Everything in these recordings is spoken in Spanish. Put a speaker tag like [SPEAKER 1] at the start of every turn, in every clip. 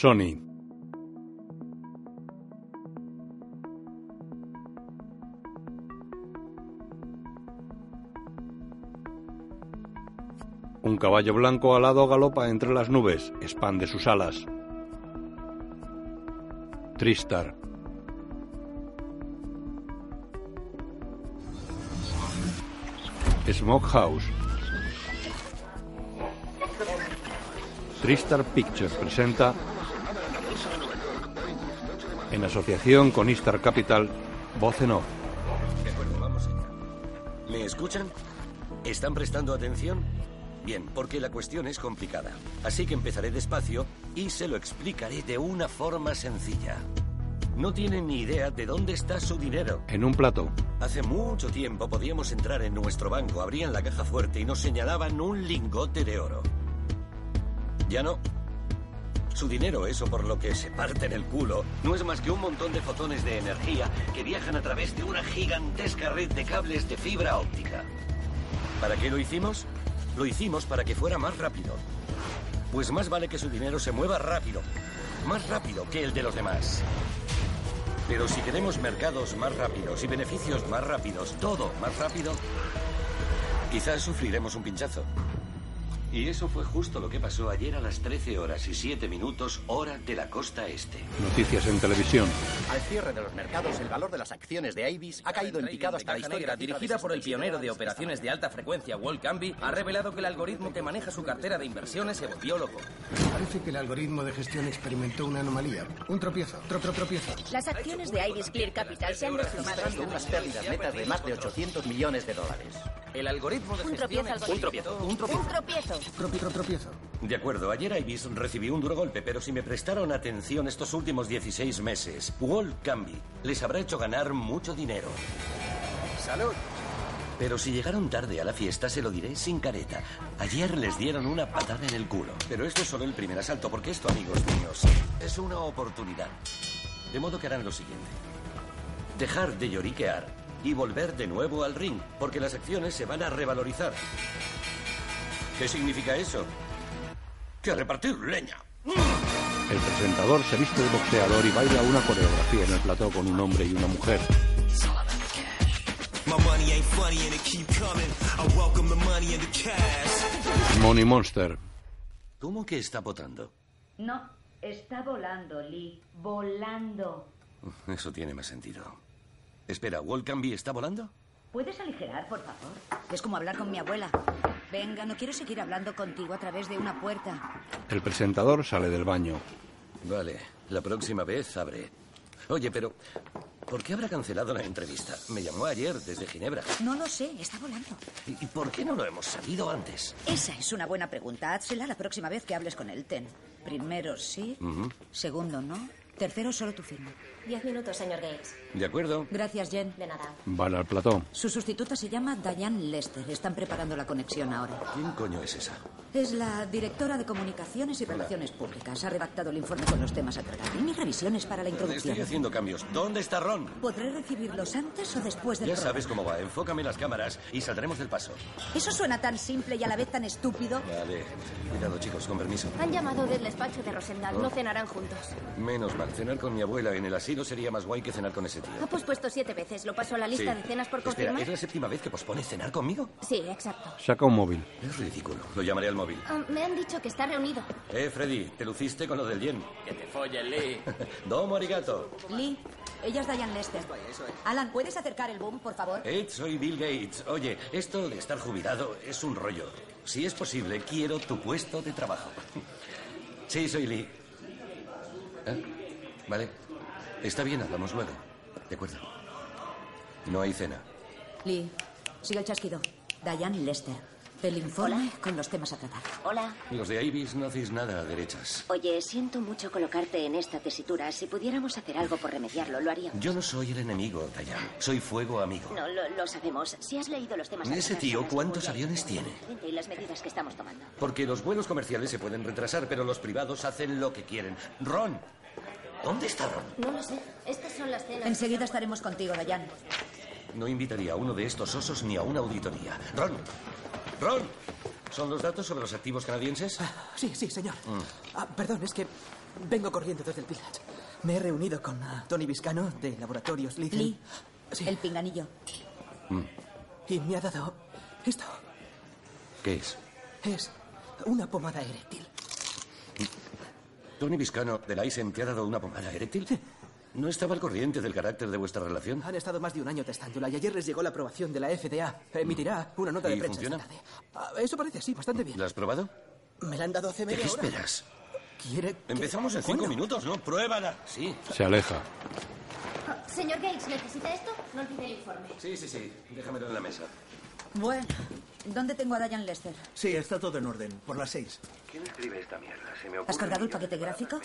[SPEAKER 1] Sony. Un caballo blanco alado galopa entre las nubes, expande sus alas. Tristar. Smokehouse. Tristar Pictures presenta, en asociación con Istar Capital, Voz en Off.
[SPEAKER 2] De acuerdo, vamos allá. ¿Me escuchan? ¿Están prestando atención? Bien, porque la cuestión es complicada. Así que empezaré despacio y se lo explicaré de una forma sencilla. No tienen ni idea de dónde está su dinero.
[SPEAKER 1] En un plato.
[SPEAKER 2] Hace mucho tiempo podíamos entrar en nuestro banco, abrían la caja fuerte y nos señalaban un lingote de oro. Ya no. Su dinero, eso por lo que se parten el culo, no es más que un montón de fotones de energía que viajan a través de una gigantesca red de cables de fibra óptica. ¿Para qué lo hicimos? Lo hicimos para que fuera más rápido. Pues más vale que su dinero se mueva rápido. Más rápido que el de los demás. Pero si queremos mercados más rápidos y beneficios más rápidos, todo más rápido, quizás sufriremos un pinchazo. Y eso fue justo lo que pasó ayer a las 13 horas y 7 minutos hora de la costa este.
[SPEAKER 1] Noticias en televisión.
[SPEAKER 3] Al cierre de los mercados, el valor de las acciones de Ibis ha caído en picado hasta la historia.
[SPEAKER 4] dirigida por el pionero de operaciones de alta frecuencia, Walt Canby, ha revelado que el algoritmo que maneja su cartera de inversiones se volvió loco.
[SPEAKER 5] Parece que el algoritmo de gestión experimentó una anomalía. Un tropiezo, tro, tro, tropiezo.
[SPEAKER 6] Las acciones de Iris Clear Capital se han desplomado
[SPEAKER 3] Registrando unas pérdidas netas de más de 800 millones de dólares.
[SPEAKER 4] El algoritmo de
[SPEAKER 6] Un
[SPEAKER 4] gestión
[SPEAKER 6] tropiezo al
[SPEAKER 4] Un tropiezo. Un tropiezo.
[SPEAKER 6] un tropiezo.
[SPEAKER 5] Tropi- tro, tropiezo.
[SPEAKER 2] De acuerdo, ayer Ibis recibió un duro golpe, pero si me prestaron atención estos últimos 16 meses, Walt Canby les habrá hecho ganar mucho dinero.
[SPEAKER 4] Salud.
[SPEAKER 2] Pero si llegaron tarde a la fiesta, se lo diré sin careta. Ayer les dieron una patada en el culo. Pero esto es solo el primer asalto, porque esto, amigos míos, es una oportunidad. De modo que harán lo siguiente. Dejar de lloriquear y volver de nuevo al ring, porque las acciones se van a revalorizar. ¿Qué significa eso? Que repartir leña.
[SPEAKER 1] El presentador se viste de boxeador y baila una coreografía en el plató con un hombre y una mujer.
[SPEAKER 7] My money ain't funny and it keep coming. I welcome the money and the cash.
[SPEAKER 1] Money Monster.
[SPEAKER 2] ¿Cómo que está votando?
[SPEAKER 8] No, está volando, Lee. Volando.
[SPEAKER 2] Eso tiene más sentido. Espera, ¿Walt Canby está volando?
[SPEAKER 8] ¿Puedes aligerar, por favor?
[SPEAKER 6] Es como hablar con mi abuela. Venga, no quiero seguir hablando contigo a través de una puerta.
[SPEAKER 1] El presentador sale del baño.
[SPEAKER 2] Vale, la próxima vez abre. Oye, pero ¿por qué habrá cancelado la entrevista? Me llamó ayer desde Ginebra.
[SPEAKER 6] No lo sé, está volando.
[SPEAKER 2] ¿Y y por qué no lo hemos sabido antes?
[SPEAKER 6] Esa es una buena pregunta. Házela la próxima vez que hables con él, Ten. Primero sí, segundo no, tercero solo tu firma.
[SPEAKER 8] Diez minutos, señor Gates.
[SPEAKER 2] De acuerdo.
[SPEAKER 6] Gracias, Jen.
[SPEAKER 8] De nada.
[SPEAKER 1] Van al plató.
[SPEAKER 6] Su sustituta se llama Diane Lester. Están preparando la conexión ahora.
[SPEAKER 2] ¿Quién coño es esa?
[SPEAKER 6] Es la directora de Comunicaciones y Relaciones Públicas. Ha redactado el informe con los temas a tratar. Y mis revisiones para la
[SPEAKER 2] Estoy
[SPEAKER 6] introducción.
[SPEAKER 2] haciendo cambios. ¿Dónde está Ron?
[SPEAKER 6] ¿Podré recibirlos antes o después del
[SPEAKER 2] Ya
[SPEAKER 6] programa?
[SPEAKER 2] sabes cómo va. Enfócame las cámaras y saldremos del paso.
[SPEAKER 6] Eso suena tan simple y a la vez tan estúpido.
[SPEAKER 2] Vale. Cuidado, chicos, con permiso.
[SPEAKER 8] Han llamado del despacho de Rosendal.
[SPEAKER 2] Oh.
[SPEAKER 8] No cenarán juntos.
[SPEAKER 2] Menos mal. Cenar con mi abuela en el asilo sería más guay que cenar con ese tío.
[SPEAKER 8] Ha pospuesto siete veces. Lo paso a la
[SPEAKER 2] Sí.
[SPEAKER 8] lista de cenas por
[SPEAKER 2] Espera,
[SPEAKER 8] confirmar.
[SPEAKER 2] ¿es la séptima vez que pospones cenar conmigo?
[SPEAKER 8] Sí, exacto.
[SPEAKER 1] Saca un móvil.
[SPEAKER 2] Es ridículo. Lo llamaré al móvil.
[SPEAKER 8] Ah, me han dicho que está reunido.
[SPEAKER 2] Eh, Freddy, te luciste con lo del yen.
[SPEAKER 4] Que te folle, Lee.
[SPEAKER 2] Domo arigato.
[SPEAKER 6] Lee, ella es Diane Lester. Alan, ¿puedes acercar el boom, por favor?
[SPEAKER 2] Ed, Eh, soy Bill Gates. Oye, esto de estar jubilado es un rollo. Si es posible, quiero tu puesto de trabajo. Sí, soy Lee. ¿Ah? Vale. Está bien, hablamos luego. De acuerdo. No hay cena.
[SPEAKER 6] Lee, sigue el chasquido. Diane Lester. El informe con los temas a tratar.
[SPEAKER 9] Hola.
[SPEAKER 2] Los de Ibis no hacéis nada a derechas.
[SPEAKER 9] Oye, siento mucho colocarte en esta tesitura. Si pudiéramos hacer algo por remediarlo, lo haríamos.
[SPEAKER 2] Yo no soy el enemigo, Dayan. Soy fuego amigo.
[SPEAKER 9] No, lo, lo sabemos. Si has leído los temas...
[SPEAKER 2] Ese
[SPEAKER 9] anteriores,
[SPEAKER 2] tío,
[SPEAKER 9] sabrás
[SPEAKER 2] ¿cuántos
[SPEAKER 9] cómo
[SPEAKER 2] aviones
[SPEAKER 9] llegar
[SPEAKER 2] tiene?
[SPEAKER 9] a la gente Y las medidas que estamos tomando.
[SPEAKER 2] Porque los vuelos comerciales se pueden retrasar, pero los privados hacen lo que quieren. Ron. ¿Dónde está Ron?
[SPEAKER 8] No lo sé. Estas son las cenas.
[SPEAKER 6] Enseguida estaremos contigo, Diane.
[SPEAKER 2] No invitaría a uno de estos osos ni a una auditoría. Ron. Ron. ¿Son los datos sobre los activos canadienses? Mm.
[SPEAKER 4] Sí, sí, señor. Ah, perdón, es que vengo corriendo desde el Village. Me he reunido con ah, Tony Viscano de Laboratorios Lidl.
[SPEAKER 6] Lee.
[SPEAKER 4] Sí.
[SPEAKER 6] El pinganillo.
[SPEAKER 2] Mm.
[SPEAKER 4] Y me ha dado esto.
[SPEAKER 2] ¿Qué es?
[SPEAKER 4] Es una pomada eréctil.
[SPEAKER 2] ¿Tony Viscano de la ISEM te ha dado una pomada eréctil? ¿No estaba al corriente del carácter de vuestra relación?
[SPEAKER 4] Han estado más de un año testándola y ayer les llegó la aprobación de la FDA. Emitirá una nota de
[SPEAKER 2] ¿Y
[SPEAKER 4] prensa.
[SPEAKER 2] funciona? Mm.
[SPEAKER 4] esta tarde. Ah, eso parece así, bastante bien.
[SPEAKER 2] ¿La has probado?
[SPEAKER 4] Me la han dado hace
[SPEAKER 2] ¿De
[SPEAKER 4] media
[SPEAKER 2] qué
[SPEAKER 4] hora.
[SPEAKER 2] esperas?
[SPEAKER 4] ¿Quiere que-
[SPEAKER 2] Empezamos en cinco
[SPEAKER 4] ¿Cuándo?
[SPEAKER 2] minutos, ¿no? Pruébala. Sí.
[SPEAKER 1] Se aleja.
[SPEAKER 8] Señor Gates, ¿necesita esto? No olvide el informe.
[SPEAKER 2] Sí, sí, sí. Déjamelo en la mesa.
[SPEAKER 6] Bueno, ¿dónde tengo a Diane Lester?
[SPEAKER 10] Sí, está todo en orden. Por las seis.
[SPEAKER 2] ¿Quién escribe esta mierda? Se me
[SPEAKER 6] ¿Has cargado el paquete gráfico?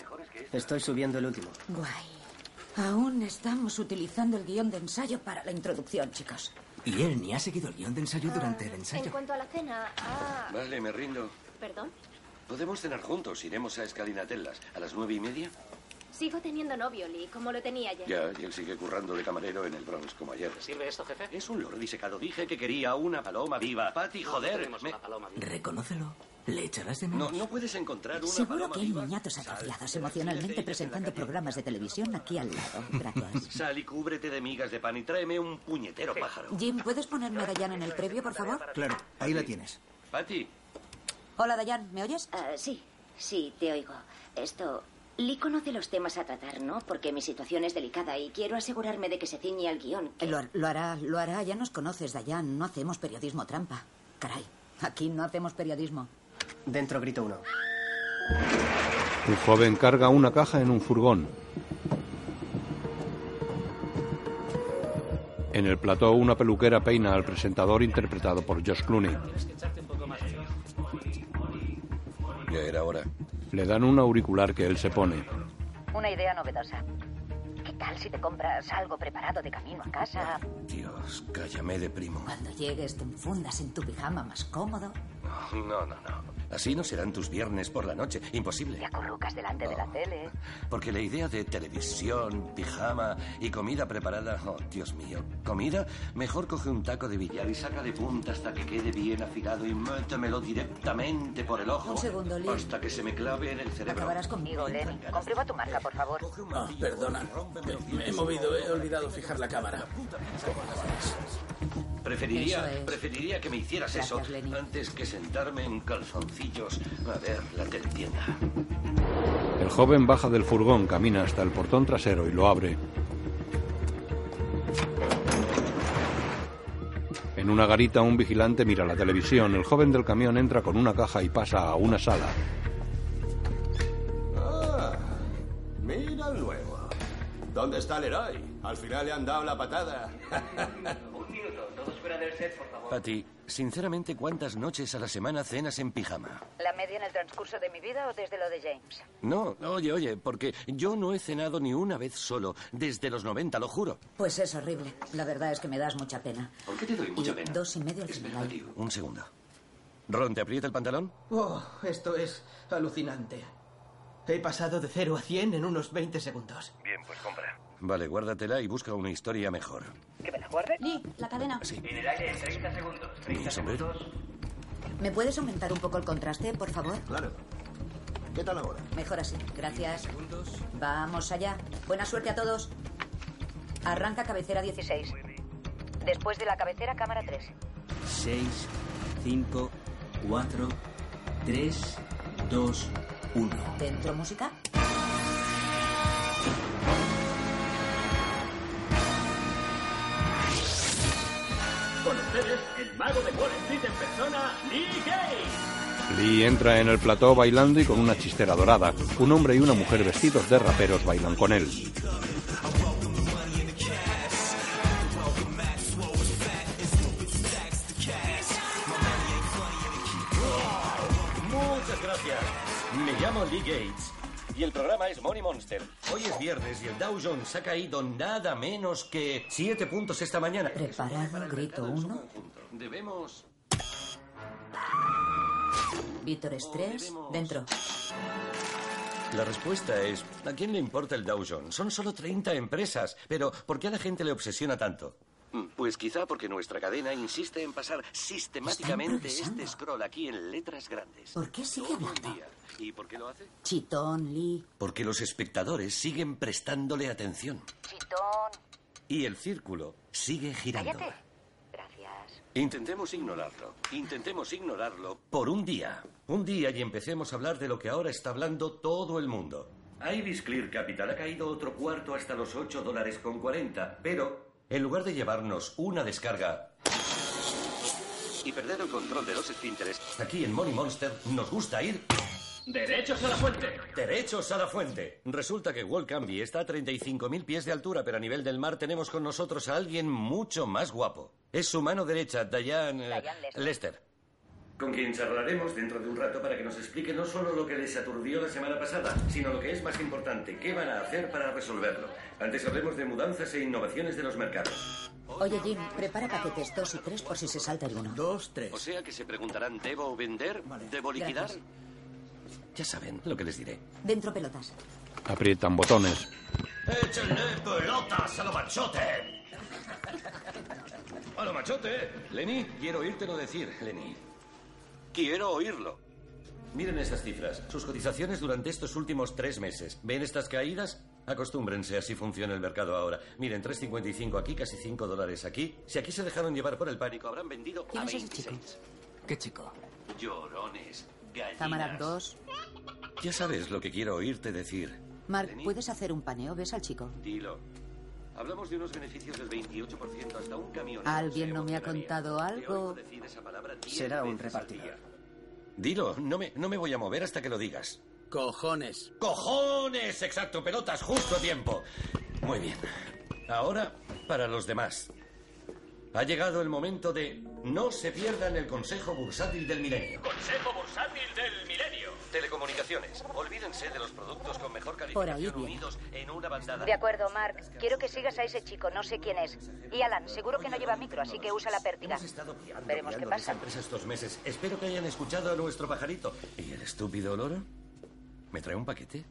[SPEAKER 10] Estoy subiendo el último.
[SPEAKER 6] Guay. Aún estamos utilizando el guión de ensayo para la introducción, chicos.
[SPEAKER 10] Y él ni ha seguido el guión de ensayo durante
[SPEAKER 11] Ah,
[SPEAKER 10] el
[SPEAKER 8] En cuanto a la cena, ah,
[SPEAKER 2] Vale, me rindo.
[SPEAKER 8] perdón.
[SPEAKER 2] Podemos cenar juntos. Iremos a Escalinatellas. ¿A las nueve y media?
[SPEAKER 8] Sigo teniendo novio, Lee, como lo tenía ayer.
[SPEAKER 2] Ya, y él sigue currando de camarero en el Bronx como ayer.
[SPEAKER 11] ¿Sirve esto, jefe?
[SPEAKER 2] Es un loro disecado. Dije que quería una paloma viva. Patty, joder. me-
[SPEAKER 10] Reconócelo. Le echarás de
[SPEAKER 2] No,
[SPEAKER 10] menos.
[SPEAKER 2] no puedes encontrar una
[SPEAKER 6] Seguro
[SPEAKER 2] paloma
[SPEAKER 6] que hay
[SPEAKER 2] viva.
[SPEAKER 6] niñatos atrofiados emocionalmente presentando programas de televisión aquí al lado. Gracias.
[SPEAKER 2] Sal y cúbrete de migas de pan y tráeme un puñetero pájaro.
[SPEAKER 6] Jim, ¿puedes ponerme a Dayan en el previo, por favor?
[SPEAKER 10] Claro, ahí la tienes.
[SPEAKER 2] Patty,
[SPEAKER 6] Hola, Dayan, ¿me oyes?
[SPEAKER 9] Ah, sí, sí, te oigo. Esto. Lee conoce los temas a tratar, ¿no? Porque mi situación es delicada y quiero asegurarme de que se ciñe al guión.
[SPEAKER 6] Eh, Lo, har- lo hará, lo hará. Ya nos conoces, Dayan. No hacemos periodismo trampa. Caray, aquí no hacemos periodismo.
[SPEAKER 10] Dentro grito uno.
[SPEAKER 1] Un joven carga una caja en un furgón. En el plató, una peluquera peina al presentador interpretado por Josh Clooney.
[SPEAKER 2] Ya era hora.
[SPEAKER 1] Le dan un auricular que él se pone.
[SPEAKER 9] Una idea novedosa. ¿Qué tal si te compras algo preparado de camino a casa?
[SPEAKER 2] Dios, cállame de primo.
[SPEAKER 6] Cuando llegues, te enfundas en tu pijama más cómodo.
[SPEAKER 2] No, no, no. Así no serán tus viernes por la noche. Imposible.
[SPEAKER 9] acurrucas delante de la tele.
[SPEAKER 2] Porque la idea de televisión, pijama y comida preparada. Oh, Dios mío. ¿Comida? Mejor coge un taco de billar y saca de punta hasta que quede bien afilado y métemelo directamente por el ojo.
[SPEAKER 6] Un segundo, Lee.
[SPEAKER 2] Hasta que se me clave en el cerebro.
[SPEAKER 6] Acabarás conmigo, Lenny. Comprueba tu marca, por favor.
[SPEAKER 11] Ah, perdona. Me he movido, ¿eh? he olvidado fijar la cámara.
[SPEAKER 2] Preferiría,
[SPEAKER 11] Eso es.
[SPEAKER 2] preferiría que me hicieras
[SPEAKER 11] Gracias,
[SPEAKER 2] eso antes que sentarme en calzoncillos a ver la teletienda.
[SPEAKER 1] El joven baja del furgón, camina hasta el portón trasero y lo abre. En una garita, un vigilante mira la televisión. El joven del camión entra con una caja y pasa a una sala.
[SPEAKER 12] Ah, mira el nuevo. ¿Dónde está el héroe? Al final le han dado la patada.
[SPEAKER 2] Patty, sinceramente, ¿cuántas noches a la semana cenas en pijama?
[SPEAKER 9] ¿La media en el transcurso de mi vida o desde lo de James?
[SPEAKER 2] No, oye, oye, porque yo no he cenado ni una vez solo desde los 90, lo juro.
[SPEAKER 6] Pues es horrible. La verdad es que me das mucha pena.
[SPEAKER 2] ¿Por qué te doy mucha
[SPEAKER 6] Y
[SPEAKER 2] pena?
[SPEAKER 6] Dos y medio al final.
[SPEAKER 2] Un segundo. Ron, ¿te aprieta el pantalón?
[SPEAKER 4] Oh, esto es alucinante. He pasado de 0 a 100 en unos 20 segundos.
[SPEAKER 2] Bien, pues compra. Vale, guárdatela y busca una historia mejor.
[SPEAKER 4] ¿Que me la guarde?
[SPEAKER 6] Lee, la cadena.
[SPEAKER 11] En el aire en 30 segundos.
[SPEAKER 2] ¿Mi sombrero?
[SPEAKER 6] ¿Me puedes aumentar un poco el contraste, por favor?
[SPEAKER 10] Claro. ¿Qué tal ahora?
[SPEAKER 6] Mejor así. Gracias. Vamos allá. Buena suerte a todos. Arranca cabecera 16. Después de la cabecera, cámara 3.
[SPEAKER 10] 6, 5, 4, 3, 2, 1.
[SPEAKER 6] ¿Dentro música?
[SPEAKER 11] Con ustedes, el mago de Wall Street en persona, Lee Gay.
[SPEAKER 1] Lee entra en el plató bailando y con una chistera dorada. Un hombre y una mujer vestidos de raperos bailan con él.
[SPEAKER 2] Muchas gracias. Me llamo Lee Gates y el programa es Money Monster. Hoy es viernes y el Dow Jones ha caído nada menos que 7 puntos esta mañana.
[SPEAKER 6] Preparado, grito 1.
[SPEAKER 2] Debemos...
[SPEAKER 6] Vítores 3. Dentro.
[SPEAKER 2] La respuesta es, ¿a quién le importa el Dow Jones? Son solo 30 empresas, pero ¿por qué a la gente le obsesiona tanto? Pues quizá porque nuestra cadena insiste en pasar sistemáticamente este scroll aquí en letras grandes.
[SPEAKER 6] ¿Por qué sigue hablando?
[SPEAKER 2] ¿Y por qué lo hace?
[SPEAKER 6] Chitón, Lee.
[SPEAKER 2] Porque los espectadores siguen prestándole atención.
[SPEAKER 6] Chitón.
[SPEAKER 2] Y el círculo sigue girando.
[SPEAKER 6] Cállate. Gracias.
[SPEAKER 2] Intentemos ignorarlo. Intentemos ignorarlo por un día. Un día y empecemos a hablar de lo que ahora está hablando todo el mundo. Ibis Clear Capital ha caído otro cuarto hasta los 8 dólares con 40, pero en lugar de llevarnos una descarga y perder el control de los esfínteres, aquí en Money Monster nos gusta ir
[SPEAKER 13] Derechos a la fuente.
[SPEAKER 2] Derechos a la fuente. Resulta que World Candy está a 35.000 pies de altura, pero a nivel del mar tenemos con nosotros a alguien mucho más guapo. Es su mano derecha, Diane, eh,
[SPEAKER 13] Diane Lester.
[SPEAKER 2] Lester. Con quien charlaremos dentro de un rato para que nos explique no solo lo que les aturdió la semana pasada, sino lo que es más importante, qué van a hacer para resolverlo. Antes hablemos de mudanzas e innovaciones de los mercados.
[SPEAKER 6] Oye, Jim, prepara paquetes dos y tres por si se salta el uno.
[SPEAKER 2] Dos, tres. O sea que se preguntarán, ¿debo vender? ¿Debo liquidar?
[SPEAKER 6] Gracias.
[SPEAKER 2] Ya saben lo que les diré.
[SPEAKER 6] Dentro pelotas.
[SPEAKER 1] Aprietan botones.
[SPEAKER 2] ¡Échenle pelotas a lo machote! ¡A lo machote! eh. Lenny, quiero oírtelo decir, Lenny. Quiero oírlo. Miren esas cifras. Sus cotizaciones durante estos últimos tres meses. ¿Ven estas caídas? Acostúmbrense, así funciona el mercado ahora. Miren, 3.55 aquí, casi 5 dólares aquí. Si aquí se dejaron llevar por el pánico, habrán vendido a
[SPEAKER 6] ¿Quién es ese chico?
[SPEAKER 2] 26.
[SPEAKER 14] ¿Qué chico?
[SPEAKER 2] Llorones,
[SPEAKER 6] Cámara
[SPEAKER 2] gallinas.
[SPEAKER 6] 2.
[SPEAKER 2] Ya sabes lo que quiero oírte decir.
[SPEAKER 6] Mark, ¿puedes hacer un paneo? ¿Ves al chico?
[SPEAKER 2] Dilo. Hablamos de unos beneficios del 28% hasta un camión.
[SPEAKER 6] ¿Alguien no me ha contado algo?
[SPEAKER 2] Será un repartidor. Dilo, no me, no me voy a mover hasta que lo digas.
[SPEAKER 10] Cojones.
[SPEAKER 2] ¡Cojones! Exacto, pelotas, justo a tiempo. Muy bien. Ahora, para los demás. Ha llegado el momento de no se pierdan el Consejo Bursátil del Milenio.
[SPEAKER 13] Consejo Bursátil del Milenio.
[SPEAKER 2] Telecomunicaciones. Olvídense de los productos con mejor
[SPEAKER 6] Por
[SPEAKER 2] calificación
[SPEAKER 6] ahí bien.
[SPEAKER 2] unidos en una bandada.
[SPEAKER 6] De acuerdo, Mark. Quiero que sigas a ese chico, no sé quién es. Y Alan, seguro que no lleva micro, así que usa la pértiga.
[SPEAKER 2] Ando
[SPEAKER 6] Veremos qué
[SPEAKER 2] mirando
[SPEAKER 6] pasa.
[SPEAKER 2] las empresas estos meses. Espero que hayan escuchado a nuestro pajarito. ¿Y el estúpido loro? ¿Me trae un paquete?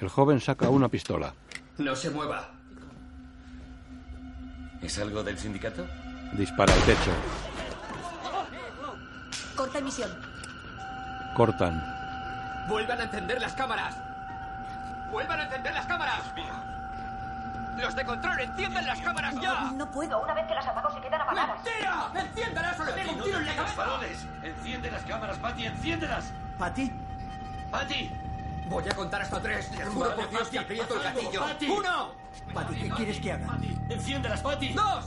[SPEAKER 1] El joven saca una pistola.
[SPEAKER 2] No se mueva. ¿Es algo del sindicato?
[SPEAKER 1] Dispara al techo.
[SPEAKER 6] Corta emisión.
[SPEAKER 1] Cortan.
[SPEAKER 10] ¡Vuelvan a encender las cámaras! ¡Vuelvan a encender las cámaras! ¡Los de control, enciendan las cámaras ya!
[SPEAKER 6] No puedo, una vez que las apago se quedan apagadas.
[SPEAKER 10] ¡Mentira! ¡Enciéndalas o le pego un tiro en la cabeza!
[SPEAKER 2] balones! ¡Enciende las cámaras, Patty! ¡Enciéndelas!
[SPEAKER 10] ¿Pati?
[SPEAKER 2] ¡Pati!
[SPEAKER 10] Voy a contar hasta tres. Te juro por Dios que aprieto el gatillo.
[SPEAKER 2] Pati.
[SPEAKER 10] ¡Uno! Pati, ¿qué quieres que haga?
[SPEAKER 2] ¡Enciéndelas, Patty!
[SPEAKER 10] ¡Dos!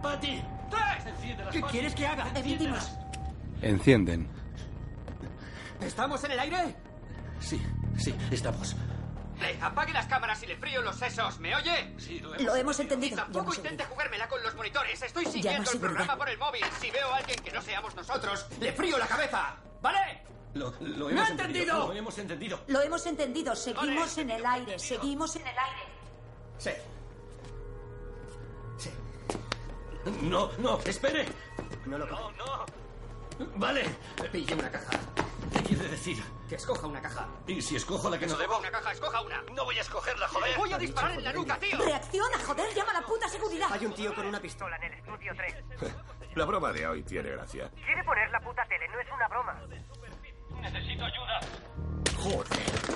[SPEAKER 2] ¡Patty!
[SPEAKER 10] ¡Tres!
[SPEAKER 2] ¡Enciéndelas,
[SPEAKER 10] ¿Qué
[SPEAKER 2] Patty!
[SPEAKER 10] quieres que haga?
[SPEAKER 2] ¡Enciéndelas!
[SPEAKER 1] Encienden.
[SPEAKER 10] ¿Estamos en el aire?
[SPEAKER 2] Sí, sí, estamos.
[SPEAKER 10] Eh, apague las cámaras y le frío los sesos, ¿me oye?
[SPEAKER 2] Sí,
[SPEAKER 6] Lo hemos entendido. Ya
[SPEAKER 10] Tampoco
[SPEAKER 6] no sé.
[SPEAKER 10] intente jugármela con los monitores. Estoy
[SPEAKER 6] no
[SPEAKER 10] siguiendo
[SPEAKER 6] soy
[SPEAKER 10] el programa
[SPEAKER 6] vulgar.
[SPEAKER 10] por el móvil. Si veo a alguien que no seamos nosotros, le frío la cabeza. ¿Vale?
[SPEAKER 2] Lo, lo
[SPEAKER 10] ¡Me
[SPEAKER 2] hemos
[SPEAKER 10] ha entendido!
[SPEAKER 2] Lo hemos entendido.
[SPEAKER 6] Lo hemos entendido, seguimos en el aire, seguimos en el aire.
[SPEAKER 10] Sí.
[SPEAKER 2] No, no, espere.
[SPEAKER 10] No lo no,
[SPEAKER 2] Vale.
[SPEAKER 10] Pille una caja.
[SPEAKER 2] ¿Qué quiere decir?
[SPEAKER 10] Que escoja una caja.
[SPEAKER 2] ¿Y si escojo la que no
[SPEAKER 10] Eso
[SPEAKER 2] debo?
[SPEAKER 10] una caja, escoja una.
[SPEAKER 2] No voy a escogerla, joder.
[SPEAKER 10] Voy a disparar en la nuca, tío.
[SPEAKER 6] Reacciona, joder, llama a la puta seguridad.
[SPEAKER 10] Hay un tío con una pistola.
[SPEAKER 4] En el estudio 3.
[SPEAKER 15] La broma de hoy tiene gracia.
[SPEAKER 4] Quiere poner la puta tele, no es una broma. Necesito ayuda.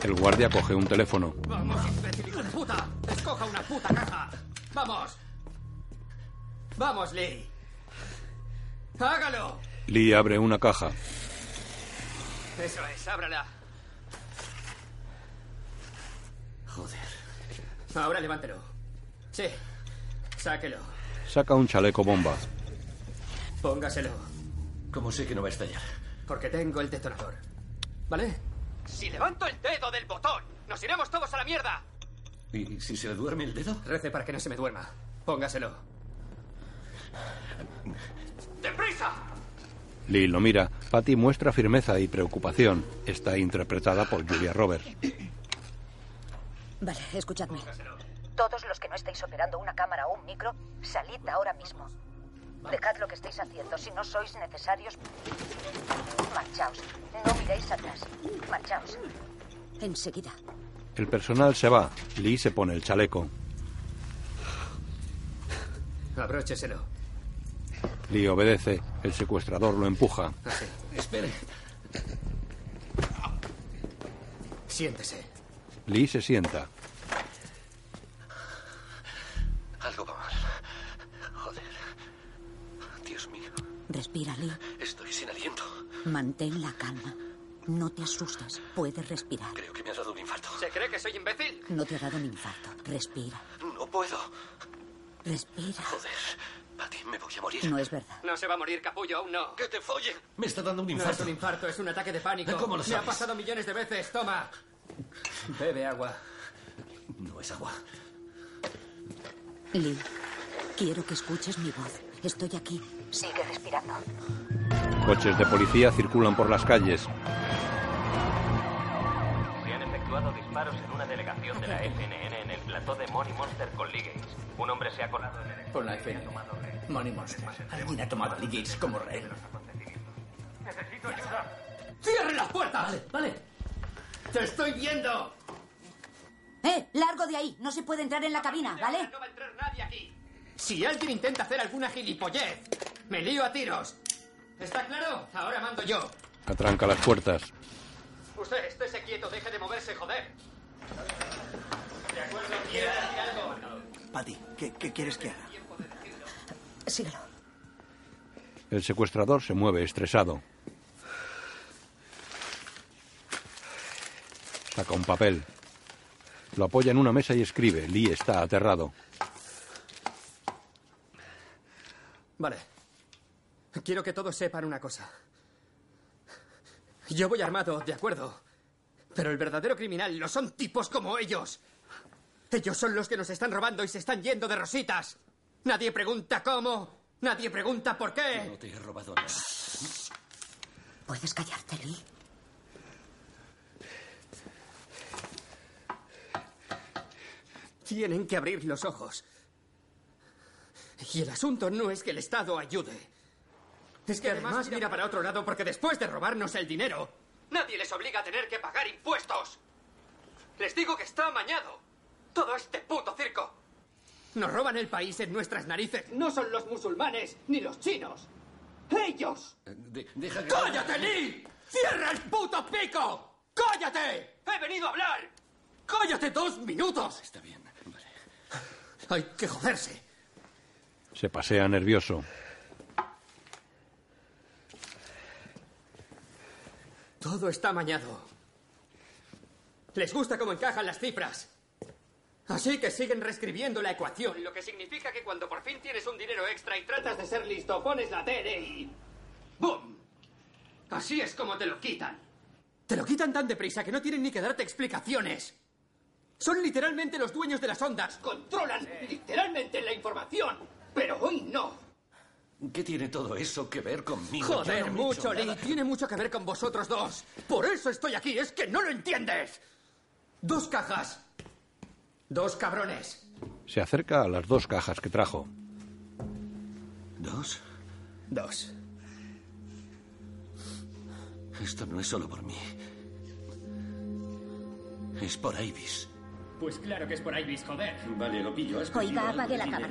[SPEAKER 1] El guardia coge un teléfono.
[SPEAKER 10] Vamos, imbécil, hijo de puta. Escoja una puta caja. Vamos. Vamos, Lee. Hágalo.
[SPEAKER 1] Lee abre una caja.
[SPEAKER 10] Eso es, ábrala.
[SPEAKER 2] Joder.
[SPEAKER 10] Ahora levántelo. Sí. Sáquelo.
[SPEAKER 1] Saca un chaleco bomba.
[SPEAKER 10] Póngaselo.
[SPEAKER 2] ¿Cómo sé que no va a estallar?
[SPEAKER 10] Porque tengo el detonador. ¿Vale? Si levanto el dedo del botón, nos iremos todos a la mierda.
[SPEAKER 2] ¿Y si se le duerme el dedo?
[SPEAKER 10] Rece para que no se me duerma. Póngaselo. ¡Deprisa!
[SPEAKER 1] Lee lo mira. Patty muestra firmeza y preocupación. Está interpretada por Julia Roberts.
[SPEAKER 6] Vale, escuchadme. Todos los que no estáis operando una cámara o un micro, salid ahora mismo. Dejad lo que estáis haciendo. Si no sois necesarios, marchaos. No miréis atrás. Marchaos. Enseguida.
[SPEAKER 1] El personal se va. Lee se pone el chaleco.
[SPEAKER 10] Abrócheselo.
[SPEAKER 1] Lee obedece. El secuestrador lo empuja.
[SPEAKER 2] Espere.
[SPEAKER 4] Siéntese.
[SPEAKER 1] Lee se sienta.
[SPEAKER 2] Algo va mal. Joder. Dios mío.
[SPEAKER 7] Respira, Lee.
[SPEAKER 2] Estoy sin aliento.
[SPEAKER 7] Mantén la calma. No te asustes. Puedes respirar.
[SPEAKER 2] Creo que me ha dado un infarto.
[SPEAKER 10] ¿Se cree que soy imbécil?
[SPEAKER 7] No te ha dado un infarto. Respira.
[SPEAKER 2] No puedo.
[SPEAKER 7] Respira.
[SPEAKER 2] Joder. Patty, me voy a morir.
[SPEAKER 7] No es verdad.
[SPEAKER 10] No se va a morir, capullo, aún no.
[SPEAKER 2] ¡Que te folle! Me está dando un
[SPEAKER 10] No es
[SPEAKER 2] infarto.
[SPEAKER 10] un infarto, es un ataque de pánico.
[SPEAKER 2] ¿Cómo lo
[SPEAKER 10] Me ha
[SPEAKER 2] sabes?
[SPEAKER 10] pasado millones de veces. Toma. Bebe agua.
[SPEAKER 2] No es agua.
[SPEAKER 7] Lee, quiero que escuches mi voz. Estoy aquí.
[SPEAKER 16] Sigue respirando.
[SPEAKER 1] Coches de policía circulan por las calles.
[SPEAKER 17] Se han efectuado disparos en una delegación de la FNN en el plató de Mori Monster con Lee Gates. Un hombre se ha colado en el...
[SPEAKER 18] Con la FN. Money Monster. Alguien ha tomado a Lee Gates como rehén.
[SPEAKER 19] Necesito ayuda.
[SPEAKER 10] ¡Cierre las puertas! Vale, vale. ¡Te estoy viendo!
[SPEAKER 7] ¡Eh! ¡Largo de ahí! No se puede entrar en la cabina, ¿vale?
[SPEAKER 10] No va a entrar nadie aquí. Si alguien intenta hacer alguna gilipollez, me lío a tiros. ¿Está claro? Ahora mando yo.
[SPEAKER 1] Atranca las puertas.
[SPEAKER 10] Usted, estése quieto, deje de moverse, joder. ¿De acuerdo? ¿Quiere decir algo?
[SPEAKER 20] Patty, ¿qué, qué quieres que haga?
[SPEAKER 7] Síguelo.
[SPEAKER 1] El secuestrador se mueve estresado. Saca un papel. Lo apoya en una mesa y escribe. Lee está aterrado.
[SPEAKER 10] Vale. Quiero que todos sepan una cosa. Yo voy armado, de acuerdo. Pero el verdadero criminal lo son tipos como ellos. Ellos son los que nos están robando y se están yendo de rositas. Nadie pregunta cómo. Nadie pregunta por qué.
[SPEAKER 2] No te he robado nada.
[SPEAKER 7] ¿Puedes callarte, Lee?
[SPEAKER 10] Tienen que abrir los ojos. Y el asunto no es que el Estado ayude. Es que además, mira para otro lado porque después de robarnos el dinero, nadie les obliga a tener que pagar impuestos. Les digo que está amañado. Todo este puto circo. Nos roban el país en nuestras narices. No son los musulmanes ni los chinos. ¡Ellos!
[SPEAKER 2] De- deja que...
[SPEAKER 10] ¡Cállate, Lee! ¡Cierra el puto pico! ¡Cállate! ¡He venido a hablar! ¡Cállate dos minutos! Está bien, vale. Hay que joderse.
[SPEAKER 1] Se pasea nervioso.
[SPEAKER 10] Todo está amañado. Les gusta cómo encajan las cifras. Así que siguen reescribiendo la ecuación, lo que significa que cuando por fin tienes un dinero extra y tratas de ser listo, pones la tele y... ¡Bum! Así es como te lo quitan. Te lo quitan tan deprisa que no tienen ni que darte explicaciones. Son literalmente los dueños de las ondas. Controlan literalmente la información. Pero hoy no.
[SPEAKER 2] ¿Qué tiene todo eso que ver conmigo? Yo
[SPEAKER 10] Joder,
[SPEAKER 2] no he hecho
[SPEAKER 10] mucho, Lee.
[SPEAKER 2] nada.
[SPEAKER 10] Tiene mucho que ver con vosotros dos. Por eso estoy aquí, es que no lo entiendes. Dos cajas. Dos cabrones.
[SPEAKER 1] Se acerca a las dos cajas que trajo.
[SPEAKER 2] ¿Dos?
[SPEAKER 10] Dos.
[SPEAKER 2] Esto no es solo por mí. Es por Ibis.
[SPEAKER 10] Pues claro que es por Ibis, joder.
[SPEAKER 2] Vale, lo pillo.
[SPEAKER 9] Oiga, apague la cámara.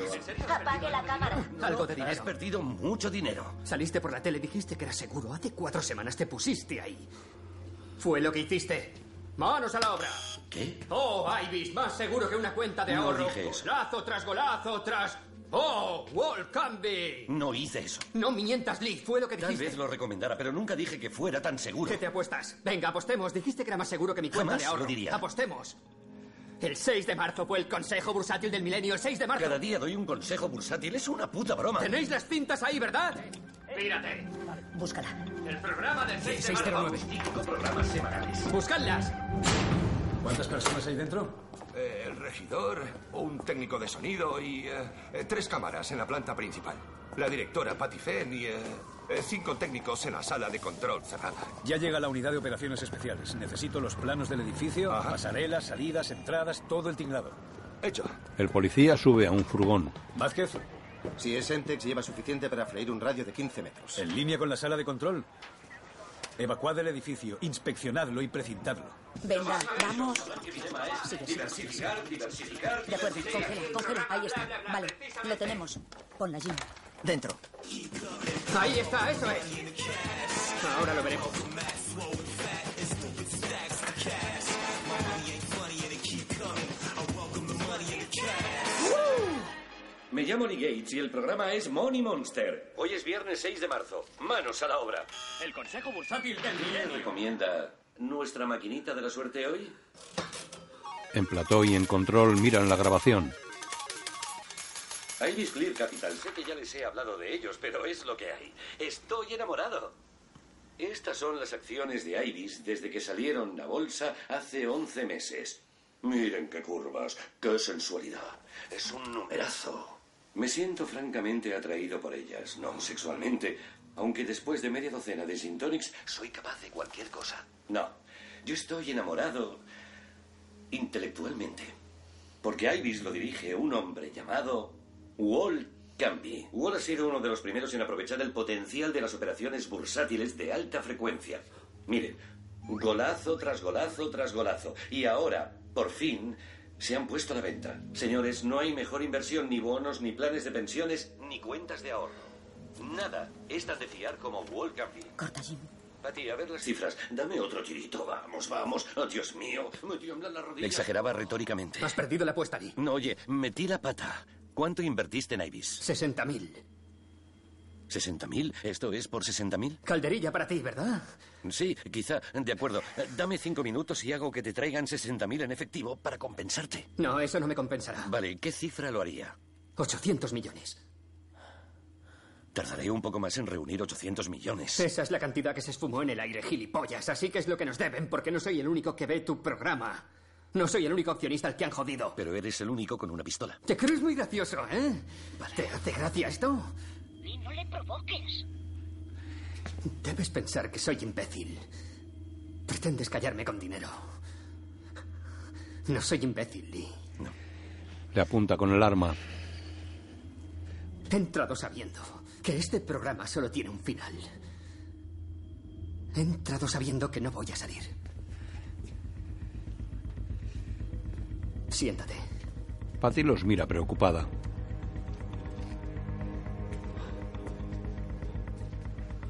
[SPEAKER 9] Apague la cámara.
[SPEAKER 10] Algo de dinero.
[SPEAKER 2] Has perdido mucho dinero.
[SPEAKER 10] Saliste por la tele, dijiste que era seguro. Hace cuatro semanas te pusiste ahí. Fue lo que hiciste. ¡Manos a la obra!
[SPEAKER 2] ¿Qué?
[SPEAKER 10] ¡Oh, Ibis! Más seguro que una cuenta de
[SPEAKER 2] No
[SPEAKER 10] ahorro.
[SPEAKER 2] dije eso.
[SPEAKER 10] Golazo tras golazo tras. ¡Oh, Wall Candy!
[SPEAKER 2] No hice eso.
[SPEAKER 10] No mientas, Lee. Fue lo que
[SPEAKER 2] Tal
[SPEAKER 10] dijiste.
[SPEAKER 2] vez lo recomendara, pero nunca dije que fuera tan seguro.
[SPEAKER 10] ¿Qué te apuestas? Venga, apostemos. Dijiste que era más seguro que mi cuenta
[SPEAKER 2] Jamás
[SPEAKER 10] de ahorro.
[SPEAKER 2] lo diría.
[SPEAKER 10] Apostemos. El 6 de marzo fue el Consejo Bursátil del Milenio. El 6 de marzo.
[SPEAKER 2] Cada día doy un consejo bursátil. Es una puta broma.
[SPEAKER 10] Tenéis las cintas ahí, ¿verdad? Mírate.
[SPEAKER 7] Búscala.
[SPEAKER 10] El programa del 6 de marzo.
[SPEAKER 2] 609. Cinco programas semanales.
[SPEAKER 10] Buscadlas.
[SPEAKER 12] ¿Cuántas personas hay dentro? Eh,
[SPEAKER 21] El regidor, un técnico de sonido y eh, eh, tres cámaras en la planta principal. La directora Patty Fenn y eh, eh, cinco técnicos en la sala de control cerrada.
[SPEAKER 12] Ya llega la unidad de operaciones especiales. Necesito los planos del edificio, pasarelas, salidas, entradas, todo el tinglado.
[SPEAKER 21] Hecho.
[SPEAKER 1] El policía sube a un furgón.
[SPEAKER 12] Vázquez,
[SPEAKER 5] Si es Entex, lleva suficiente para freír un radio de 15 metros.
[SPEAKER 12] en línea con la sala de control. Evacuad el edificio, inspeccionadlo y precintadlo.
[SPEAKER 7] Venga, vamos. Sigue, sigue, sigue.
[SPEAKER 2] Diversificar, diversificar.
[SPEAKER 7] De acuerdo, cógela, cógela. Ahí está. Vale, lo tenemos. Ponla, Jim.
[SPEAKER 20] Dentro.
[SPEAKER 10] Ahí está, eso es. Ahora lo veremos.
[SPEAKER 2] Me llamo Lee Gates y el programa es Money Monster. Hoy es viernes 6 de marzo. Manos a la obra.
[SPEAKER 8] El consejo bursátil del
[SPEAKER 2] ¿Quién
[SPEAKER 8] milenio.
[SPEAKER 2] recomienda nuestra maquinita de la suerte hoy?
[SPEAKER 1] En plató y en control miran la grabación.
[SPEAKER 2] A Ibis Clear Capital. Sé que ya les he hablado de ellos, pero es lo que hay. Estoy enamorado. Estas son las acciones de Ibis desde que salieron a bolsa hace 11 meses. Miren qué curvas, qué sensualidad. Es un numerazo. Me siento francamente atraído por ellas, no sexualmente, aunque después de media docena de Sintonics soy capaz de cualquier cosa. No, yo estoy enamorado intelectualmente, porque Ibis lo dirige un hombre llamado Wall Camby. Wall ha sido uno de los primeros en aprovechar el potencial de las operaciones bursátiles de alta frecuencia. Miren, golazo tras golazo tras golazo. Y ahora, por fin, se han puesto a la venta. Señores, no hay mejor inversión, ni bonos, ni planes de pensiones, ni cuentas de ahorro. Nada es tan de fiar como Wall Camby.
[SPEAKER 7] Corta, Jim.
[SPEAKER 2] Pati, a ver las cifras. Dame otro tirito. Vamos, vamos. Oh, Dios mío, me tiemblan las rodillas.
[SPEAKER 18] Exageraba retóricamente.
[SPEAKER 10] Has perdido la apuesta, Lee.
[SPEAKER 2] No, oye, metí la pata. ¿Cuánto invertiste en Ibis?
[SPEAKER 10] 60.000.
[SPEAKER 2] ¿60.000? ¿Esto es por 60.000?
[SPEAKER 10] Calderilla para ti, ¿verdad?
[SPEAKER 2] Sí, quizá. De acuerdo. Eh, Dame cinco minutos y hago que te traigan 60.000 en efectivo para compensarte.
[SPEAKER 10] No, eso no me compensará.
[SPEAKER 2] Vale, ¿qué cifra lo haría?
[SPEAKER 10] 800 millones.
[SPEAKER 2] Tardaré un poco más en reunir 800 millones.
[SPEAKER 10] Esa es la cantidad que se esfumó en el aire, gilipollas. Así que es lo que nos deben, porque no soy el único que ve tu programa. No soy el único accionista al que han jodido.
[SPEAKER 2] Pero eres el único con una pistola.
[SPEAKER 10] Te crees muy gracioso, ¿eh? ¿Te hace gracia esto?
[SPEAKER 22] Y no le provoques.
[SPEAKER 10] Debes pensar que soy imbécil. Pretendes callarme con dinero. No soy imbécil, Lee.
[SPEAKER 1] Le apunta con el arma.
[SPEAKER 10] He entrado sabiendo que este programa solo tiene un final. He entrado sabiendo que no voy a salir. Siéntate.
[SPEAKER 1] Patty los mira preocupada.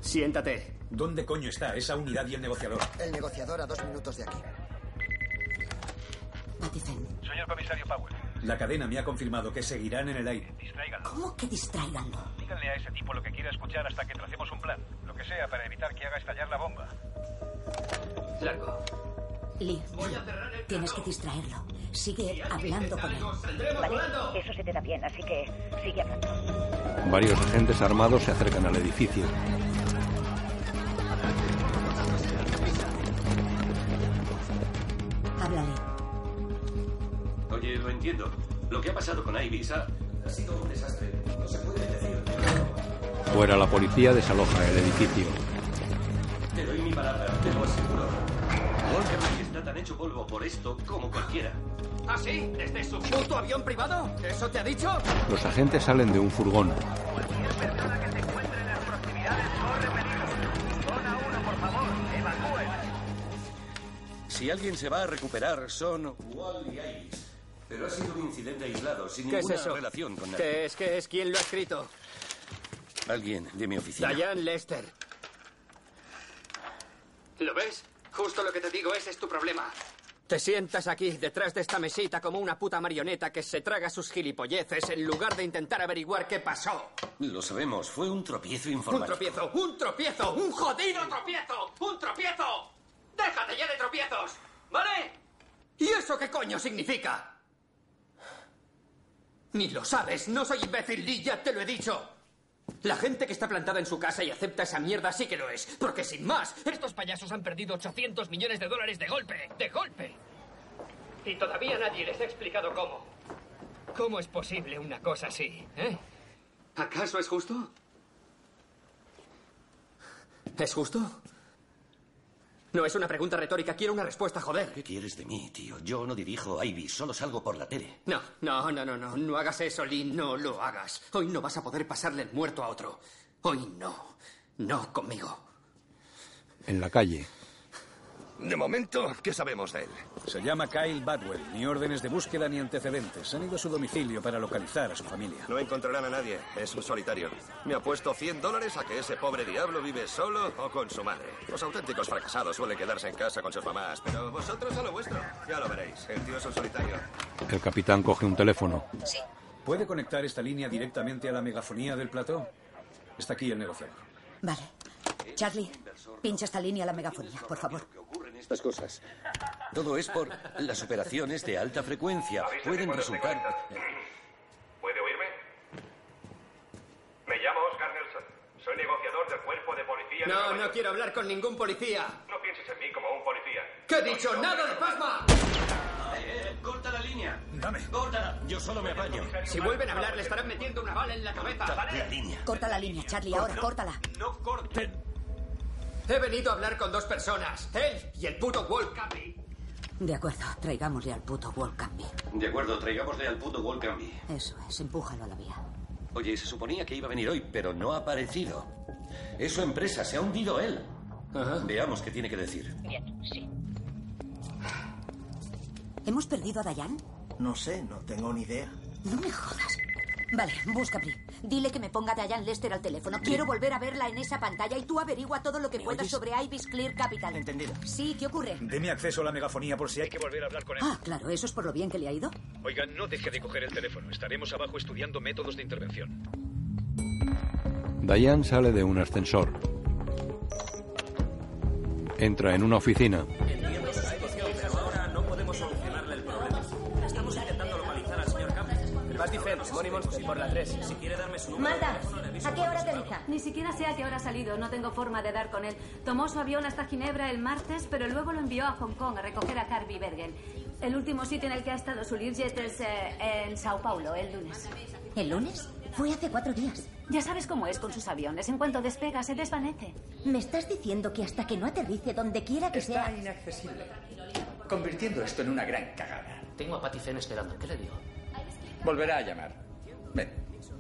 [SPEAKER 10] Siéntate.
[SPEAKER 12] ¿Dónde coño está esa unidad y el negociador?
[SPEAKER 20] El negociador a dos minutos de aquí.
[SPEAKER 7] Patifen.
[SPEAKER 19] Señor comisario Powell,
[SPEAKER 12] La cadena me ha confirmado que seguirán en el aire.
[SPEAKER 19] distráiganlo.
[SPEAKER 7] ¿Cómo que distraiganlo?
[SPEAKER 19] Díganle a ese tipo lo que quiera escuchar hasta que tracemos un plan. Lo que sea para evitar que haga estallar la bomba.
[SPEAKER 10] Largo.
[SPEAKER 7] Lee, tienes que distraerlo. Sigue hablando con él.
[SPEAKER 16] Vale, eso se te da bien, así que sigue hablando.
[SPEAKER 1] Varios agentes armados se acercan al edificio.
[SPEAKER 7] Háblale.
[SPEAKER 2] Oye, lo entiendo. Lo que ha pasado con Ibis ha, ha sido un desastre. No se puede decir.
[SPEAKER 1] Fuera la policía desaloja el edificio.
[SPEAKER 2] Te doy mi palabra, te lo aseguro. Wolverine está tan hecho polvo por esto como cualquiera.
[SPEAKER 10] ¿Ah, sí? ¿Desde su puto avión privado? ¿Eso te ha dicho?
[SPEAKER 1] Los agentes salen de un furgón.
[SPEAKER 2] Si alguien se va a recuperar son Wall y Ibis. Pero ha sido un incidente aislado, sin
[SPEAKER 10] ¿Qué es
[SPEAKER 2] ninguna
[SPEAKER 10] eso?
[SPEAKER 2] relación con nadie.
[SPEAKER 10] ¿Qué es? ¿Qué es? ¿Quién lo ha escrito?
[SPEAKER 2] Alguien de mi oficina.
[SPEAKER 10] Diane Lester. ¿Lo ves? Justo lo que te digo, ese es tu problema. Te sientas aquí, detrás de esta mesita, como una puta marioneta que se traga sus gilipolleces en lugar de intentar averiguar qué pasó.
[SPEAKER 2] Lo sabemos, fue un tropiezo
[SPEAKER 10] Un
[SPEAKER 2] informático.
[SPEAKER 10] tropiezo, un tropiezo, un jodido tropiezo, un tropiezo. Déjate ya de tropiezos, ¿vale? ¿Y eso qué coño significa? Ni lo sabes, no soy imbécil, Lee, ya te lo he dicho. La gente que está plantada en su casa y acepta esa mierda sí que lo es, porque sin más,
[SPEAKER 8] Estos payasos han perdido 800 millones de dólares de golpe, de golpe. Y todavía nadie les ha explicado cómo. ¿Cómo es posible una cosa así, eh?
[SPEAKER 10] ¿Acaso es justo? ¿Es justo? No es una pregunta retórica, quiero una respuesta, joder.
[SPEAKER 2] ¿Qué quieres de mí, tío? Yo no dirijo Ibis, solo salgo por la tele.
[SPEAKER 10] No, no, no, no, no, no hagas eso, Lee, no lo hagas. Hoy no vas a poder pasarle el muerto a otro. Hoy no. No conmigo.
[SPEAKER 1] En la calle.
[SPEAKER 23] De momento, ¿qué sabemos de él?
[SPEAKER 12] Se llama Kyle Badwell. Ni órdenes de búsqueda ni antecedentes. Han ido a su domicilio para localizar a su familia.
[SPEAKER 23] No encontrarán a nadie. Es un solitario. Me apuesto 100 dólares a que ese pobre diablo vive solo o con su madre. Los auténticos fracasados suelen quedarse en casa con sus mamás, pero vosotros a lo vuestro. Ya lo veréis. El tío es un solitario.
[SPEAKER 1] El capitán coge un teléfono.
[SPEAKER 12] ¿Puede conectar esta línea directamente a la megafonía del plató? Está aquí el negociador.
[SPEAKER 6] Vale. Charlie, pincha esta línea a la megafonía, por favor.
[SPEAKER 2] Estas cosas. Todo es por las operaciones de alta frecuencia. Pueden resultar.
[SPEAKER 24] ¿Puede oírme? Me llamo Oscar Nelson. Soy negociador del cuerpo de policía. de
[SPEAKER 10] No,
[SPEAKER 24] Nueva
[SPEAKER 10] no
[SPEAKER 24] York.
[SPEAKER 10] quiero hablar con ningún policía.
[SPEAKER 24] No pienses en mí como un policía.
[SPEAKER 10] ¿Qué he dicho? ¡Nada de pasma!
[SPEAKER 2] corta la línea. Dame. Córtala. Yo solo me apaño.
[SPEAKER 10] Si vuelven a hablar, le estarán metiendo una bala en la cabeza.
[SPEAKER 2] La línea.
[SPEAKER 6] Corta la línea, Charlie, ahora, córtala.
[SPEAKER 24] No corten.
[SPEAKER 10] He venido a hablar con dos personas, él y el puto Wolfcamp.
[SPEAKER 6] De acuerdo, traigámosle al puto Wolfcambi.
[SPEAKER 2] De acuerdo, traigámosle al puto Wolfgang.
[SPEAKER 6] Eso es, empújalo a la vía.
[SPEAKER 2] Oye, se suponía que iba a venir hoy, pero no ha aparecido. Es su empresa, se ha hundido él. Veamos qué tiene que decir.
[SPEAKER 6] Bien, sí. ¿Hemos perdido a Dayan?
[SPEAKER 25] No sé, no tengo ni idea.
[SPEAKER 6] No me jodas. Vale, busca a Pri. Dile que me ponga a Diane Lester al teléfono. Quiero volver a verla en esa pantalla y tú averigua todo lo que puedas sobre Ibis Clear Capital. Entendido. Sí, ¿qué ocurre?
[SPEAKER 12] Deme acceso a la megafonía por si hay que volver a hablar con él.
[SPEAKER 6] Ah, claro, eso es por lo bien que le ha ido.
[SPEAKER 12] Oiga, no deje de coger el teléfono. Estaremos abajo estudiando métodos de intervención.
[SPEAKER 1] Diane sale de un ascensor. Entra en una oficina.
[SPEAKER 17] Entiendo su situación, pero ahora no podemos solucionarle el problema. Estamos intentando localizar al señor Campbell. El Bass Defense, Money Monster, por la 3. Si quiere darme su número de
[SPEAKER 26] Marta,
[SPEAKER 17] teléfono, le aviso
[SPEAKER 26] ¿a qué
[SPEAKER 17] cuando
[SPEAKER 26] hora
[SPEAKER 17] salga.
[SPEAKER 26] aterriza? Ni siquiera sé a qué hora ha salido, no tengo forma de dar con él. Tomó su avión hasta Ginebra el martes, pero luego lo envió a Hong Kong a recoger a Carby Bergen. El último sitio en el que ha estado su Learjet es eh, en Sao Paulo, el lunes.
[SPEAKER 6] ¿El lunes? Fue hace cuatro días.
[SPEAKER 26] Ya sabes cómo es con sus aviones, en cuanto despega se desvanece.
[SPEAKER 6] ¿Me estás diciendo que hasta que no aterrice donde quiera que sea...
[SPEAKER 4] inaccesible. Convirtiendo esto en una gran cagada. Tengo a Patty Fenn esperando. ¿Qué le digo? Volverá a llamar. Ven.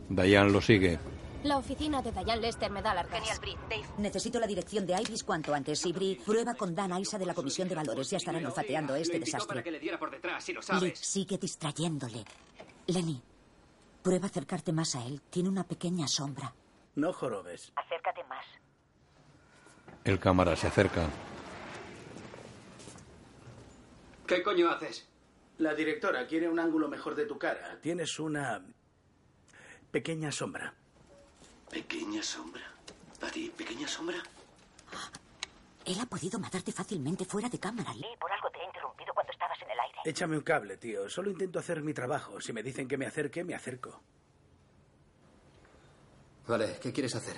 [SPEAKER 1] Diane lo sigue.
[SPEAKER 8] La oficina de Diane Lester me da largas. Genial, Bri. Dave.
[SPEAKER 6] Necesito la dirección de Ibis cuanto antes. Ibri, prueba con Dan Aisa de la Comisión de Valores. Ya estarán olfateando este
[SPEAKER 10] para que
[SPEAKER 6] desastre.
[SPEAKER 10] le diera por detrás, si lo
[SPEAKER 6] Lick
[SPEAKER 10] sabes.
[SPEAKER 6] sigue distrayéndole. Lenny, prueba acercarte más a él. Tiene una pequeña sombra.
[SPEAKER 4] No jorobes.
[SPEAKER 9] Acércate más.
[SPEAKER 1] El cámara se acerca.
[SPEAKER 4] ¿Qué coño haces? La directora quiere un ángulo mejor de tu cara. Tienes una pequeña sombra.
[SPEAKER 2] Pequeña sombra. Patty, pequeña sombra.
[SPEAKER 6] Él ha podido matarte fácilmente fuera de cámara. Lee.
[SPEAKER 9] Por algo te he interrumpido cuando estabas en el aire.
[SPEAKER 4] Échame un cable, tío. Solo intento hacer mi trabajo. Si me dicen que me acerque, me acerco. Vale, ¿qué quieres hacer?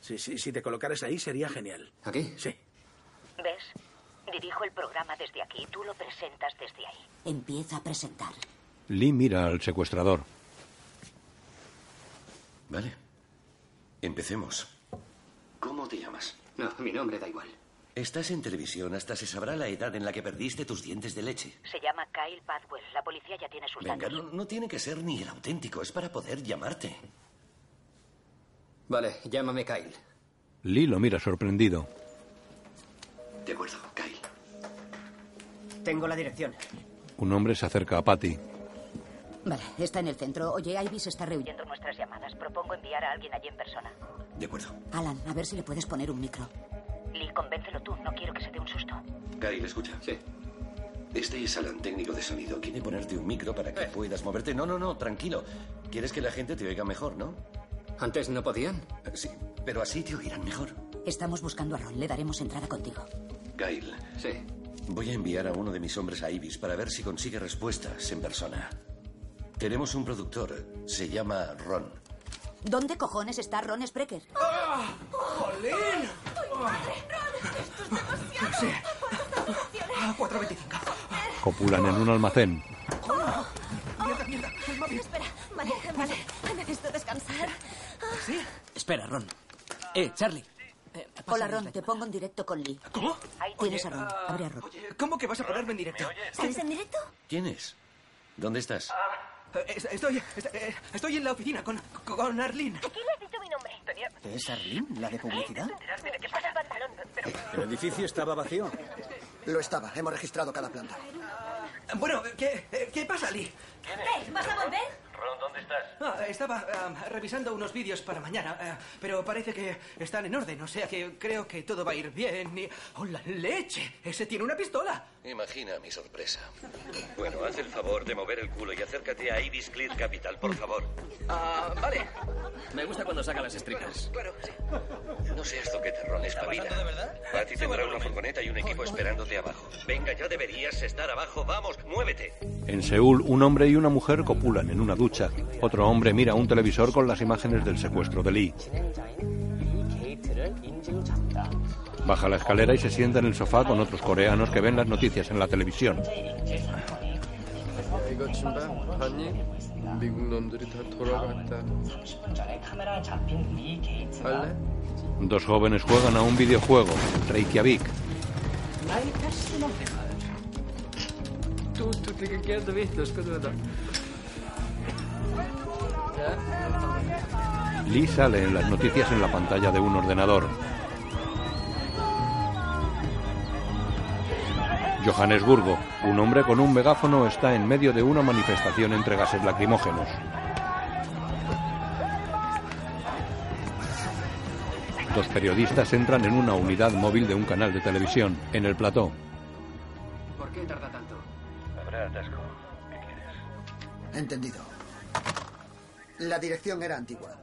[SPEAKER 4] Sí, sí, si te colocaras ahí sería genial. ¿Aquí? Sí.
[SPEAKER 9] ¿Ves? Dirijo el programa desde aquí y tú lo presentas desde ahí.
[SPEAKER 6] Empieza a presentar.
[SPEAKER 1] Lee mira al secuestrador.
[SPEAKER 2] Vale. Empecemos. ¿Cómo te llamas?
[SPEAKER 10] No, mi nombre da igual.
[SPEAKER 2] Estás en televisión, hasta se sabrá la edad en la que perdiste tus dientes de leche.
[SPEAKER 9] Se llama Kyle Badwell. La policía ya tiene sus
[SPEAKER 2] Venga,
[SPEAKER 9] datos.
[SPEAKER 2] no, no tiene que ser ni el auténtico, es para poder llamarte.
[SPEAKER 10] Vale, llámame Kyle.
[SPEAKER 1] Lee lo mira sorprendido.
[SPEAKER 10] De acuerdo, Kyle. Tengo la dirección.
[SPEAKER 1] Un hombre se acerca a Patty.
[SPEAKER 6] Vale, está en el centro. Oye, Ibis está rehuyendo.
[SPEAKER 9] Nuestras llamadas. Propongo enviar a alguien allí en persona.
[SPEAKER 2] De acuerdo.
[SPEAKER 6] Alan, a ver si le puedes poner un micro.
[SPEAKER 9] Lee, convéncelo tú. No quiero que se dé un susto.
[SPEAKER 2] Kyle, escucha. Sí. Este es Alan, técnico de sonido. Quiere ponerte un micro para
[SPEAKER 10] Eh.
[SPEAKER 2] que puedas moverte. No, no, no, tranquilo. Quieres que la gente te oiga mejor, ¿no? Eh,
[SPEAKER 10] ¿Antes no podían?
[SPEAKER 2] Sí, pero así te oirán mejor.
[SPEAKER 6] Estamos buscando a Ron. Le daremos entrada contigo.
[SPEAKER 2] Kyle.
[SPEAKER 10] Sí.
[SPEAKER 2] Voy a enviar a uno de mis hombres a Ibis para ver si consigue respuestas en persona. Tenemos un productor. Se llama Ron.
[SPEAKER 6] ¿Dónde cojones está Ron Sprecher?
[SPEAKER 4] ¡Jolín!
[SPEAKER 27] Ah, 4.25.
[SPEAKER 1] Copulan en un almacén.
[SPEAKER 27] Mierda, mierda. El móvil.
[SPEAKER 8] Oh. Espera, vale,
[SPEAKER 27] Oh,
[SPEAKER 8] vale. Ah, Necesito descansar. Ah. ¿Sí?
[SPEAKER 27] Espera, Ron. Eh, Charlie.
[SPEAKER 6] Hola, Ron. Te pongo en directo con Lee.
[SPEAKER 27] ¿Cómo?
[SPEAKER 6] Tienes a
[SPEAKER 16] Ah.
[SPEAKER 6] Ron. Abre a Ron.
[SPEAKER 27] ah, ¿Cómo que vas a ponerme en directo?
[SPEAKER 8] ¿Estás en directo?
[SPEAKER 2] ¿Quién es? ¿Dónde estás?
[SPEAKER 27] Eh, es- Estoy, est- eh, estoy en la oficina con, con Arlene.
[SPEAKER 8] Aquí le has dicho mi nombre. Tenía...
[SPEAKER 27] ¿Es Arlene, la de
[SPEAKER 8] ¿Te enteraste de qué pasa el pantalón? Pero...
[SPEAKER 12] El edificio estaba vacío.
[SPEAKER 27] Lo estaba. Hemos registrado cada planta.
[SPEAKER 4] Bueno,
[SPEAKER 27] eh,
[SPEAKER 4] ¿qué, qué pasa, Lee?
[SPEAKER 6] ¿Qué? ¿Vas a volver?
[SPEAKER 28] Ron, ¿dónde estás?
[SPEAKER 4] Ah, estaba ah, revisando unos vídeos para mañana, ah, pero parece que están en orden, o sea que creo que todo va a ir bien. Y... ¡Oh, la leche! ¡Ese tiene una pistola!
[SPEAKER 2] Imagina mi sorpresa. Bueno, haz el favor de mover el culo y acércate a Ibis Clear Capital, por favor.
[SPEAKER 29] Ah, vale.
[SPEAKER 2] Me gusta cuando saca las estricas.
[SPEAKER 29] Claro, sí.
[SPEAKER 2] No seas toqueterrón, espabila.
[SPEAKER 29] pasando de verdad?
[SPEAKER 2] Patty tendrá una furgoneta y un equipo esperándote abajo. Venga, ya deberías estar abajo. Vamos, muévete.
[SPEAKER 1] En Seúl, un hombre y una mujer copulan en una ducha. Otro hombre mira un televisor con las imágenes del secuestro de Lee. Baja la escalera y se sienta en el sofá con otros coreanos que ven las noticias en la televisión.
[SPEAKER 8] 이거 진짜 봤니? 미국 놈들이 다 돌아갔다. 할래?
[SPEAKER 1] Dos jóvenes juegan a un videojuego, Reykjavik.
[SPEAKER 8] 또 어떻게 깨도 vitlaust, hvað er þetta?
[SPEAKER 1] Lee sale en las noticias en la pantalla de un ordenador. Johannesburgo. Un hombre con un megáfono está en medio de una manifestación entre gases lacrimógenos. Dos periodistas entran en una unidad móvil de un canal de televisión, en el plató.
[SPEAKER 30] ¿Por qué tarda tanto?
[SPEAKER 28] Habrá atasco. ¿Qué quieres?
[SPEAKER 27] Entendido. La dirección era antigua.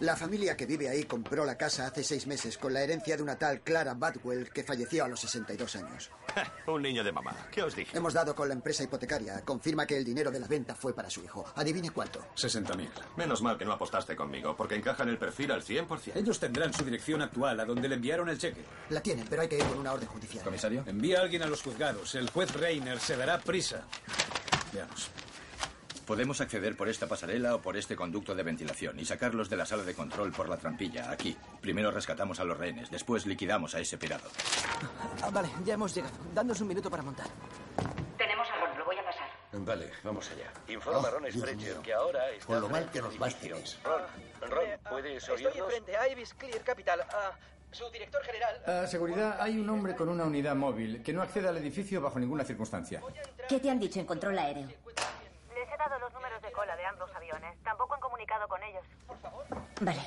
[SPEAKER 27] La familia que vive ahí compró la casa hace seis meses con la herencia de una tal Clara Badwell que falleció a los 62 años.
[SPEAKER 31] Un niño de mamá. ¿Qué os dije?
[SPEAKER 27] Hemos dado con la empresa hipotecaria. Confirma que el dinero de la venta fue para su hijo. Adivine cuánto.
[SPEAKER 31] 60.000. Menos mal que no apostaste conmigo, porque encaja en el perfil al 100%.
[SPEAKER 32] Ellos tendrán su dirección actual, a donde le enviaron el cheque.
[SPEAKER 27] La tienen, pero hay que ir con una orden judicial.
[SPEAKER 32] Comisario. Envía a alguien a los juzgados. El juez Reiner se dará prisa. Veamos.
[SPEAKER 12] Podemos acceder por esta pasarela o por este conducto de ventilación y sacarlos de la sala de control por la trampilla, aquí. Primero rescatamos a los rehenes, después liquidamos a ese pirado.
[SPEAKER 33] Ah, vale, ya hemos llegado. Dadnos un minuto para montar.
[SPEAKER 34] Tenemos a Ron, lo voy a pasar.
[SPEAKER 12] Vale, vamos allá.
[SPEAKER 2] Informa a Ron
[SPEAKER 12] Dios
[SPEAKER 2] Sprecher que ahora está...
[SPEAKER 12] Con lo mal
[SPEAKER 2] que nos vas Ron, Ron, ¿puedes
[SPEAKER 35] Estoy
[SPEAKER 2] oírnos?
[SPEAKER 35] enfrente a Ibis Clear Capital. Ah, su director general.
[SPEAKER 10] A seguridad, hay un hombre con una unidad móvil que no accede al edificio bajo ninguna circunstancia.
[SPEAKER 9] ¿Qué te han dicho en control aéreo?
[SPEAKER 26] Les he dado los números de cola de ambos aviones. Tampoco han comunicado con ellos.
[SPEAKER 9] Vale.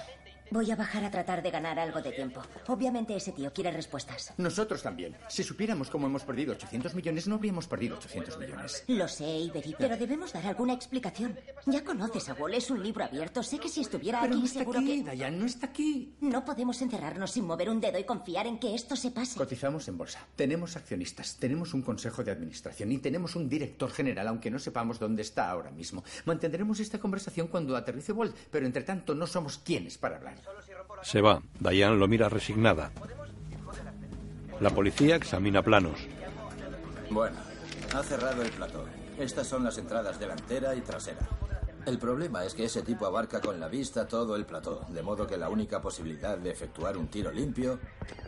[SPEAKER 9] Voy a bajar a tratar de ganar algo de tiempo. Obviamente ese tío quiere respuestas.
[SPEAKER 10] Nosotros también. Si supiéramos cómo hemos perdido 800 millones, no habríamos perdido 800 millones.
[SPEAKER 9] Lo sé, Ibery, pero debemos dar alguna explicación. Ya conoces a Wall, es un libro abierto. Sé que si estuviera
[SPEAKER 10] Pero
[SPEAKER 9] aquí,
[SPEAKER 10] no está
[SPEAKER 9] seguro
[SPEAKER 10] aquí,
[SPEAKER 9] que.
[SPEAKER 10] Dayan, no está aquí.
[SPEAKER 9] No podemos encerrarnos sin mover un dedo y confiar en que esto se pase.
[SPEAKER 10] Cotizamos en bolsa. Tenemos accionistas, tenemos un consejo de administración y tenemos un director general, aunque no sepamos dónde está ahora mismo. Mantendremos esta conversación cuando aterrice Bolt, pero entre tanto no somos quienes para hablar.
[SPEAKER 1] Se va. Diane lo mira resignada. La policía examina planos.
[SPEAKER 12] Bueno, ha cerrado el plató. Estas son las entradas delantera y trasera. El problema es que ese tipo abarca con la vista todo el plató, de modo que la única posibilidad de efectuar un tiro limpio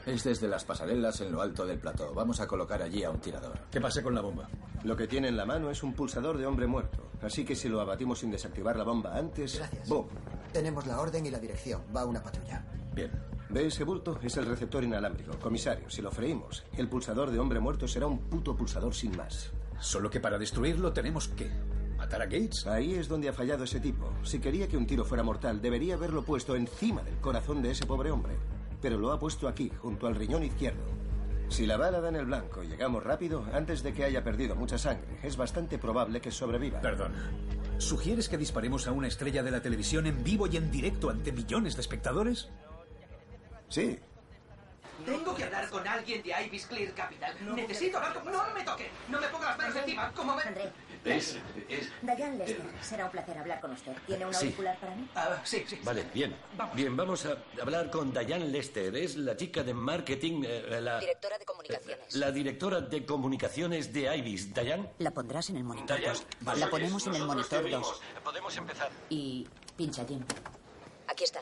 [SPEAKER 12] es desde las pasarelas en lo alto del plató. Vamos a colocar allí a un tirador.
[SPEAKER 32] ¿Qué pasa con la bomba?
[SPEAKER 12] Lo que tiene en la mano es un pulsador de hombre muerto.
[SPEAKER 36] Así que si lo abatimos sin desactivar la bomba antes...
[SPEAKER 27] Gracias.
[SPEAKER 36] ¡Boom!
[SPEAKER 27] Tenemos la orden y la dirección. Va una patrulla.
[SPEAKER 12] Bien.
[SPEAKER 36] ¿Ve ese bulto? Es el receptor inalámbrico. Comisario, si lo freímos, el pulsador de hombre muerto será un puto pulsador sin más.
[SPEAKER 32] Solo que para destruirlo tenemos que... ¿Matar a Gates?
[SPEAKER 36] Ahí es donde ha fallado ese tipo. Si quería que un tiro fuera mortal, debería haberlo puesto encima del corazón de ese pobre hombre. Pero lo ha puesto aquí, junto al riñón izquierdo. Si la bala da en el blanco y llegamos rápido, antes de que haya perdido mucha sangre, es bastante probable que sobreviva.
[SPEAKER 32] Perdón. ¿Sugieres que disparemos a una estrella de la televisión en vivo y en directo ante millones de espectadores?
[SPEAKER 36] Sí.
[SPEAKER 35] Tengo que hablar con alguien de Ibis Clear Capital. Necesito hablar con... ¡No me toque! ¡No me ponga las manos encima! ¿Cómo me...?
[SPEAKER 9] André,
[SPEAKER 12] Es...
[SPEAKER 9] Dayan Lester, será un placer hablar con usted. ¿Tiene un
[SPEAKER 2] Sí.
[SPEAKER 9] auricular para mí?
[SPEAKER 35] Ah, sí, sí.
[SPEAKER 2] Vale, bien. Bien, vamos a hablar con Diane Lester. Es la chica de marketing, eh, la...
[SPEAKER 34] Directora de comunicaciones.
[SPEAKER 2] La directora de comunicaciones de Ibis, Diane.
[SPEAKER 6] La pondrás en el monitor
[SPEAKER 2] Diane,
[SPEAKER 6] 2.
[SPEAKER 2] ¿nos
[SPEAKER 6] La
[SPEAKER 2] oyes?
[SPEAKER 6] ponemos en el
[SPEAKER 2] Nosotros te
[SPEAKER 6] monitor
[SPEAKER 2] oímos.
[SPEAKER 6] 2.
[SPEAKER 2] Podemos empezar.
[SPEAKER 6] Y pincha Jim.
[SPEAKER 9] Aquí está.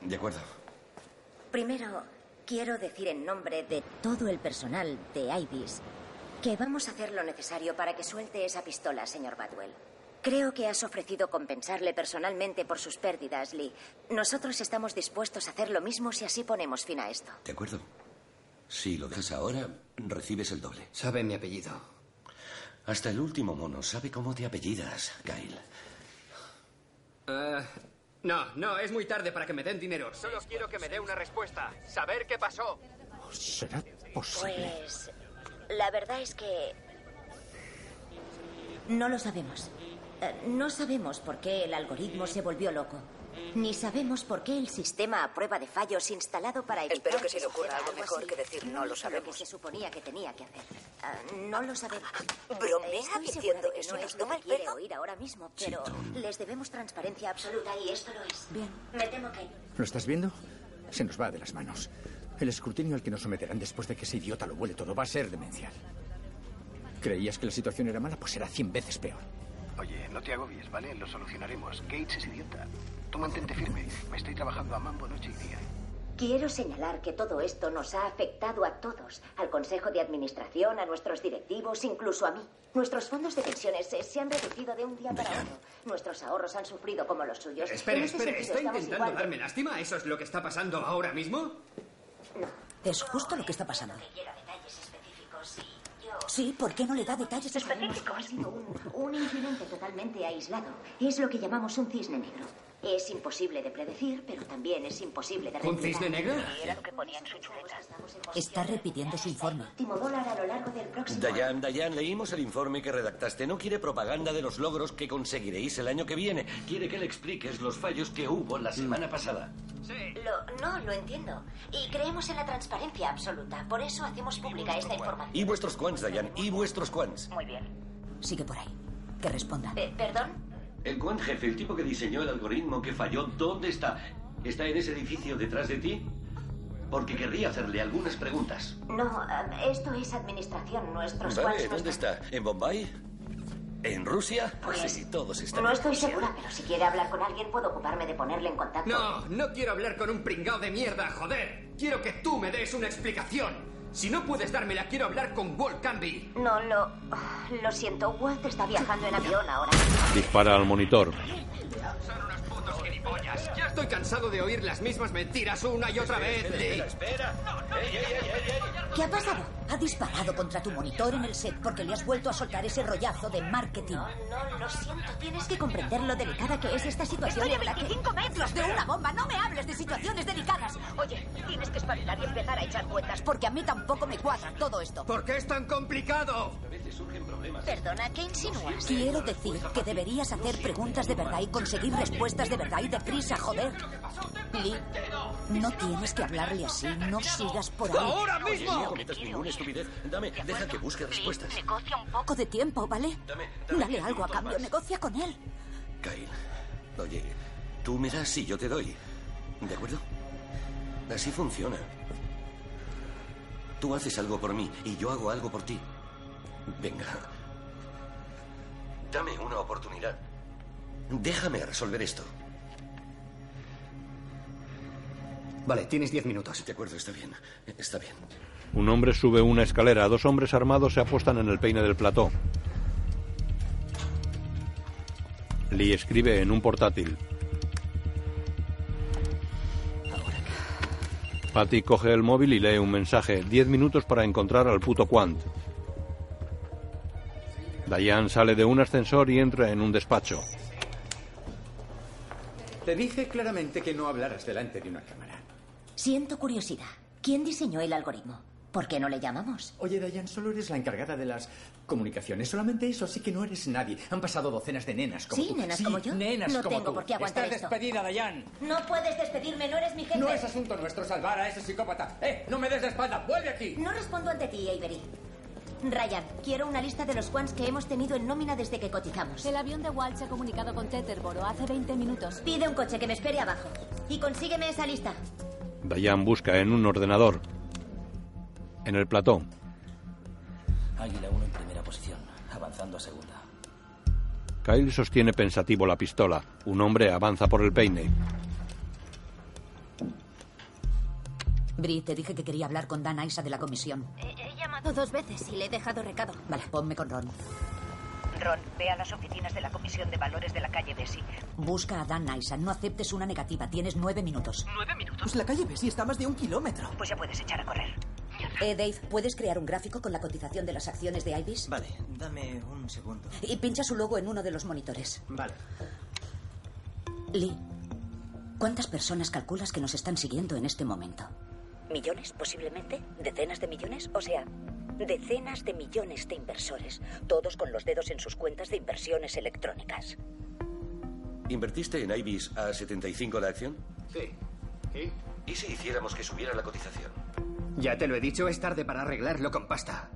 [SPEAKER 12] De acuerdo.
[SPEAKER 9] Primero, quiero decir en nombre de todo el personal de IBIS que vamos a hacer lo necesario para que suelte esa pistola, señor Badwell. Creo que has ofrecido compensarle personalmente por sus pérdidas, Lee. Nosotros estamos dispuestos a hacer lo mismo si así ponemos fin a esto.
[SPEAKER 12] De acuerdo.
[SPEAKER 2] Si lo dejas ahora, recibes el doble. Sabe mi apellido. Hasta el último mono sabe cómo te apellidas, Kyle.
[SPEAKER 10] Eh, no, no, es muy tarde para que me den dinero. Solo quiero que me dé una respuesta. Saber qué pasó.
[SPEAKER 37] ¿Será posible?
[SPEAKER 9] Pues la verdad es que no lo sabemos. Eh, No sabemos por qué el algoritmo se volvió loco.
[SPEAKER 16] Mm.
[SPEAKER 9] Ni sabemos por qué el sistema a prueba de fallos instalado para evitar...
[SPEAKER 16] Espero que se le ocurra
[SPEAKER 9] suceda
[SPEAKER 16] algo mejor
[SPEAKER 9] así,
[SPEAKER 16] que decir, "No lo
[SPEAKER 9] hizo que
[SPEAKER 16] sabemos".
[SPEAKER 9] se suponía que tenía que hacer. Ah, no lo sabemos.
[SPEAKER 16] Bromea
[SPEAKER 9] Eh, estoy segura
[SPEAKER 16] diciendo
[SPEAKER 9] de que
[SPEAKER 16] eso,
[SPEAKER 9] No
[SPEAKER 16] ¿les
[SPEAKER 9] es lo
[SPEAKER 16] toma
[SPEAKER 9] que
[SPEAKER 16] el
[SPEAKER 9] quiere
[SPEAKER 16] pelo?
[SPEAKER 9] oír ahora mismo, pero les debemos transparencia absoluta y esto lo es. Bien. Me temo que...
[SPEAKER 37] ¿Lo estás viendo? Se nos va de las manos. El escrutinio al que nos someterán después de que ese idiota lo vuele todo va a ser demencial. ¿Creías que la situación era mala? Pues será cien veces peor.
[SPEAKER 5] Oye, no te agobies, ¿vale? Lo solucionaremos. Gates es idiota. Tú mantente firme. Me estoy trabajando a mambo noche y día.
[SPEAKER 9] Quiero señalar que todo esto nos ha afectado a todos, al Consejo de Administración, a nuestros directivos, incluso a mí. Nuestros fondos de pensiones eh, se han reducido de un día para otro. Nuestros ahorros han sufrido como los suyos. En
[SPEAKER 10] Espera,
[SPEAKER 9] ese
[SPEAKER 10] espera,
[SPEAKER 9] sentido,
[SPEAKER 10] ¿está
[SPEAKER 9] estamos
[SPEAKER 10] intentando
[SPEAKER 9] igual de-
[SPEAKER 10] darme lástima? ¿Eso es lo que está pasando ahora mismo?
[SPEAKER 6] Es justo lo que está pasando.
[SPEAKER 9] Quiero detalles específicos y yo...
[SPEAKER 6] Sí, ¿por qué no le da detalles
[SPEAKER 9] Ha sido un, un incidente totalmente aislado. Es lo que llamamos un cisne negro. Es imposible de predecir, pero también es imposible de replicar. Y era lo que ponía en su chuleta. Este
[SPEAKER 6] Está repitiendo su informe.
[SPEAKER 9] Último dólar a lo largo del próximo
[SPEAKER 2] Dayan, Dayan, leímos el informe que redactaste. No quiere propaganda de los logros que conseguiréis el año que viene. Quiere que le expliques los fallos que hubo la semana pasada.
[SPEAKER 9] Lo- no, lo entiendo. Y creemos en la transparencia absoluta. Por eso hacemos pública esta información.
[SPEAKER 2] Y vuestros quants, Dayan, y vuestros quants.
[SPEAKER 9] Muy bien.
[SPEAKER 6] Sigue por ahí. Que responda.
[SPEAKER 9] Eh, ¿Perdón?
[SPEAKER 2] El quant jefe, el tipo que diseñó el algoritmo que falló, ¿dónde está? ¿Está en ese edificio detrás de ti? Porque querría hacerle algunas preguntas.
[SPEAKER 9] No, em, esto es administración. Nuestros
[SPEAKER 2] Vale,
[SPEAKER 9] cuales no
[SPEAKER 2] ¿dónde está? ¿En Bombay? ¿En Rusia?
[SPEAKER 9] Pues,
[SPEAKER 2] sí, todos
[SPEAKER 9] están-
[SPEAKER 2] están.
[SPEAKER 9] No estoy segura, pero si quiere hablar con alguien, puedo ocuparme de ponerle en contacto.
[SPEAKER 10] No, no quiero hablar con un pringao de mierda, joder. Quiero que tú me des una explicación. Si no puedes dármela, quiero hablar con Walt Canby.
[SPEAKER 9] No, lo. Lo siento, Walt está viajando en avión ahora.
[SPEAKER 1] Dispara al monitor.
[SPEAKER 10] Gilipollas, ya estoy cansado de oír las mismas mentiras una y otra vez, Lee.
[SPEAKER 6] ¿Qué ha pasado? Ha disparado contra tu monitor en el set porque le has vuelto a soltar ese rollazo de marketing.
[SPEAKER 9] No, lo siento, tienes que
[SPEAKER 6] Comprender lo delicada que es esta situación.
[SPEAKER 9] Estoy a
[SPEAKER 6] en la que-
[SPEAKER 9] 25 metros
[SPEAKER 6] de una bomba. No me hables de situaciones delicadas.
[SPEAKER 9] Oye, tienes que espabilar y empezar a echar cuentas.
[SPEAKER 6] Porque a mí tampoco me cuadra todo esto.
[SPEAKER 10] ¿Por qué es tan complicado?
[SPEAKER 9] Perdona, ¿qué insinúas?
[SPEAKER 6] Quiero decir que deberías hacer preguntas de verdad y conseguir respuestas de verdad y deprisa, joder. Lee, no tienes que hablarle así, no sigas por ahí.
[SPEAKER 2] Oye, no cometas ninguna estupidez. Dame, deja que busque respuestas.
[SPEAKER 6] Negocia un poco de tiempo, ¿vale? Dale algo a cambio, negocia con él.
[SPEAKER 2] Kyle, oye, tú me das y yo te doy. ¿De acuerdo? Así funciona. Tú haces algo por mí y yo hago algo por ti. Venga. Dame una oportunidad. Déjame resolver esto.
[SPEAKER 10] Vale, tienes diez minutos.
[SPEAKER 2] De acuerdo, está bien. Está bien.
[SPEAKER 1] Un hombre sube una escalera. Dos hombres armados se apostan en el peine del plató. Lee escribe en un portátil. Patty coge el móvil y lee un mensaje. Diez minutos para encontrar al puto Quant. Diane sale de un ascensor y entra en un despacho.
[SPEAKER 37] Te dije claramente que no hablaras delante de una cámara.
[SPEAKER 9] Siento curiosidad. ¿Quién diseñó el algoritmo? ¿Por qué no le llamamos?
[SPEAKER 37] Oye, Dayan, solo eres la encargada de las comunicaciones. Solamente eso, así que no eres nadie. Han pasado docenas de nenas como
[SPEAKER 9] Sí,
[SPEAKER 37] tú.
[SPEAKER 9] nenas como yo.
[SPEAKER 37] nenas
[SPEAKER 9] No
[SPEAKER 37] como
[SPEAKER 9] tengo
[SPEAKER 37] tú.
[SPEAKER 9] por qué aguantar
[SPEAKER 37] Estás
[SPEAKER 9] esto.
[SPEAKER 37] despedida, Dayan.
[SPEAKER 9] No puedes despedirme, no eres mi jefe.
[SPEAKER 37] No es asunto nuestro salvar a ese psicópata. ¡Eh! ¡No me des la espalda! ¡Vuelve aquí!
[SPEAKER 9] No respondo ante ti, Avery. Ryan, quiero una lista de los quants que hemos tenido en nómina desde que cotizamos.
[SPEAKER 18] El avión de Walt se ha comunicado con Teterboro hace 20 minutos.
[SPEAKER 9] Pide un coche que me espere abajo. Y consígueme esa lista.
[SPEAKER 1] Diane busca en un ordenador. En el plató.
[SPEAKER 17] Águila 1 en primera posición, avanzando a segunda.
[SPEAKER 1] Kyle sostiene pensativo la pistola. Un hombre avanza por el peine.
[SPEAKER 6] Bri, te dije que quería hablar con Dan Aisa de la comisión.
[SPEAKER 16] He llamado dos veces y le he dejado recado.
[SPEAKER 6] Vale, ponme con Ron.
[SPEAKER 16] Ron, ve a las oficinas de la Comisión de Valores de la calle Bessie.
[SPEAKER 6] Busca a Dan Aisa, no aceptes una negativa, tienes nueve minutos.
[SPEAKER 16] Nueve minutos.
[SPEAKER 4] Pues la calle Bessie está a más de un kilómetro.
[SPEAKER 16] Pues ya puedes echar a correr.
[SPEAKER 6] Eh, Dave, ¿puedes crear un gráfico con la cotización de las acciones de Ibis?
[SPEAKER 38] Vale, dame un segundo.
[SPEAKER 6] Y pincha su logo en uno de los monitores.
[SPEAKER 38] Vale.
[SPEAKER 6] Lee, ¿cuántas personas calculas que nos están siguiendo en este momento?
[SPEAKER 9] ¿Millones, posiblemente? ¿Decenas de millones? O sea,
[SPEAKER 6] Decenas de millones de inversores, todos con los dedos en sus cuentas de inversiones electrónicas.
[SPEAKER 2] ¿Invertiste en Ibis a 75 la acción?
[SPEAKER 38] Sí. ¿Y?
[SPEAKER 2] ¿Y si hiciéramos que subiera la cotización?
[SPEAKER 38] Ya te lo he dicho, es tarde para arreglarlo con pasta.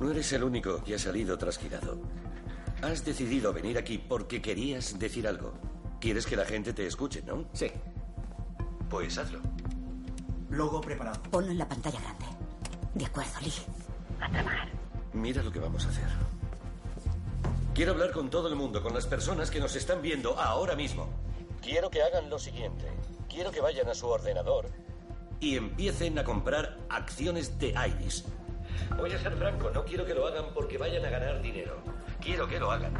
[SPEAKER 2] No eres el único que ha salido trasquilado. Has decidido venir aquí porque querías decir algo. Quieres que la gente te escuche, ¿no?
[SPEAKER 38] Sí.
[SPEAKER 2] Pues hazlo.
[SPEAKER 38] Logo preparado.
[SPEAKER 6] Ponlo en la pantalla grande. De acuerdo, Lee.
[SPEAKER 2] Mira lo que vamos a hacer. Quiero hablar con todo el mundo, con las personas que nos están viendo ahora mismo. Quiero que hagan lo siguiente. Quiero que vayan a su ordenador y empiecen a comprar acciones de Ibis. Voy a ser franco, no quiero que lo hagan porque vayan a ganar dinero. Quiero que lo hagan.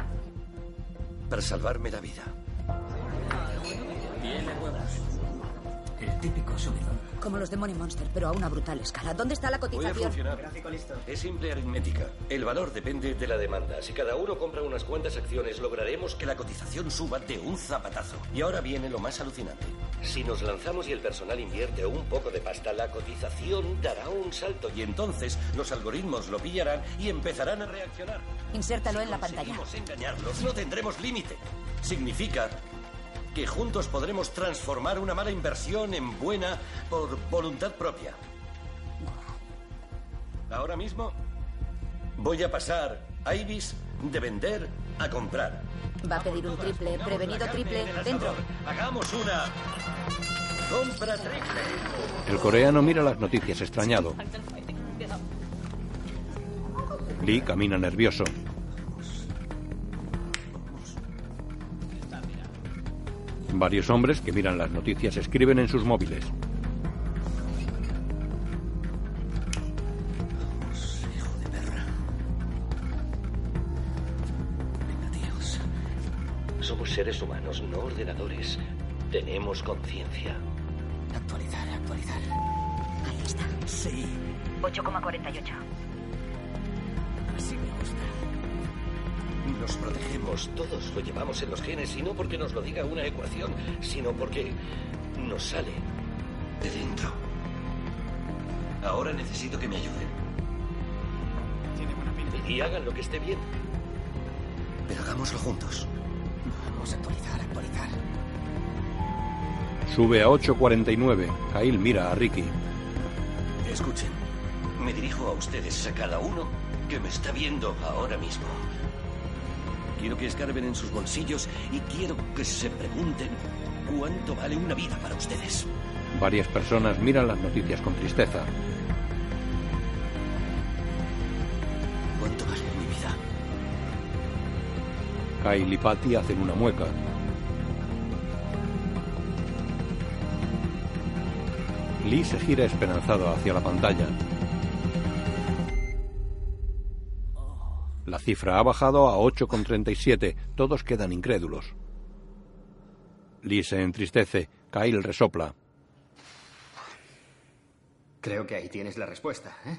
[SPEAKER 2] Para salvarme la vida.
[SPEAKER 38] El típico subidón.
[SPEAKER 6] Como los de Money Monster, pero a una brutal escala. ¿Dónde está la
[SPEAKER 2] Puede
[SPEAKER 6] cotización?
[SPEAKER 2] funcionar. Es simple aritmética. El valor depende de la demanda. Si cada uno compra unas cuantas acciones, lograremos que la cotización suba de un zapatazo. Y ahora viene lo más alucinante. Si nos lanzamos y el personal invierte un poco de pasta, la cotización dará un salto y entonces los algoritmos lo pillarán y empezarán a reaccionar.
[SPEAKER 6] Insértalo en la pantalla.
[SPEAKER 2] Conseguimos engañarlos, no tendremos límite. Significa que juntos podremos transformar una mala inversión en buena por voluntad propia. Ahora mismo voy a pasar a Ibis de vender a comprar.
[SPEAKER 6] Va a pedir un triple, prevenido triple, dentro.
[SPEAKER 2] Hagamos una compra triple.
[SPEAKER 1] El coreano mira las noticias extrañado. Lee camina nervioso. Varios hombres que miran las noticias escriben en sus móviles.
[SPEAKER 2] Somos seres humanos, no ordenadores. Tenemos conciencia.
[SPEAKER 38] Actualizar, actualizar.
[SPEAKER 9] ahí está.
[SPEAKER 38] Sí.
[SPEAKER 9] 8,48.
[SPEAKER 38] Sí me gusta.
[SPEAKER 2] Nos protegemos, todos lo llevamos en los genes y no porque nos lo diga una ecuación, sino porque nos sale de dentro. Ahora necesito que me ayuden. Y hagan lo que esté bien. Pero hagámoslo juntos.
[SPEAKER 38] Vamos a actualizar, actualizar.
[SPEAKER 1] Sube a 8.49. Kyle mira a Ricky.
[SPEAKER 2] Escuchen, me dirijo a ustedes, a cada uno que me está viendo ahora mismo. Quiero que escarben en sus bolsillos y quiero que se pregunten cuánto vale una vida para ustedes.
[SPEAKER 1] Varias personas miran las noticias con tristeza.
[SPEAKER 2] ¿Cuánto vale mi vida?
[SPEAKER 1] Kyle y Patty hacen una mueca. Lee se gira esperanzado hacia la pantalla. La cifra ha bajado a 8,37. Todos quedan incrédulos. Lee se entristece. Kyle resopla.
[SPEAKER 38] Creo que ahí tienes la respuesta, ¿eh?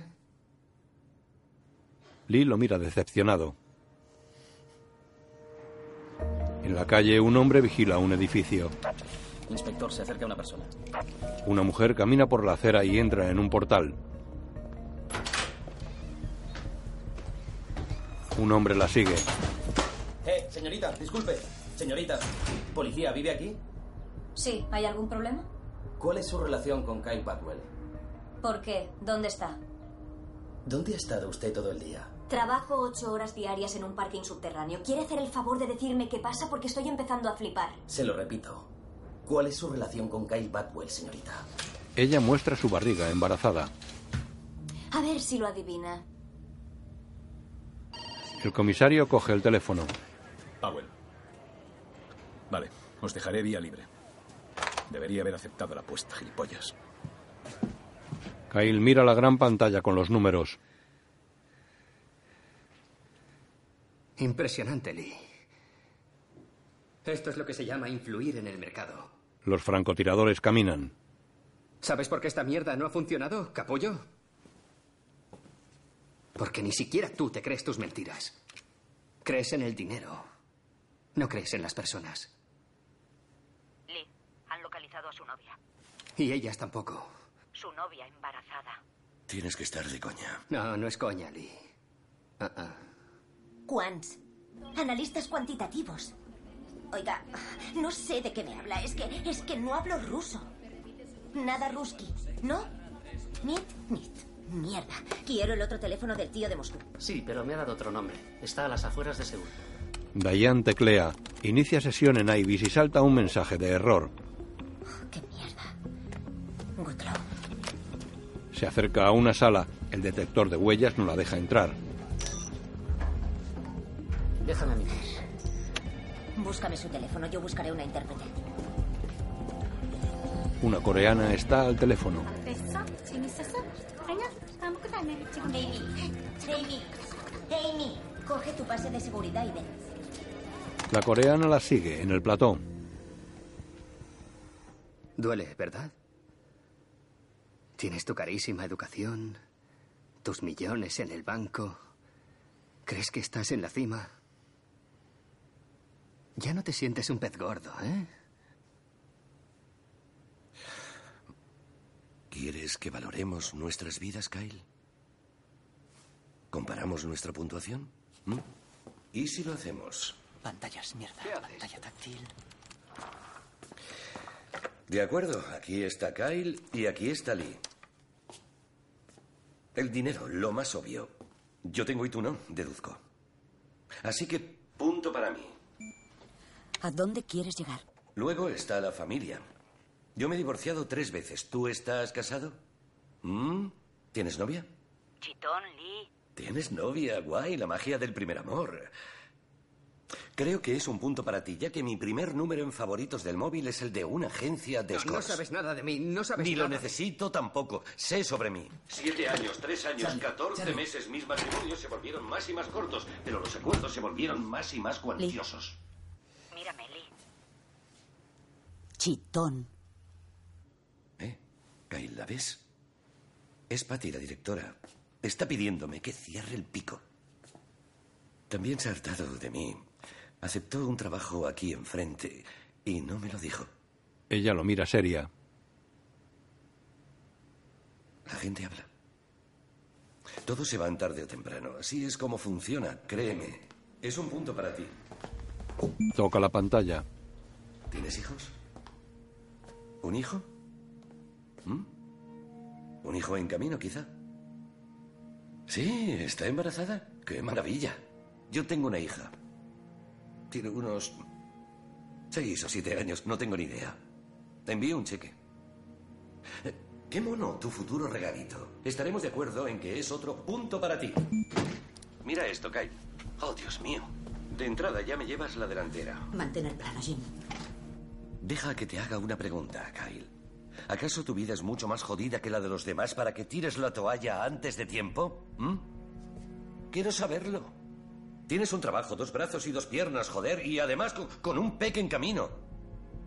[SPEAKER 1] Lee lo mira decepcionado. En la calle un hombre vigila un edificio.
[SPEAKER 17] Inspector, se acerca una persona.
[SPEAKER 1] Una mujer camina por la acera y entra en un portal. Un hombre la sigue.
[SPEAKER 17] Eh, señorita, disculpe. Señorita, policía, ¿vive aquí?
[SPEAKER 18] Sí, ¿hay algún problema?
[SPEAKER 17] ¿Cuál es su relación con Kyle Bagwell?
[SPEAKER 18] ¿Por qué? ¿Dónde está?
[SPEAKER 17] ¿Dónde ha estado usted todo el día?
[SPEAKER 18] Trabajo ocho horas diarias en un parking subterráneo. ¿Quiere hacer el favor de decirme qué pasa? Porque estoy empezando a flipar.
[SPEAKER 17] Se lo repito. ¿Cuál es su relación con Kyle Bagwell, señorita?
[SPEAKER 1] Ella muestra su barriga embarazada.
[SPEAKER 18] A ver si lo adivina.
[SPEAKER 1] El comisario coge el teléfono.
[SPEAKER 12] Powell. Ah, Vale, os dejaré vía libre. Debería haber aceptado la apuesta, gilipollas.
[SPEAKER 1] Kyle mira la gran pantalla con los números.
[SPEAKER 38] Impresionante, Lee.
[SPEAKER 17] Esto es lo que se llama influir en el mercado.
[SPEAKER 1] Los francotiradores caminan.
[SPEAKER 10] ¿Sabes por qué esta mierda no ha funcionado, capullo? Porque ni siquiera tú te crees tus mentiras. Crees en el dinero. No crees en las personas.
[SPEAKER 39] Lee, han localizado a su novia.
[SPEAKER 10] Y ellas tampoco.
[SPEAKER 39] Su novia embarazada.
[SPEAKER 2] Tienes que estar de coña.
[SPEAKER 10] No, no es coña, Lee. Ah, ah.
[SPEAKER 18] Quants. Analistas cuantitativos. Oiga, no sé de qué me habla. Es que, es que no hablo ruso. Nada ruski. ¿No? Nit, nit. Mierda. Quiero el otro teléfono del tío de Moscú.
[SPEAKER 22] Sí, pero me ha dado otro nombre. Está a las afueras de Seúl.
[SPEAKER 1] Diane teclea. Inicia sesión en Ibis y salta un mensaje de error.
[SPEAKER 2] Oh,
[SPEAKER 1] Se acerca a una sala. El detector de huellas no la deja entrar.
[SPEAKER 22] Déjame a mí.
[SPEAKER 18] Búscame su teléfono, yo buscaré una intérprete.
[SPEAKER 1] Una coreana está al teléfono.
[SPEAKER 8] 됐어? 재밌었어? 아니야, 아무것도 안 해. 지금
[SPEAKER 18] Amy, Amy, Amy, coge tu pase de seguridad y ven.
[SPEAKER 1] La coreana la sigue en el plató.
[SPEAKER 10] Duele, ¿verdad? Tienes tu carísima educación, tus millones en el banco. ¿Crees que estás en la cima? Ya no te sientes un pez gordo, ¿eh?
[SPEAKER 2] ¿Quieres que valoremos nuestras vidas, Kyle? ¿Comparamos nuestra puntuación? ¿Mm? ¿Y si lo hacemos?
[SPEAKER 4] Pantallas, mierda. Pantalla táctil.
[SPEAKER 2] De acuerdo, aquí está Kyle y aquí está Lee. El dinero, lo más obvio. Yo tengo y tú no, deduzco. Así que punto para mí.
[SPEAKER 6] ¿A dónde quieres llegar?
[SPEAKER 2] Luego está la familia. Yo me he divorciado tres veces. ¿Tú estás casado? ¿Mm? ¿Tienes novia?
[SPEAKER 39] Chitón, Lee.
[SPEAKER 2] Tienes novia, guay, la magia del primer amor. Creo que es un punto para ti, ya que mi primer número en favoritos del móvil es el de una agencia de
[SPEAKER 10] No, no
[SPEAKER 2] scores.
[SPEAKER 10] sabes nada de mí, no sabes
[SPEAKER 2] Ni lo
[SPEAKER 10] nada.
[SPEAKER 2] necesito tampoco. Sé sobre mí. Siete años, tres años,
[SPEAKER 10] Charlie,
[SPEAKER 2] catorce
[SPEAKER 10] Charlie.
[SPEAKER 2] meses, mis matrimonios se volvieron más y más cortos, pero los acuerdos se volvieron más y más cuantiosos.
[SPEAKER 39] Mírame, Lee.
[SPEAKER 6] Chitón.
[SPEAKER 2] Kyle, ¿la ves? Es Patty, la directora. Está pidiéndome que cierre el pico. También se ha hartado de mí. Aceptó un trabajo aquí enfrente y no me lo dijo.
[SPEAKER 1] Ella lo mira seria.
[SPEAKER 2] La gente habla. Todos se van tarde o temprano. Así es como funciona, créeme. Es un punto para ti.
[SPEAKER 1] Toca la pantalla.
[SPEAKER 2] ¿Tienes hijos? ¿Un hijo? ¿Mm? ¿Un hijo en camino, quizá? Sí, está embarazada. ¡Qué maravilla! Yo tengo una hija. Tiene unos seis o siete años, no tengo ni idea. Te envío un cheque. Eh, Qué mono tu futuro regalito. Estaremos de acuerdo en que es otro punto para ti. Mira esto, Kai. Oh, Dios mío. De entrada ya me llevas la delantera.
[SPEAKER 6] Mantener plano, Jim.
[SPEAKER 2] Deja que te haga una pregunta, Kyle. ¿Acaso tu vida es mucho más jodida que la de los demás para que tires la toalla antes de tiempo? ¿Mm? Quiero saberlo. Tienes un trabajo, dos brazos y dos piernas, joder, y además con, con un peque en camino.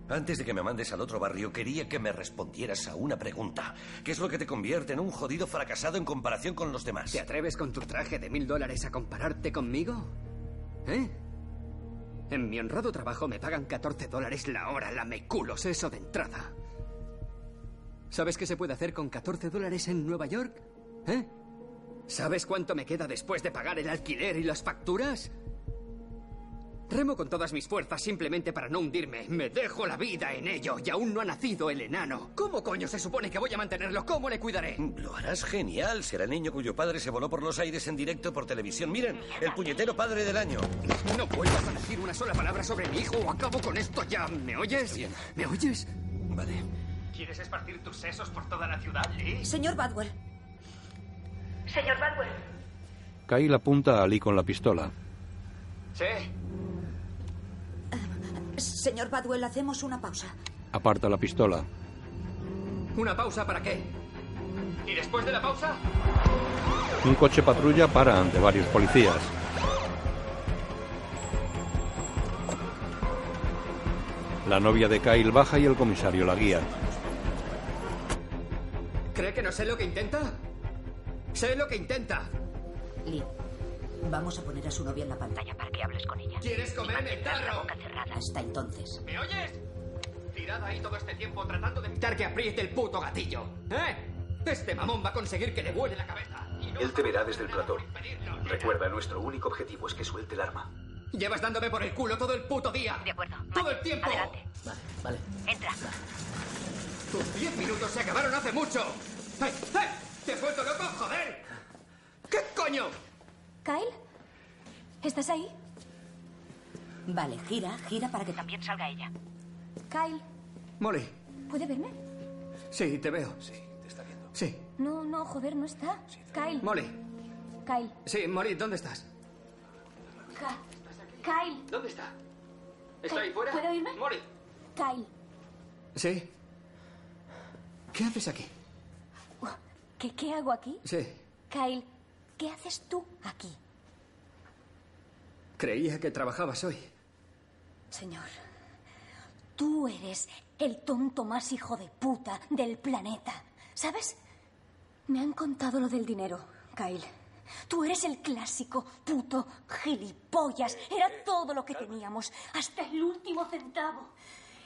[SPEAKER 2] Antes de que me mandes al otro barrio, quería que me respondieras a una pregunta. ¿Qué es lo que te convierte en un jodido fracasado en comparación con los demás?
[SPEAKER 10] ¿Te atreves con tu traje de mil dólares a compararte conmigo? ¿Eh? En mi honrado trabajo me pagan 14 dólares la hora, lameculos, eso de entrada. ¿Sabes qué se puede hacer con 14 dólares en Nueva York? ¿Eh? ¿Sabes cuánto me queda después de pagar el alquiler y las facturas? Remo con todas mis fuerzas simplemente para no hundirme. Me dejo la vida en ello y aún no ha nacido el enano. ¿Cómo coño se supone que voy a mantenerlo? ¿Cómo le cuidaré?
[SPEAKER 2] Lo harás genial. Será el niño cuyo padre se voló por los aires en directo por televisión. Miren, el puñetero padre del año.
[SPEAKER 10] No vuelvas a decir una sola palabra sobre mi hijo o acabo con esto ya. ¿Me oyes? ¿Me oyes?
[SPEAKER 2] Vale.
[SPEAKER 22] ¿Quieres esparcir tus sesos por toda la ciudad, Lee?
[SPEAKER 6] Señor Badwell.
[SPEAKER 22] Señor Badwell.
[SPEAKER 1] Kyle apunta a Lee con la pistola.
[SPEAKER 22] Sí.
[SPEAKER 6] Eh, Señor Badwell, hacemos una pausa.
[SPEAKER 1] Aparta la pistola.
[SPEAKER 10] ¿Una pausa para qué? ¿Y después de la pausa?
[SPEAKER 1] Un coche patrulla para ante varios policías. La novia de Kyle baja y el comisario la guía.
[SPEAKER 10] ¿Cree que no sé lo que intenta? Sé lo que intenta.
[SPEAKER 6] Lee, vamos a poner a su novia en la pantalla para que hables con ella.
[SPEAKER 10] ¿Quieres comerme el tarro?
[SPEAKER 6] Hasta entonces.
[SPEAKER 10] ¿Me oyes? Tirada ahí todo este tiempo tratando de evitar que apriete el puto gatillo. ¿Eh? Este mamón va a conseguir que le vuele la cabeza.
[SPEAKER 12] Él te verá desde el plató. Recuerda, nuestro único objetivo es que suelte el arma.
[SPEAKER 10] Llevas dándome por el culo todo el puto día.
[SPEAKER 40] De acuerdo.
[SPEAKER 10] ¡Todo el tiempo!
[SPEAKER 4] Vale, vale.
[SPEAKER 40] Entra.
[SPEAKER 10] Tus diez minutos se acabaron hace mucho. ¡Eh, eh! ¡Te has vuelto loco, joder! ¿Qué coño?
[SPEAKER 8] ¿Kyle? ¿Estás ahí?
[SPEAKER 6] Vale, gira, gira para que también salga ella.
[SPEAKER 8] ¿Kyle?
[SPEAKER 10] Molly,
[SPEAKER 8] ¿Puede verme?
[SPEAKER 10] sí, te veo. Sí, te está viendo. Sí.
[SPEAKER 8] No, no, joder, no está. Kyle.
[SPEAKER 10] Molly,
[SPEAKER 8] Kyle.
[SPEAKER 10] sí, Molly, ¿dónde estás?
[SPEAKER 8] Ka- Kyle.
[SPEAKER 10] ¿Dónde está? ¿Está ahí
[SPEAKER 8] Kyle,
[SPEAKER 10] fuera?
[SPEAKER 8] ¿Puedo irme?
[SPEAKER 10] Molly.
[SPEAKER 8] Kyle.
[SPEAKER 10] Sí. ¿Qué haces aquí?
[SPEAKER 8] ¿Qué, ¿Qué hago aquí?
[SPEAKER 10] Sí.
[SPEAKER 8] Kyle, ¿qué haces tú aquí?
[SPEAKER 10] Creía que trabajabas hoy.
[SPEAKER 8] Señor, tú eres el tonto más hijo de puta del planeta. ¿Sabes? Me han contado lo del dinero, Kyle. Tú eres el clásico puto gilipollas. Era todo lo que teníamos, hasta el último centavo.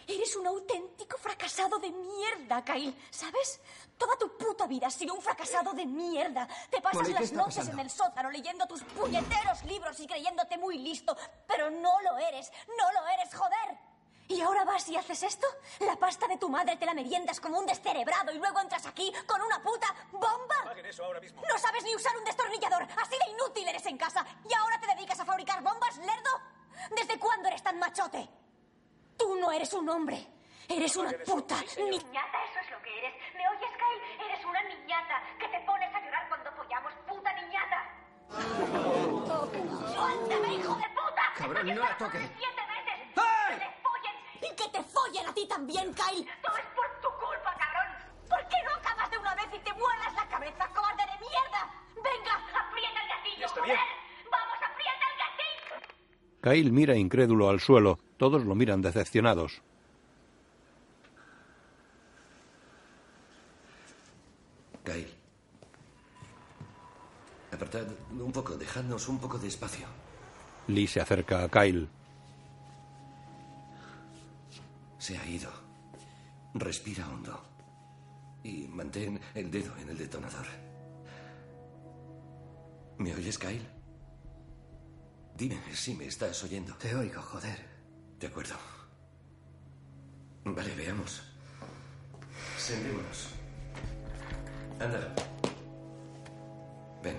[SPEAKER 8] Eres un auténtico fracasado de mierda, Kyle. ¿Sabes? Toda tu puta vida has sido un fracasado de mierda. Te pasas
[SPEAKER 10] Molly, ¿qué
[SPEAKER 8] las
[SPEAKER 10] está
[SPEAKER 8] noches
[SPEAKER 10] pasando?
[SPEAKER 8] en el sótano leyendo tus puñeteros libros y creyéndote muy listo, pero no lo eres, no lo eres, joder. ¿Y ahora vas y haces esto? La pasta de tu madre te la meriendas como un descerebrado y luego entras aquí con una puta bomba.
[SPEAKER 12] eso ahora mismo.
[SPEAKER 8] No sabes ni usar un destornillador. Así de inútil eres en casa. ¿Y ahora te dedicas a fabricar bombas, lerdo? ¿Desde cuándo eres tan machote? Tú no eres un hombre. Eres una puta niñata.
[SPEAKER 40] Niñata, eso es lo que eres. ¿Me oyes, Kyle? Eres una niñata que te pones a llorar cuando follamos, puta niñata. ¡Suéltame, hijo de puta!
[SPEAKER 10] Cabrón, no la toques.
[SPEAKER 40] ¡Siete veces!
[SPEAKER 10] ¡Ay!
[SPEAKER 40] ¡Que te follen!
[SPEAKER 8] Y que te follen a ti también, Kyle.
[SPEAKER 40] ¡Todo es por tu culpa, cabrón! ¿Por qué no acabas de una vez y te vuelas la cabeza, cobarde de mierda? ¡Venga, aprieta el gatillo,
[SPEAKER 12] está
[SPEAKER 40] joder!
[SPEAKER 12] bien.
[SPEAKER 40] ¡Vamos, aprieta el gatillo!
[SPEAKER 1] Kyle mira incrédulo al suelo. Todos lo miran decepcionados.
[SPEAKER 2] Kyle. Apartad un poco, dejadnos un poco de espacio.
[SPEAKER 1] Lee se acerca a Kyle.
[SPEAKER 2] Se ha ido. Respira hondo. Y mantén el dedo en el detonador. ¿Me oyes, Kyle? Dime si me estás oyendo.
[SPEAKER 10] Te oigo, joder.
[SPEAKER 2] De acuerdo. Vale, veamos. Sentémonos. Anda. Ven.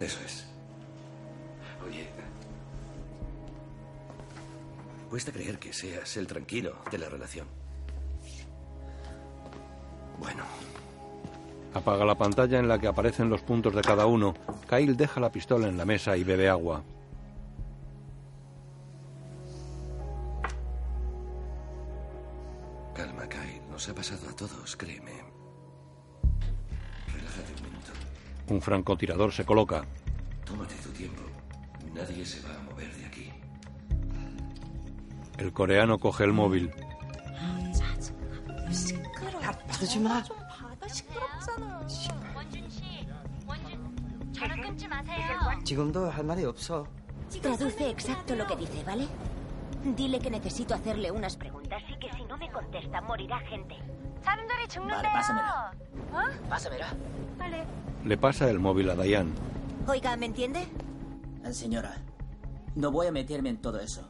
[SPEAKER 2] Eso es. Oye. Cuesta creer que seas el tranquilo de la relación. Bueno,
[SPEAKER 1] Apaga la pantalla en la que aparecen los puntos de cada uno. Kyle deja la pistola en la mesa y bebe agua.
[SPEAKER 2] calma, Kyle. Nos ha pasado a todos, créeme. Relájate un minuto.
[SPEAKER 1] Un francotirador se coloca.
[SPEAKER 2] Tómate tu tiempo. Nadie se va a mover de aquí.
[SPEAKER 1] El coreano coge el móvil.
[SPEAKER 4] 지금도 할 말이 없어.
[SPEAKER 41] Traduce exacto lo que dice, ¿vale?
[SPEAKER 9] Dile que necesito hacerle unas preguntas.
[SPEAKER 40] Pregunta, sí que si no me contesta, morirá gente.
[SPEAKER 9] Vale, pásamela.
[SPEAKER 4] Pásamela.
[SPEAKER 40] Vale.
[SPEAKER 1] Le pasa el móvil a Diane.
[SPEAKER 9] Oiga, ¿me entiende?
[SPEAKER 42] Señora, no voy a meterme en todo eso.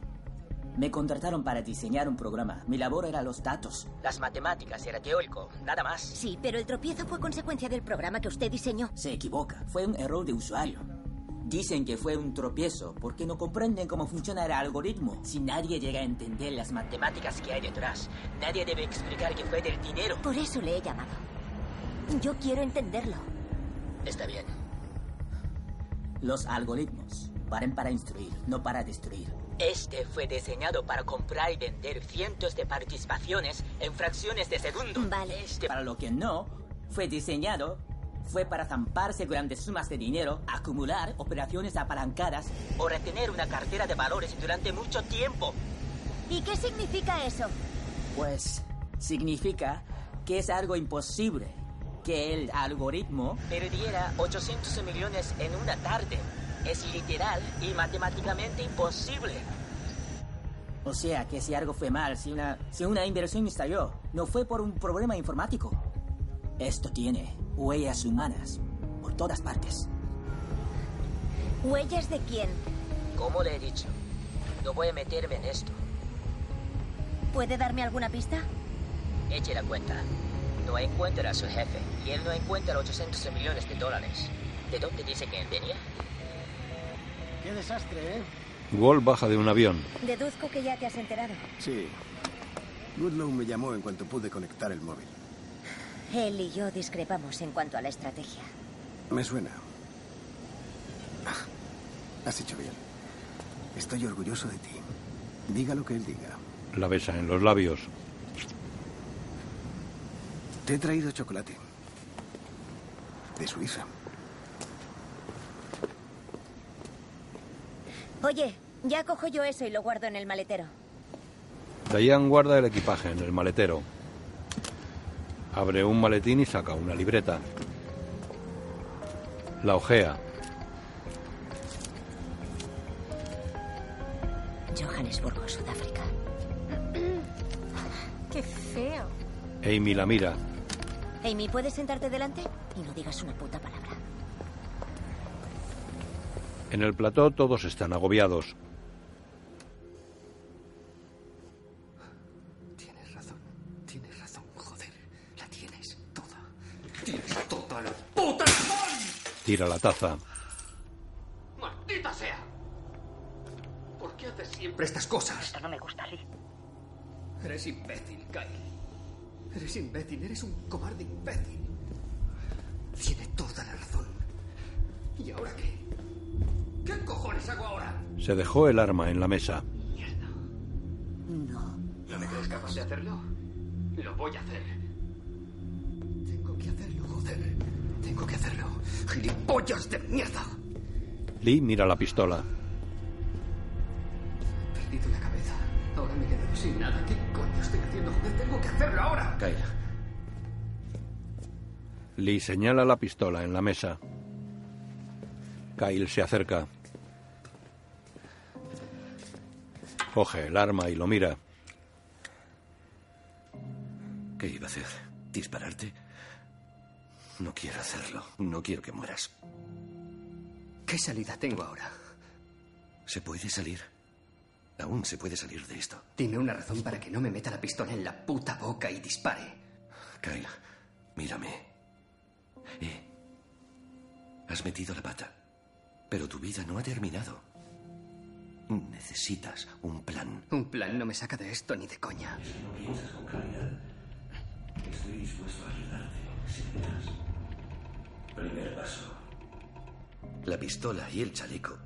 [SPEAKER 42] Me contrataron para diseñar un programa. Mi labor era los datos. Las matemáticas, era teórico, nada más.
[SPEAKER 9] Sí, pero el tropiezo fue consecuencia del programa que usted diseñó.
[SPEAKER 42] Se equivoca. Fue un error de usuario. Dicen que fue un tropiezo porque no comprenden cómo funciona el algoritmo. Si nadie llega a entender las matemáticas que hay detrás, nadie debe explicar que fue del dinero.
[SPEAKER 9] Por eso le he llamado. Yo quiero entenderlo.
[SPEAKER 42] Está bien. Los algoritmos paren para instruir, no para destruir. Este fue diseñado para comprar y vender cientos de participaciones en fracciones de segundo. Vale. Este para lo que no fue diseñado fue para zamparse grandes sumas de dinero, acumular operaciones apalancadas o retener una cartera de valores durante mucho tiempo.
[SPEAKER 9] ¿Y qué significa eso?
[SPEAKER 42] Pues significa que es algo imposible que el algoritmo perdiera 800 millones en una tarde. Es literal y matemáticamente imposible. O sea que si algo fue mal, si una, si una inversión estalló, no fue por un problema informático. Esto tiene huellas humanas por todas partes.
[SPEAKER 9] ¿Huellas de quién?
[SPEAKER 42] Como le he dicho, no voy a meterme en esto.
[SPEAKER 9] ¿Puede darme alguna pista?
[SPEAKER 42] Eche la cuenta. No encuentra a su jefe y él no encuentra 800 millones de dólares. ¿De dónde dice que él venía?
[SPEAKER 5] Qué desastre, ¿eh?
[SPEAKER 1] Wall baja de un avión.
[SPEAKER 9] Deduzco que ya te has enterado.
[SPEAKER 5] Sí. Goodlow me llamó en cuanto pude conectar el móvil.
[SPEAKER 9] Él y yo discrepamos en cuanto a la estrategia.
[SPEAKER 5] Me suena. Ah, Has hecho bien. Estoy orgulloso de ti. Diga lo que él diga.
[SPEAKER 1] La besa en los labios.
[SPEAKER 5] Te he traído chocolate. De Suiza.
[SPEAKER 9] Oye, ya cojo yo eso y lo guardo en el maletero.
[SPEAKER 1] Diane guarda el equipaje en el maletero. Abre un maletín y saca una libreta. La ojea.
[SPEAKER 43] Johannesburgo, Sudáfrica.
[SPEAKER 9] Qué feo.
[SPEAKER 1] Amy la mira.
[SPEAKER 9] Amy, ¿puedes sentarte delante? Y no digas una puta palabra.
[SPEAKER 1] En el plató todos están agobiados.
[SPEAKER 44] Tienes razón, tienes razón, joder. La tienes toda. Tienes toda la
[SPEAKER 10] ¡Puta
[SPEAKER 1] Tira la taza.
[SPEAKER 10] ¡Maldita sea! ¿Por qué haces siempre estas cosas? Esto no me gusta, Lee. Eres imbécil, Kyle. Eres imbécil, eres un cobarde imbécil. Tiene toda la razón. ¿Y ahora qué? ¿Qué cojones hago ahora?
[SPEAKER 1] Se dejó el arma en la mesa.
[SPEAKER 10] No. ¿No me crees capaz de hacerlo? Lo voy a hacer. Tengo que hacerlo, joder. Tengo que hacerlo. ¡Gilipollas de mierda!
[SPEAKER 1] Lee mira la pistola.
[SPEAKER 10] He perdido la cabeza. Ahora me quedo sin nada. ¿Qué coño estoy haciendo, joder? Tengo que hacerlo ahora.
[SPEAKER 1] Kyle. Lee señala la pistola en la mesa. Kyle se acerca. Coge el arma y lo mira.
[SPEAKER 2] ¿Qué iba a hacer? ¿Dispararte? No quiero hacerlo. No quiero que mueras.
[SPEAKER 10] ¿Qué salida tengo ahora?
[SPEAKER 2] ¿Se puede salir? Aún se puede salir de esto.
[SPEAKER 10] Dime una razón para que no me meta la pistola en la puta boca y dispare.
[SPEAKER 2] Kyle, mírame. Eh, has metido la pata. Pero tu vida no ha terminado. Necesitas un plan.
[SPEAKER 10] Un plan no me saca de esto ni de coña.
[SPEAKER 2] Estoy dispuesto a ayudarte, si quieres. Primer paso. La pistola y el chaleco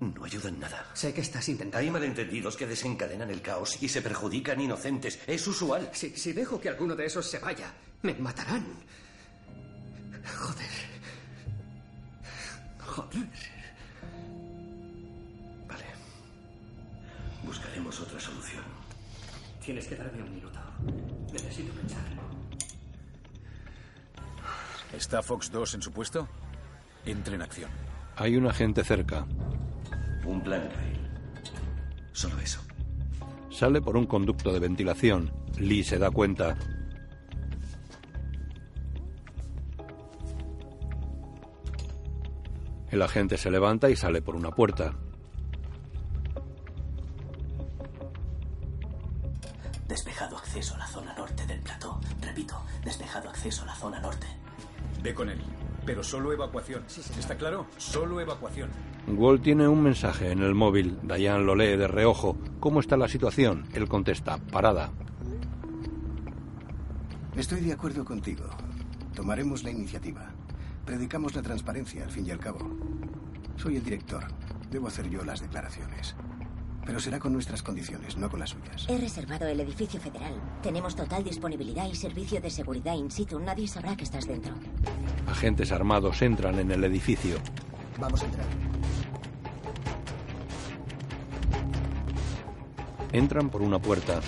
[SPEAKER 2] no ayudan nada.
[SPEAKER 10] Sé que estás intentando.
[SPEAKER 2] Hay malentendidos que desencadenan el caos y se perjudican inocentes. Es usual.
[SPEAKER 10] Si, si dejo que alguno de esos se vaya, me matarán. Joder. Joder.
[SPEAKER 2] Vale. Buscaremos otra solución.
[SPEAKER 45] Tienes que darme un minuto. Necesito pensarlo.
[SPEAKER 12] ¿Está Fox 2 en su puesto? Entre en acción.
[SPEAKER 1] Hay un agente cerca.
[SPEAKER 2] Un plan, Kyle. Solo eso.
[SPEAKER 1] Sale por un conducto de ventilación. Lee se da cuenta. El agente se levanta y sale por una puerta.
[SPEAKER 4] Despejado acceso a la zona norte del plató. Repito, despejado acceso a la zona norte.
[SPEAKER 12] Ve con él. Pero solo evacuación. ¿Está claro? Solo evacuación.
[SPEAKER 1] Wall tiene un mensaje en el móvil. Diane lo lee de reojo. ¿Cómo está la situación? Él contesta, parada.
[SPEAKER 5] Estoy de acuerdo contigo. Tomaremos la iniciativa. Predicamos la transparencia, al fin y al cabo. Soy el director. Debo hacer yo las declaraciones. Pero será con nuestras condiciones, no con las suyas.
[SPEAKER 9] He reservado el edificio federal. Tenemos total disponibilidad y servicio de seguridad in situ. Nadie sabrá que estás dentro.
[SPEAKER 1] Agentes armados entran en el edificio.
[SPEAKER 27] Vamos a entrar.
[SPEAKER 1] Entran por una puerta.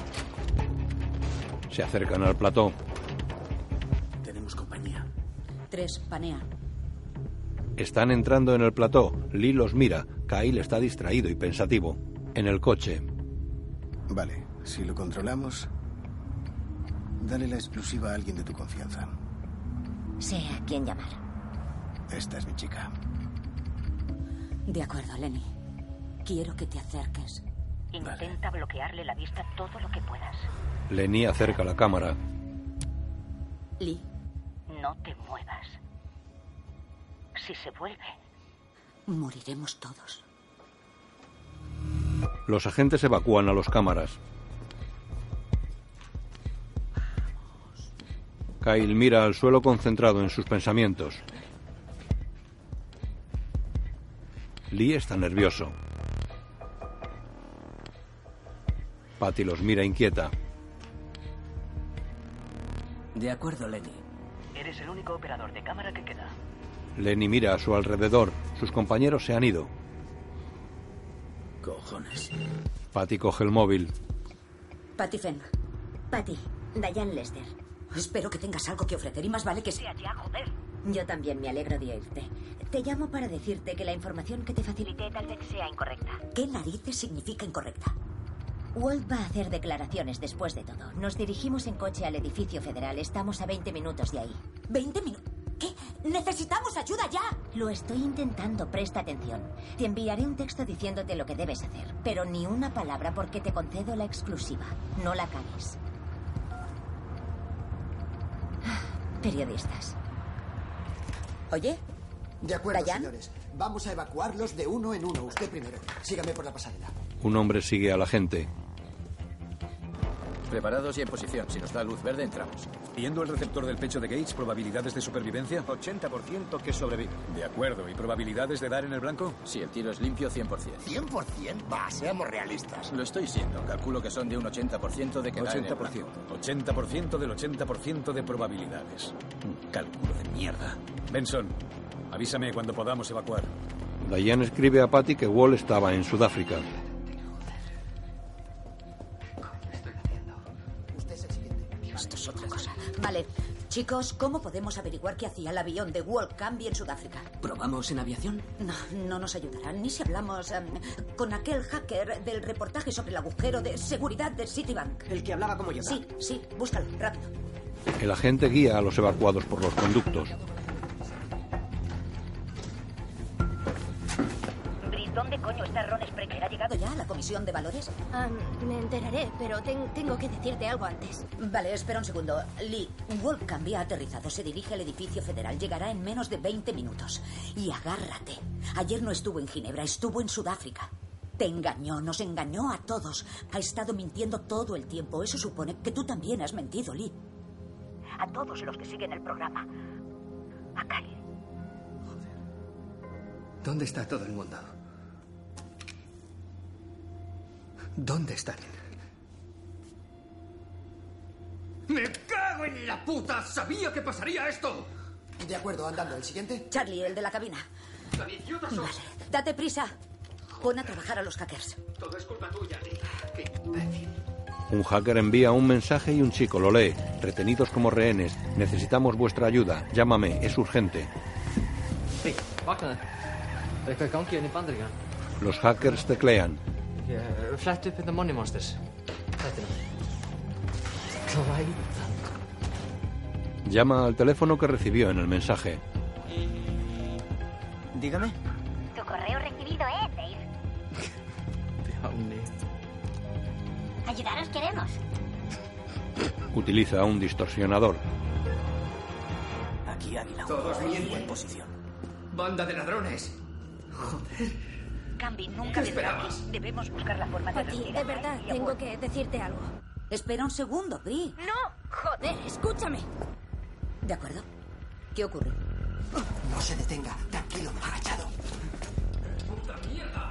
[SPEAKER 1] Se acercan al plató.
[SPEAKER 46] 3, panea.
[SPEAKER 1] Están entrando en el plató. Lee los mira. Kyle está distraído y pensativo. En el coche.
[SPEAKER 5] Vale, si lo controlamos, dale la exclusiva a alguien de tu confianza.
[SPEAKER 9] Sé a quién llamar.
[SPEAKER 5] Esta es mi chica.
[SPEAKER 46] De acuerdo, Lenny. Quiero que te acerques.
[SPEAKER 7] Intenta bloquearle la vista todo lo que puedas.
[SPEAKER 1] Lenny acerca la cámara.
[SPEAKER 46] Lee,
[SPEAKER 7] No te muevas. Si se vuelve,
[SPEAKER 46] moriremos todos.
[SPEAKER 1] Los agentes evacúan a los cámaras. Kyle mira al suelo concentrado en sus pensamientos. Lee está nervioso. Patty los mira inquieta.
[SPEAKER 17] De acuerdo, Lenny.
[SPEAKER 47] Eres el único operador de cámara que queda.
[SPEAKER 1] Lenny mira a su alrededor. Sus compañeros se han ido.
[SPEAKER 17] Cojones.
[SPEAKER 1] Patty coge el móvil.
[SPEAKER 46] Patty Fenn.
[SPEAKER 9] Patty, Diane Lester. Espero que tengas algo que ofrecer y más vale que sea ya, joder. Yo también me alegro de oírte. Te llamo para decirte que la información que te facilité tal vez sea incorrecta. ¿Qué narices significa incorrecta? Walt va a hacer declaraciones después de todo. Nos dirigimos en coche al edificio federal. Estamos a 20 minutos de ahí. ¿20 minutos? ¿Qué? ¡Necesitamos ayuda ya! Lo estoy intentando, presta atención. Te enviaré un texto diciéndote lo que debes hacer, pero ni una palabra porque te concedo la exclusiva. No la cagues. Periodistas. Oye,
[SPEAKER 27] De acuerdo,
[SPEAKER 9] Dayan.
[SPEAKER 27] señores. Vamos a evacuarlos de uno en uno. Usted primero. Sígame por la pasarela.
[SPEAKER 1] Un hombre sigue a la gente.
[SPEAKER 2] Preparados y en posición. Si nos da luz verde, entramos.
[SPEAKER 12] Viendo el receptor del pecho de Gates, probabilidades de supervivencia 80% que sobrevive. De acuerdo, ¿y probabilidades de dar en el blanco?
[SPEAKER 2] Si el tiro es limpio, 100%.
[SPEAKER 27] ¿100%? Va, seamos realistas.
[SPEAKER 2] Lo estoy siendo. Calculo que son de un 80% de que da en el
[SPEAKER 12] 80%. 80% del 80% de probabilidades. Un cálculo de mierda. Benson, avísame cuando podamos evacuar.
[SPEAKER 1] Diane escribe a Patty que Wall estaba en Sudáfrica.
[SPEAKER 6] Esto es otra cosa. Vale. Chicos, ¿cómo podemos averiguar qué hacía el avión de World Cambie en Sudáfrica?
[SPEAKER 17] ¿Probamos en aviación?
[SPEAKER 6] No, no nos ayudarán, ni si hablamos em, con aquel hacker del reportaje sobre el agujero de seguridad de Citibank. El que hablaba como yo. Sí, sí, búscalo, rápido.
[SPEAKER 1] El agente guía a los evacuados por los conductos.
[SPEAKER 7] Brice, ¿dónde coño está Ron Sprecher? ¿Ha llegado
[SPEAKER 6] ya a la comisión de valores?
[SPEAKER 46] Ah, me enteraré, pero ten- tengo que decirte algo antes.
[SPEAKER 6] Vale, espera un segundo. Lee, World Cambie ha aterrizado, se dirige al edificio federal, llegará en menos de 20 minutos. Y agárrate. Ayer no estuvo en Ginebra, estuvo en Sudáfrica. Te engañó, nos engañó a todos. Ha estado mintiendo todo el tiempo. Eso supone que tú también has mentido, Lee.
[SPEAKER 7] A todos los que siguen el programa. A Kyle.
[SPEAKER 10] ¿Dónde está todo el mundo? ¿Dónde están? ¡Me cago en la puta! ¡Sabía que pasaría esto!
[SPEAKER 27] De acuerdo, andando. ¿El siguiente?
[SPEAKER 6] Charlie, el de la cabina.
[SPEAKER 10] ¡Tan idiotas son!
[SPEAKER 6] Date prisa. Pon a trabajar a los hackers.
[SPEAKER 10] Todo es culpa tuya, Lee. ¡Qué imbécil!
[SPEAKER 1] Un hacker envía un mensaje y un chico lo lee. Retenidos como rehenes, necesitamos vuestra ayuda. Llámame, es urgente.
[SPEAKER 4] Hey, vakna. Jeg kan ikke gjøre noe andre gang.
[SPEAKER 1] Los hackers teclean.
[SPEAKER 4] Eh, Flett upp under Money Monsters. Þetta er Glæta.
[SPEAKER 1] Llama al teléfono que recibió en el mensaje.
[SPEAKER 17] Dígame.
[SPEAKER 7] Tu correo recibido, ¿eh, Dave?
[SPEAKER 4] Bjáni.
[SPEAKER 7] Ayudaros queremos.
[SPEAKER 1] Utiliza un distorsionador.
[SPEAKER 17] Aquí Águila. pues
[SPEAKER 10] Todos mienten.
[SPEAKER 17] en posición.
[SPEAKER 10] ¡Banda de ladrones!
[SPEAKER 7] Cambi nunca
[SPEAKER 10] ¿Qué
[SPEAKER 7] vendrá
[SPEAKER 10] esperabas?
[SPEAKER 7] aquí. Debemos buscar la forma de
[SPEAKER 46] Patty,
[SPEAKER 7] reunir a
[SPEAKER 46] de verdad,
[SPEAKER 7] Kyle y a
[SPEAKER 46] tengo
[SPEAKER 7] Walt.
[SPEAKER 46] que decirte algo.
[SPEAKER 6] Espera un segundo, Bri.
[SPEAKER 7] ¡No!
[SPEAKER 46] Joder, escúchame.
[SPEAKER 6] ¿De acuerdo? ¿Qué ocurre?
[SPEAKER 27] No se detenga. Tranquilo, agachado.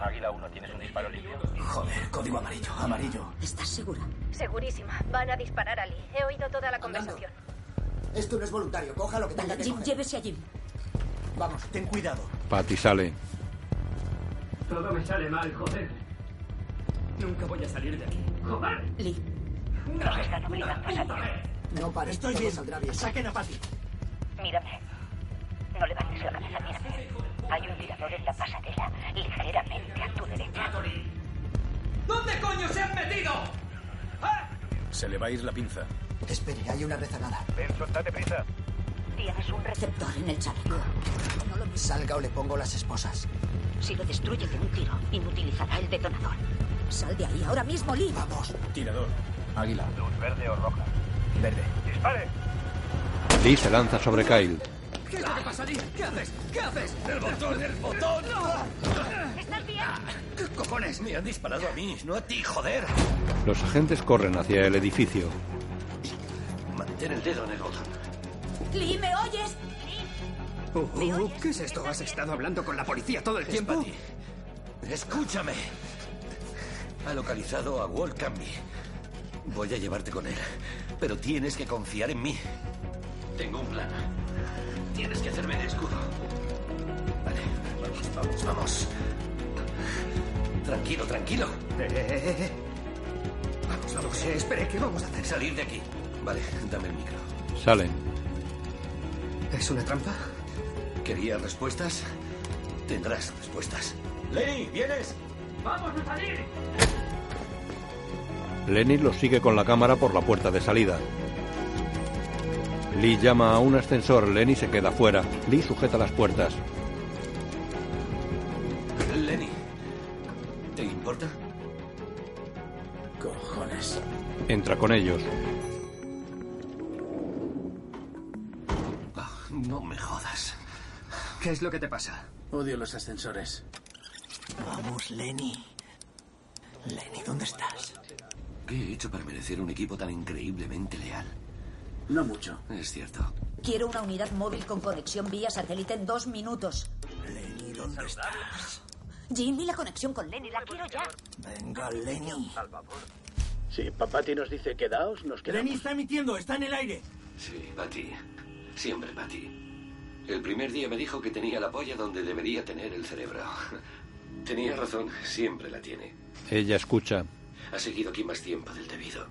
[SPEAKER 48] Águila 1, tienes un disparo limpio.
[SPEAKER 17] Joder, código amarillo, amarillo.
[SPEAKER 6] ¿Estás segura?
[SPEAKER 8] Segurísima. Van a disparar a Lee. He oído toda la conversación.
[SPEAKER 27] Esto no es voluntario. Coja lo que tenga
[SPEAKER 6] Vale,
[SPEAKER 27] que
[SPEAKER 6] Jim,
[SPEAKER 27] coger.
[SPEAKER 6] llévese a Jim.
[SPEAKER 27] Vamos, ten cuidado.
[SPEAKER 1] Patty sale.
[SPEAKER 49] Todo me sale mal, joder. Nunca voy a salir de aquí. ¡Joder!
[SPEAKER 6] Lee.
[SPEAKER 49] Nos están obligando a salir.
[SPEAKER 27] No pares. Estoy bien. Saldrá bien. Saquen a Patty.
[SPEAKER 7] Mírame.
[SPEAKER 50] No levantes la cabeza, mira. Hay un tirador en la pasarela, ligeramente a tu derecha.
[SPEAKER 51] ¿Dónde coño se han metido?
[SPEAKER 52] Se le va a ir la pinza.
[SPEAKER 53] Espere, hay una rezagada.
[SPEAKER 12] Benson, date prisa.
[SPEAKER 50] Tienes un receptor en el chaleco.
[SPEAKER 53] Salga o le pongo las esposas.
[SPEAKER 50] Si lo destruye de un tiro, inutilizará el detonador. Sal de ahí ahora mismo, Lee. Vamos.
[SPEAKER 52] Tirador.
[SPEAKER 2] Águila.
[SPEAKER 12] Luz verde o roja.
[SPEAKER 2] Verde.
[SPEAKER 12] ¡Dispare!
[SPEAKER 1] Lee se lanza sobre Kyle.
[SPEAKER 51] ¿Qué es lo que pasaría? ¿Qué haces? ¿Qué haces?
[SPEAKER 2] ¡El botón, el botón!
[SPEAKER 51] ¿Estás bien?
[SPEAKER 2] ¿Qué cojones? Me han disparado a mí, no a ti, joder.
[SPEAKER 1] Los agentes corren hacia el edificio.
[SPEAKER 2] Mantén el dedo en el botón.
[SPEAKER 54] Lee, ¿me oyes?
[SPEAKER 10] Oh,
[SPEAKER 2] Uh, uh, uh, ¿Qué es esto? ¿Has estado hablando con la policía todo el tiempo? Escúchame. Ha localizado a Wolfcamby. Voy a llevarte con él. Pero tienes que confiar en mí. Tengo un plan. Tienes que hacerme de escudo. Vale, vamos, vamos, vamos. Tranquilo, tranquilo. eh, Vamos, vamos. Eh, espere, ¿qué vamos a hacer? Salir de aquí. Vale, dame el micro.
[SPEAKER 1] Salen.
[SPEAKER 2] ¿Es una trampa? ¿Querías respuestas? Tendrás respuestas. ¡Lenny, vienes!
[SPEAKER 55] ¡Vamos a salir!
[SPEAKER 1] Lenny los sigue con la cámara por la puerta de salida. Lee llama a un ascensor. Lenny se queda fuera. Lee sujeta las puertas.
[SPEAKER 2] Lenny, ¿te importa?
[SPEAKER 56] Cojones.
[SPEAKER 1] Entra con ellos.
[SPEAKER 2] Ah, No me jodas.
[SPEAKER 56] ¿Qué es lo que te pasa?
[SPEAKER 2] Odio los ascensores.
[SPEAKER 56] Vamos, Lenny. Lenny, ¿dónde estás?
[SPEAKER 2] ¿Qué he hecho para merecer un equipo tan increíblemente leal?
[SPEAKER 56] No mucho.
[SPEAKER 2] Es cierto.
[SPEAKER 6] Quiero una unidad móvil con conexión vía satélite en dos minutos.
[SPEAKER 56] Lenny, ¿dónde estás?
[SPEAKER 6] Jim, di la conexión con Lenny, la quiero ya.
[SPEAKER 56] Venga, Lenny.
[SPEAKER 2] Sí, Papati nos dice quedaos, nos
[SPEAKER 56] Lenny está emitiendo, está en el aire.
[SPEAKER 2] Sí, Pati. Siempre Pati. El primer día me dijo que tenía la polla donde debería tener el cerebro. Tenía razón, siempre la tiene.
[SPEAKER 1] Ella escucha.
[SPEAKER 2] Ha seguido aquí más tiempo del debido.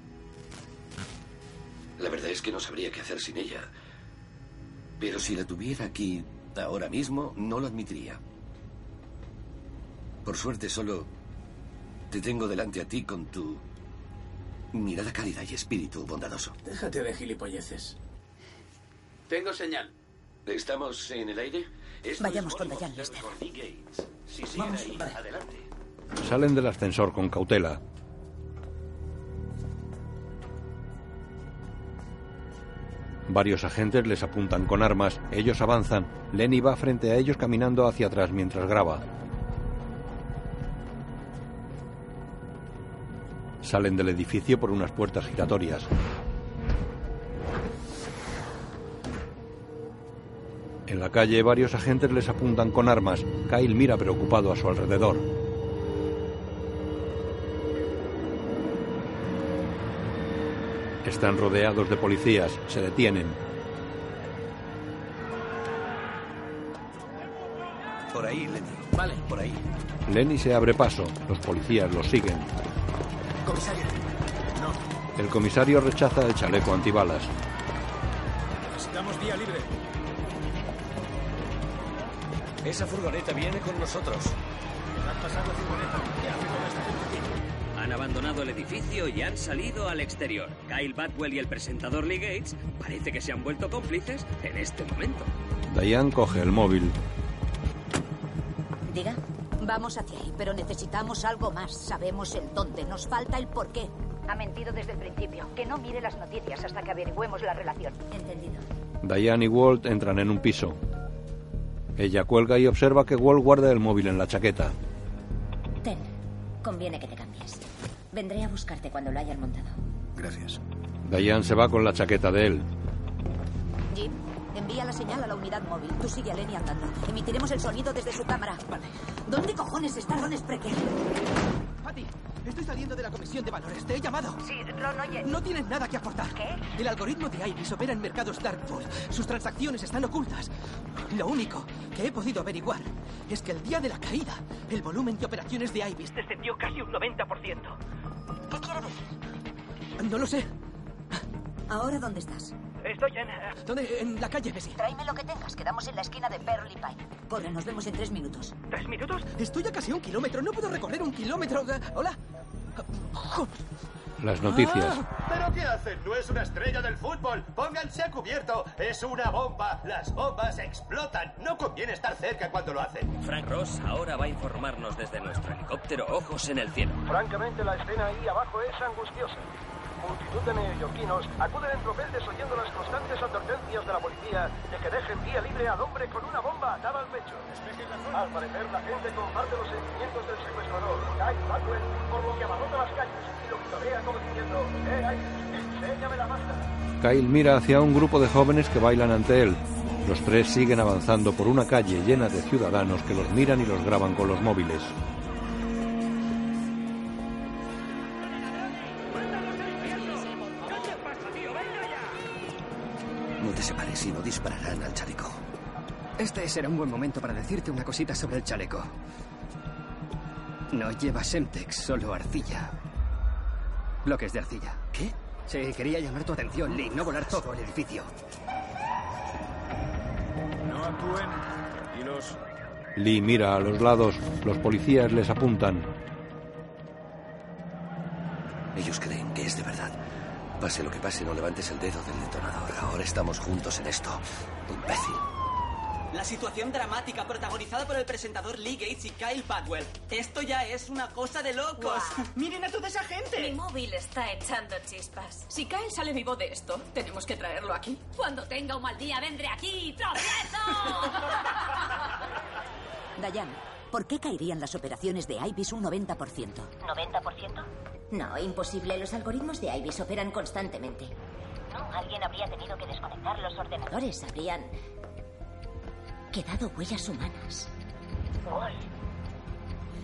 [SPEAKER 2] La verdad es que no sabría qué hacer sin ella. Pero si la tuviera aquí ahora mismo, no lo admitiría. Por suerte solo te tengo delante a ti con tu mirada cálida y espíritu bondadoso.
[SPEAKER 56] Déjate de gilipolleces. Tengo señal.
[SPEAKER 2] ¿Estamos en el aire? Esto
[SPEAKER 6] Vayamos
[SPEAKER 2] es
[SPEAKER 6] con
[SPEAKER 2] Voldemort,
[SPEAKER 6] Diane Lester.
[SPEAKER 2] Dark Lord Lee Gates. Si siguen
[SPEAKER 6] Vamos,
[SPEAKER 2] ahí,
[SPEAKER 6] vale.
[SPEAKER 2] adelante.
[SPEAKER 1] Salen del ascensor con cautela. Varios agentes les apuntan con armas. Ellos avanzan. Lenny va frente a ellos caminando hacia atrás mientras graba. Salen del edificio por unas puertas giratorias. En la calle varios agentes les apuntan con armas. Kyle mira preocupado a su alrededor. Están rodeados de policías. Se detienen.
[SPEAKER 2] Por ahí, Lenny. Vale. Por ahí.
[SPEAKER 1] Lenny se abre paso. Los policías lo siguen.
[SPEAKER 2] Comisario.
[SPEAKER 1] El comisario rechaza el chaleco antibalas.
[SPEAKER 52] Necesitamos vía libre.
[SPEAKER 2] Esa furgoneta viene con nosotros.
[SPEAKER 52] pasar la furgoneta.
[SPEAKER 17] Han abandonado el edificio y han salido al exterior. Kyle Batwell y el presentador Lee Gates parece que se han vuelto cómplices en este momento.
[SPEAKER 1] Diane coge el móvil.
[SPEAKER 6] Diga. Vamos hacia ahí, pero necesitamos algo más. Sabemos el dónde, nos falta el por qué.
[SPEAKER 50] Ha mentido desde el principio. Que no mire las noticias hasta que averigüemos la relación. Entendido.
[SPEAKER 1] Diane y Walt entran en un piso. Ella cuelga y observa que Walt guarda el móvil en la chaqueta.
[SPEAKER 9] Ten, conviene que te cambies. Vendré a buscarte cuando lo hayan montado.
[SPEAKER 57] Gracias.
[SPEAKER 1] Diane se va con la chaqueta de él.
[SPEAKER 6] Jim, envía la señal a la unidad móvil. Tú sigue a Lenny andando. Emitiremos el sonido desde su cámara. Vale. ¿Dónde cojones está Ron Sprecher?
[SPEAKER 4] Patty, estoy saliendo de la comisión de valores. Te he llamado.
[SPEAKER 50] Sí, Ron, oye.
[SPEAKER 4] No tienes nada que aportar. ¿Qué? El algoritmo de IBIS opera en mercados Darkpool. Sus transacciones están ocultas. Lo único que he podido averiguar es que el día de la caída, el volumen de operaciones de IBIS descendió casi un 90%. ¿Qué quiere decir? No lo sé.
[SPEAKER 6] ¿Ahora dónde estás?
[SPEAKER 10] Estoy en... eh,
[SPEAKER 4] ¿Dónde? En la calle, Bessie.
[SPEAKER 6] Tráeme lo que tengas. Quedamos en la esquina de Pearl y Pine. Corre, nos vemos en tres minutos.
[SPEAKER 10] ¿Tres minutos?
[SPEAKER 4] Estoy a casi un kilómetro. No puedo recorrer un kilómetro. Hola. Jo-
[SPEAKER 1] Las noticias.
[SPEAKER 4] Ah,
[SPEAKER 12] ¿Pero qué hacen? No es una estrella del fútbol. Pónganse a cubierto. Es una bomba. Las bombas explotan. No conviene estar cerca cuando lo hacen.
[SPEAKER 17] Frank Ross ahora va a informarnos desde nuestro helicóptero Ojos en el Cielo.
[SPEAKER 5] Francamente, la escena ahí abajo es angustiosa. Multitud de neoyorquinos acuden en tropel oyendo las constantes advertencias de la policía de que dejen vía libre al hombre con una bomba atada al pecho. Al parecer, la gente comparte los sentimientos del secuestrador, Guy Blackwell, por lo que abarrota las calles y lo pisotea como diciendo, ¡Eh, Guy, enséñame la máscara!
[SPEAKER 1] Kyle mira hacia un grupo de jóvenes que bailan ante él. Los tres siguen avanzando por una calle llena de ciudadanos que los miran y los graban con los móviles.
[SPEAKER 2] No te separes y no dispararán al chaleco.
[SPEAKER 10] Este será un buen momento para decirte una cosita sobre el chaleco. No lleva Semtex, solo arcilla. Bloques de arcilla. ¿Qué? Sí, quería llamar tu atención, Lee, no volar todo el edificio.
[SPEAKER 58] No actúen. Y los...
[SPEAKER 1] Lee mira a los lados, los policías les apuntan.
[SPEAKER 2] Ellos creen que es de verdad. Pase lo que pase, no levantes el dedo del detonador. Ahora estamos juntos en esto. Imbécil.
[SPEAKER 42] La situación dramática protagonizada por el presentador Lee Gates y Kyle Bagwell. Esto ya es una cosa de locos.
[SPEAKER 8] Pues, ¡Miren a toda esa gente! Mi móvil está echando chispas. Si Kyle sale vivo de esto, tenemos que traerlo aquí.
[SPEAKER 59] Cuando tenga un mal día, vendré aquí y tropiezo.
[SPEAKER 6] Dayan, ¿por qué caerían las operaciones de IBIS un 90%?
[SPEAKER 9] ¿90%? No, imposible. Los algoritmos de IBIS operan constantemente. No, alguien habría tenido que desconectar los ordenadores. Habrían quedado huellas humanas.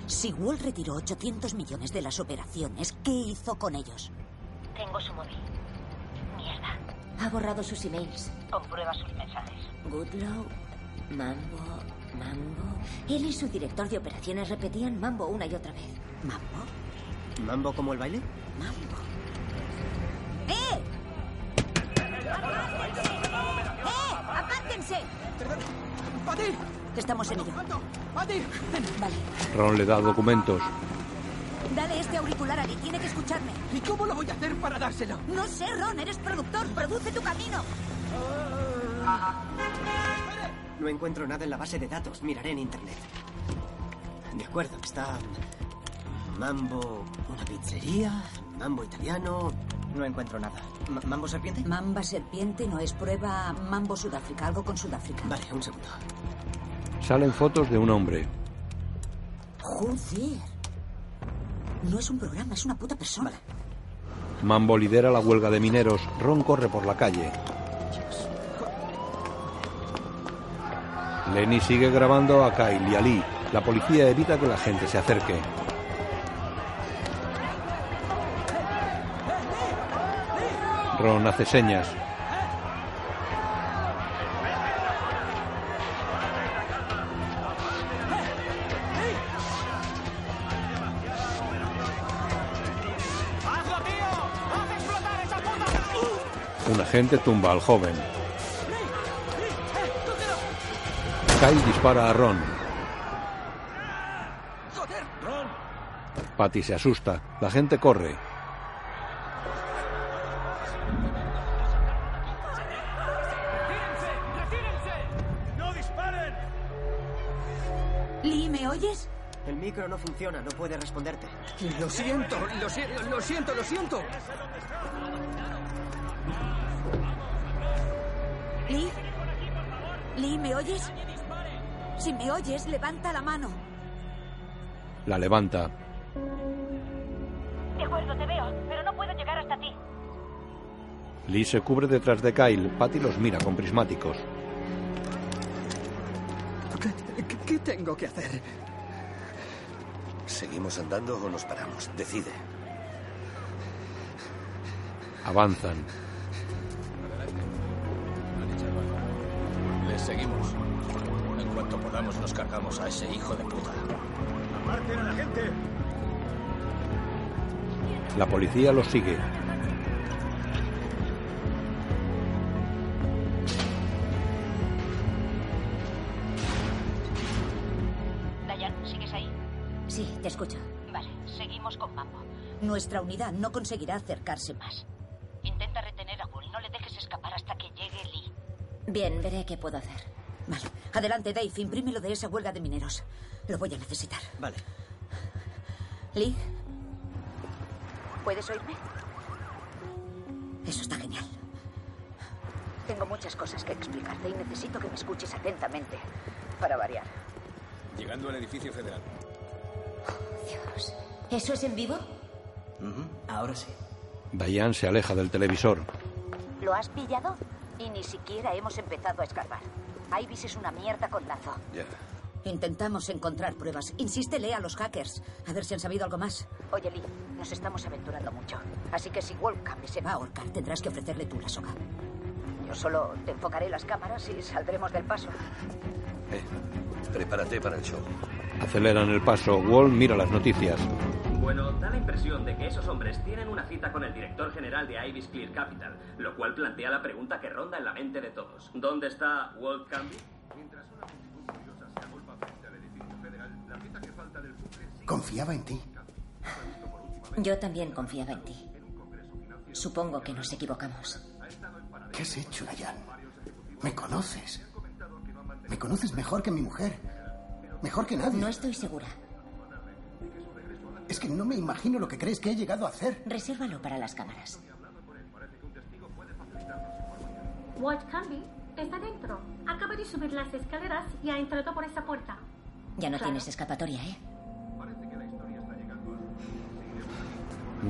[SPEAKER 6] Si Wall retiró 800 millones de las operaciones, ¿qué hizo con ellos?
[SPEAKER 9] Tengo su móvil. Mierda. Ha borrado sus emails. Comprueba sus mensajes. Goodlow, Mambo, Mambo. Él y su director de operaciones repetían Mambo una y otra vez.
[SPEAKER 6] ¿Mambo?
[SPEAKER 10] ¿Mambo como el baile?
[SPEAKER 6] Mambo. ¡Eh! ¡Eh!
[SPEAKER 4] ¡Ah!
[SPEAKER 6] ¡Apártense!
[SPEAKER 4] ¡Paddy!
[SPEAKER 6] Estamos en ello.
[SPEAKER 4] ¡Paddy!
[SPEAKER 6] Vale,
[SPEAKER 1] Ron le da documentos.
[SPEAKER 6] dale este auricular a Lee. Tiene que escucharme.
[SPEAKER 4] ¿Y cómo lo voy a hacer para dárselo?
[SPEAKER 6] No sé, Ron. Eres productor. Produce tu camino.
[SPEAKER 4] Ah.
[SPEAKER 10] No encuentro nada en la base de datos. Miraré en internet. De acuerdo, está. Mambo, una pizzería, mambo italiano. No encuentro nada. Ma- ¿Mambo serpiente?
[SPEAKER 6] Mamba serpiente no es prueba Mambo Sudáfrica, algo con Sudáfrica.
[SPEAKER 10] Vale, un segundo.
[SPEAKER 1] Salen fotos de un hombre.
[SPEAKER 6] Joder. No es un programa, es una puta persona.
[SPEAKER 1] Mambo lidera la huelga de mineros. Ron corre por la calle. Lenny sigue grabando a Kyle y a Lee. La policía evita que la gente se acerque. Ron hace señas. Un agente tumba al joven. Kyle dispara a Ron. Patty se asusta. La gente corre.
[SPEAKER 12] ¡No disparen!
[SPEAKER 6] Lee, ¿me oyes?
[SPEAKER 10] El micro no funciona, no puede responderte.
[SPEAKER 4] Lo siento, lo, si- lo siento, lo siento.
[SPEAKER 6] Lee. Lee, ¿me oyes? Si me oyes, levanta la mano.
[SPEAKER 1] La levanta.
[SPEAKER 9] De acuerdo, te veo, pero no puedo llegar hasta ti.
[SPEAKER 1] Lee se cubre detrás de Kyle. Patty los mira con prismáticos.
[SPEAKER 4] ¿Qué, qué- qué tengo que hacer?
[SPEAKER 2] ¿Seguimos andando o nos paramos? Decide.
[SPEAKER 1] Avanzan.
[SPEAKER 60] Les seguimos. En cuanto podamos, nos cargamos a ese hijo de puta.
[SPEAKER 12] ¡Aparten a la gente!
[SPEAKER 1] La policía los sigue.
[SPEAKER 6] Sí, te escucho.
[SPEAKER 61] Vale, seguimos con Mambo.
[SPEAKER 6] Nuestra unidad no conseguirá acercarse más.
[SPEAKER 61] Intenta retener a Will, no le dejes escapar hasta que llegue Lee.
[SPEAKER 6] Bien, veré qué puedo hacer. Vale. Adelante, Dave, imprímelo de esa huelga de mineros. Lo voy a necesitar.
[SPEAKER 4] Vale.
[SPEAKER 6] Lee,
[SPEAKER 61] ¿Puedes oírme?
[SPEAKER 6] eso está genial.
[SPEAKER 61] Tengo muchas cosas que explicarte y necesito que me escuches atentamente, para variar.
[SPEAKER 62] Llegando al edificio federal.
[SPEAKER 9] Dios.
[SPEAKER 6] ¿Eso es en vivo?
[SPEAKER 4] Ahora sí.
[SPEAKER 1] Diane se aleja del televisor.
[SPEAKER 61] ¿Lo has pillado? Y ni siquiera hemos empezado a escarbar. Ibis es una mierda con lazo.
[SPEAKER 2] Ya.
[SPEAKER 6] Intentamos encontrar pruebas. Insístele a los hackers. A ver si han sabido algo más.
[SPEAKER 61] Oye, Lee, nos estamos aventurando mucho. Así que si Wolfcamp se va a ahorcar,
[SPEAKER 6] Tendrás que ofrecerle tú la soga.
[SPEAKER 61] yo solo te enfocaré las cámaras y saldremos del paso.
[SPEAKER 2] Eh, prepárate para el show.
[SPEAKER 1] Aceleran el paso. Wall mira las noticias.
[SPEAKER 17] Bueno, da la impresión de que esos hombres tienen una cita con el director general de Ibis Clear Capital, lo cual plantea la pregunta que ronda en la mente de todos. ¿Dónde está Walt Candy?
[SPEAKER 5] Confiaba en ti.
[SPEAKER 9] Yo también confiaba en ti. Supongo que nos equivocamos.
[SPEAKER 5] ¿Qué has hecho, Dayan? Me conoces. Me conoces mejor que mi mujer. Mejor que nadie.
[SPEAKER 9] No estoy segura.
[SPEAKER 5] Es que no me imagino lo que crees que he llegado a hacer.
[SPEAKER 9] Resérvalo para las cámaras.
[SPEAKER 8] Watch Canby está dentro. Acaba de subir las escaleras y ha entrado por esa puerta.
[SPEAKER 9] Ya no tienes escapatoria, ¿eh?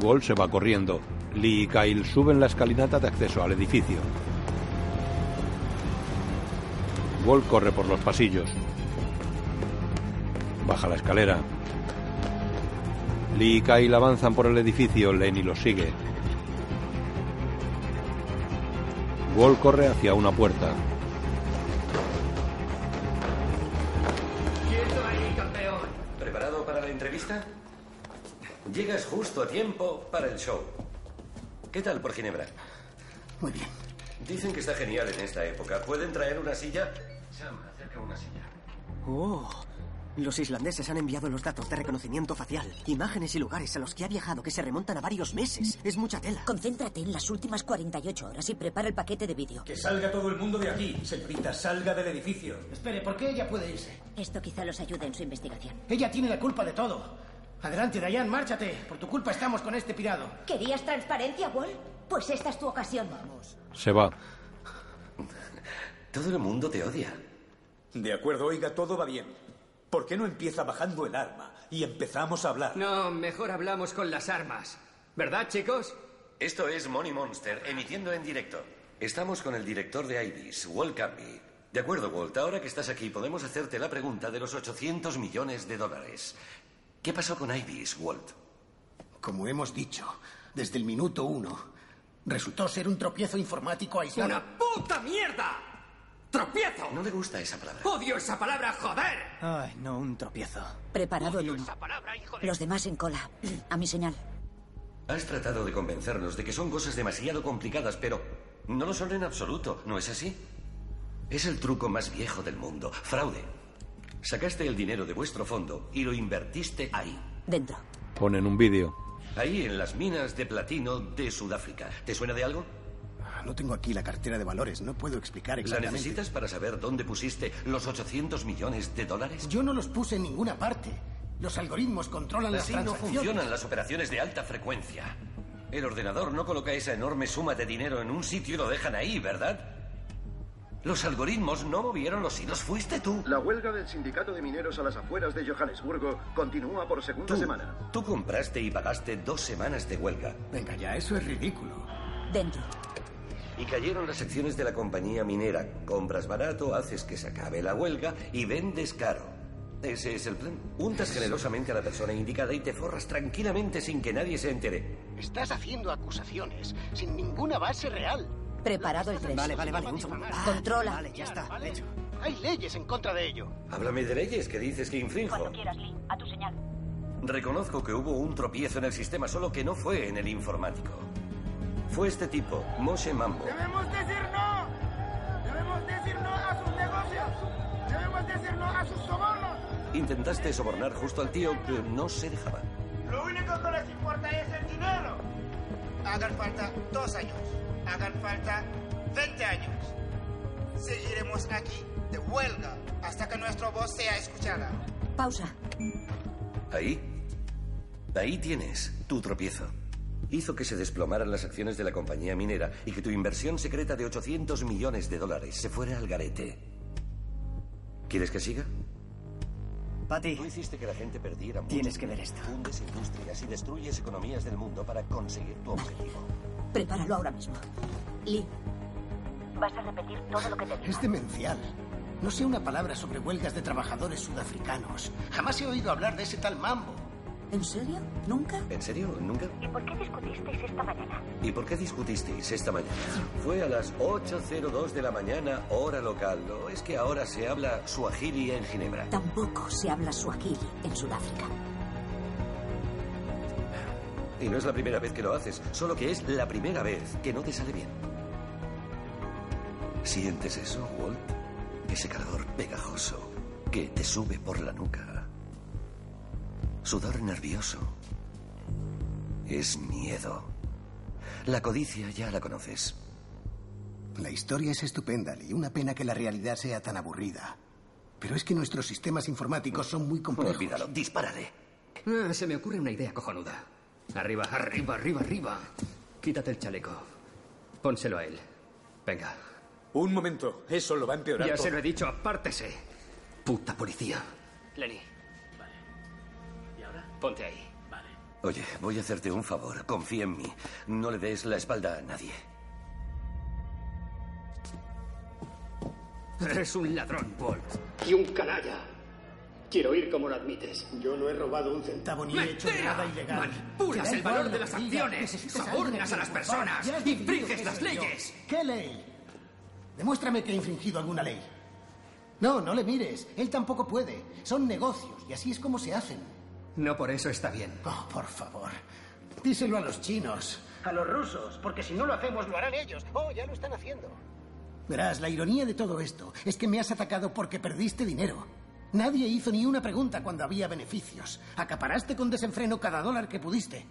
[SPEAKER 1] Wall se va corriendo. Lee y Kyle suben la escalinata de acceso al edificio. Wall corre por los pasillos. Baja la escalera. Lee y Kyle avanzan por el edificio. Lenny los sigue. Wall corre hacia una puerta.
[SPEAKER 10] ¡Quieto ahí, campeón!
[SPEAKER 2] ¿Preparado para la entrevista? Llegas justo a tiempo para el show. ¿Qué tal por Ginebra?
[SPEAKER 5] Muy bien.
[SPEAKER 2] Dicen que está genial en esta época. ¿Pueden traer una silla? Sam, acerca una silla.
[SPEAKER 4] Oh, los islandeses han enviado los datos de reconocimiento facial, imágenes y lugares a los que ha viajado que se remontan a varios meses. Es mucha tela.
[SPEAKER 6] Concéntrate en las últimas 48 horas y prepara el paquete de vídeo.
[SPEAKER 12] Que salga todo el mundo de aquí, señorita, salga del edificio. Espere, ¿por qué ella puede irse?
[SPEAKER 6] Esto quizá los ayude en su investigación.
[SPEAKER 12] Ella tiene la culpa de todo. Adelante, Dayan, márchate. Por tu culpa estamos con este pirado.
[SPEAKER 9] ¿Querías transparencia, Wall? Pues esta es tu ocasión.
[SPEAKER 1] Se va.
[SPEAKER 2] Todo el mundo te odia.
[SPEAKER 12] De acuerdo, oiga, todo va bien. ¿Por qué no empieza bajando el arma y empezamos a hablar?
[SPEAKER 10] No, mejor hablamos con las armas. ¿Verdad, chicos?
[SPEAKER 2] Esto es Money Monster, emitiendo en directo. Estamos con el director de IDIS, Walt Canby. De acuerdo, Walt, ahora que estás aquí podemos hacerte la pregunta de los 800 millones de dólares. ¿Qué pasó con IDIS, Walt?
[SPEAKER 5] Como hemos dicho, desde el minuto uno, resultó ser un tropiezo informático aislado.
[SPEAKER 10] ¡Una puta mierda! ¡Tropiezo!
[SPEAKER 2] No le gusta esa palabra.
[SPEAKER 10] ¡Odio esa palabra, joder!
[SPEAKER 4] Ay, no, un tropiezo.
[SPEAKER 6] Preparado el uno. Los demás en cola. A mi señal.
[SPEAKER 2] Has tratado de convencernos de que son cosas demasiado complicadas, pero no lo son en absoluto, ¿no es así? Es el truco más viejo del mundo. Fraude. Sacaste el dinero de vuestro fondo y lo invertiste ahí.
[SPEAKER 6] Dentro.
[SPEAKER 1] Ponen un vídeo.
[SPEAKER 2] Ahí, en las minas de platino de Sudáfrica. ¿Te suena de algo?
[SPEAKER 5] No Ah, tengo aquí la cartera de valores, no puedo explicar
[SPEAKER 2] ¿La
[SPEAKER 5] exactamente.
[SPEAKER 2] necesitas para saber dónde pusiste los 800 millones de dólares?
[SPEAKER 5] Yo no los puse en ninguna parte. Los algoritmos controlan las
[SPEAKER 2] Así Pues no
[SPEAKER 5] transacciones.
[SPEAKER 2] funcionan las operaciones de alta frecuencia. El ordenador no coloca esa enorme suma de dinero en un sitio y lo dejan ahí, ¿verdad? Los algoritmos no movieron los hilos, fuiste tú.
[SPEAKER 63] La huelga del sindicato de mineros a las afueras de Johannesburgo continúa por segunda
[SPEAKER 2] Tú.
[SPEAKER 63] semana.
[SPEAKER 2] Tú compraste y pagaste dos semanas de huelga.
[SPEAKER 5] Venga ya, eso es ridículo.
[SPEAKER 6] Dentro.
[SPEAKER 2] Y cayeron las acciones de la compañía minera. Compras barato, haces que se acabe la huelga y vendes caro. Ese es el plan. Untas generosamente a la persona indicada y te forras tranquilamente sin que nadie se entere.
[SPEAKER 5] Estás haciendo acusaciones sin ninguna base real.
[SPEAKER 6] Preparado el tres.
[SPEAKER 4] Vale, vale, vale, un segundo.
[SPEAKER 6] Controla.
[SPEAKER 4] Vale, ya está. hecho.
[SPEAKER 5] Hay leyes en contra de ello.
[SPEAKER 2] Háblame de leyes que dices que infrinjo.
[SPEAKER 61] Cuando quieras, Lee, a tu señal.
[SPEAKER 2] Reconozco que hubo un tropiezo en el sistema, solo que no fue en el informático. Fue este tipo, Moshe Mambo.
[SPEAKER 22] Debemos decir no. Debemos decir no a sus negocios. Debemos decir no a sus sobornos.
[SPEAKER 2] Y intentaste sobornar justo al tío, pero no se dejaba.
[SPEAKER 22] Lo único que les importa es el dinero. Hagan falta dos años. Hagan falta 20 años. Seguiremos aquí de huelga hasta que nuestra voz sea escuchada.
[SPEAKER 6] Pausa.
[SPEAKER 2] Ahí. Ahí tienes tu tropiezo. Hizo que se desplomaran las acciones de la compañía minera y que tu inversión secreta de 800 millones de dólares se fuera al garete. ¿Quieres que siga?
[SPEAKER 64] Patty.
[SPEAKER 2] Tú hiciste que la gente perdiera mucho.
[SPEAKER 64] Tienes que ver esto.
[SPEAKER 2] Hundes industrias y destruyes economías del mundo para conseguir tu objetivo.
[SPEAKER 6] Prepáralo ahora mismo. Lee,
[SPEAKER 65] Vas a repetir todo lo que te diga.
[SPEAKER 5] Es demencial. No sé una palabra sobre huelgas de trabajadores sudafricanos. Jamás he oído hablar de ese tal mambo.
[SPEAKER 6] ¿En serio? ¿Nunca?
[SPEAKER 2] ¿En serio? ¿Nunca?
[SPEAKER 65] ¿Y por qué discutisteis esta mañana?
[SPEAKER 2] ¿Y por qué discutisteis esta mañana? Fue a las 8.02 de la mañana, hora local. ¿O es que ahora se habla suajili en Ginebra?
[SPEAKER 6] Tampoco se habla suajili en Sudáfrica.
[SPEAKER 2] Y no es la primera vez que lo haces, solo que es la primera vez que no te sale bien. ¿Sientes eso, Walt? Ese calor pegajoso que te sube por la nuca. Sudor nervioso. Es miedo. La codicia ya la conoces.
[SPEAKER 5] La historia es estupenda y una pena que la realidad sea tan aburrida. Pero es que nuestros sistemas informáticos son muy complejos.
[SPEAKER 2] Olvídalo, dispárale.
[SPEAKER 10] Ah, se me ocurre una idea cojonuda. Arriba, arriba, arriba, arriba. Quítate el chaleco. Pónselo a él. Venga.
[SPEAKER 12] Un momento, eso lo va a empeorar.
[SPEAKER 10] Ya
[SPEAKER 12] todo.
[SPEAKER 10] se lo he dicho, apártese. Puta policía. Lenny.
[SPEAKER 4] ¿Y ahora? Ponte ahí.
[SPEAKER 2] Oye, voy a hacerte un favor. Confía en mí. No le des la espalda a nadie.
[SPEAKER 10] Eres un ladrón, Walt. Y un canalla. Quiero ir como lo admites. Yo no he robado un centavo
[SPEAKER 22] ni he hecho nada ilegal.
[SPEAKER 10] Manipulas
[SPEAKER 22] Da
[SPEAKER 10] el valor
[SPEAKER 22] igual
[SPEAKER 10] de
[SPEAKER 22] lo
[SPEAKER 10] las
[SPEAKER 22] que digas,
[SPEAKER 10] acciones.
[SPEAKER 22] necesitas a alguien
[SPEAKER 10] Sabornas
[SPEAKER 22] que
[SPEAKER 10] a las
[SPEAKER 22] lo combate.
[SPEAKER 10] personas.
[SPEAKER 22] Ya has decidido
[SPEAKER 10] Infringes
[SPEAKER 22] que
[SPEAKER 10] las
[SPEAKER 22] soy yo.
[SPEAKER 10] leyes.
[SPEAKER 22] ¿Qué ley?
[SPEAKER 5] Demuéstrame que he infringido alguna ley. No, no le mires. Él tampoco puede. Son negocios y así es como se hacen.
[SPEAKER 10] No por eso está bien.
[SPEAKER 5] Oh, por favor. Díselo a los chinos. A los rusos, porque si no lo hacemos lo harán ellos. Oh, ya lo están haciendo. Verás, la ironía de todo esto es que me has atacado porque perdiste dinero. Nadie hizo ni una pregunta cuando había beneficios. Acaparaste con desenfreno cada dólar que pudiste.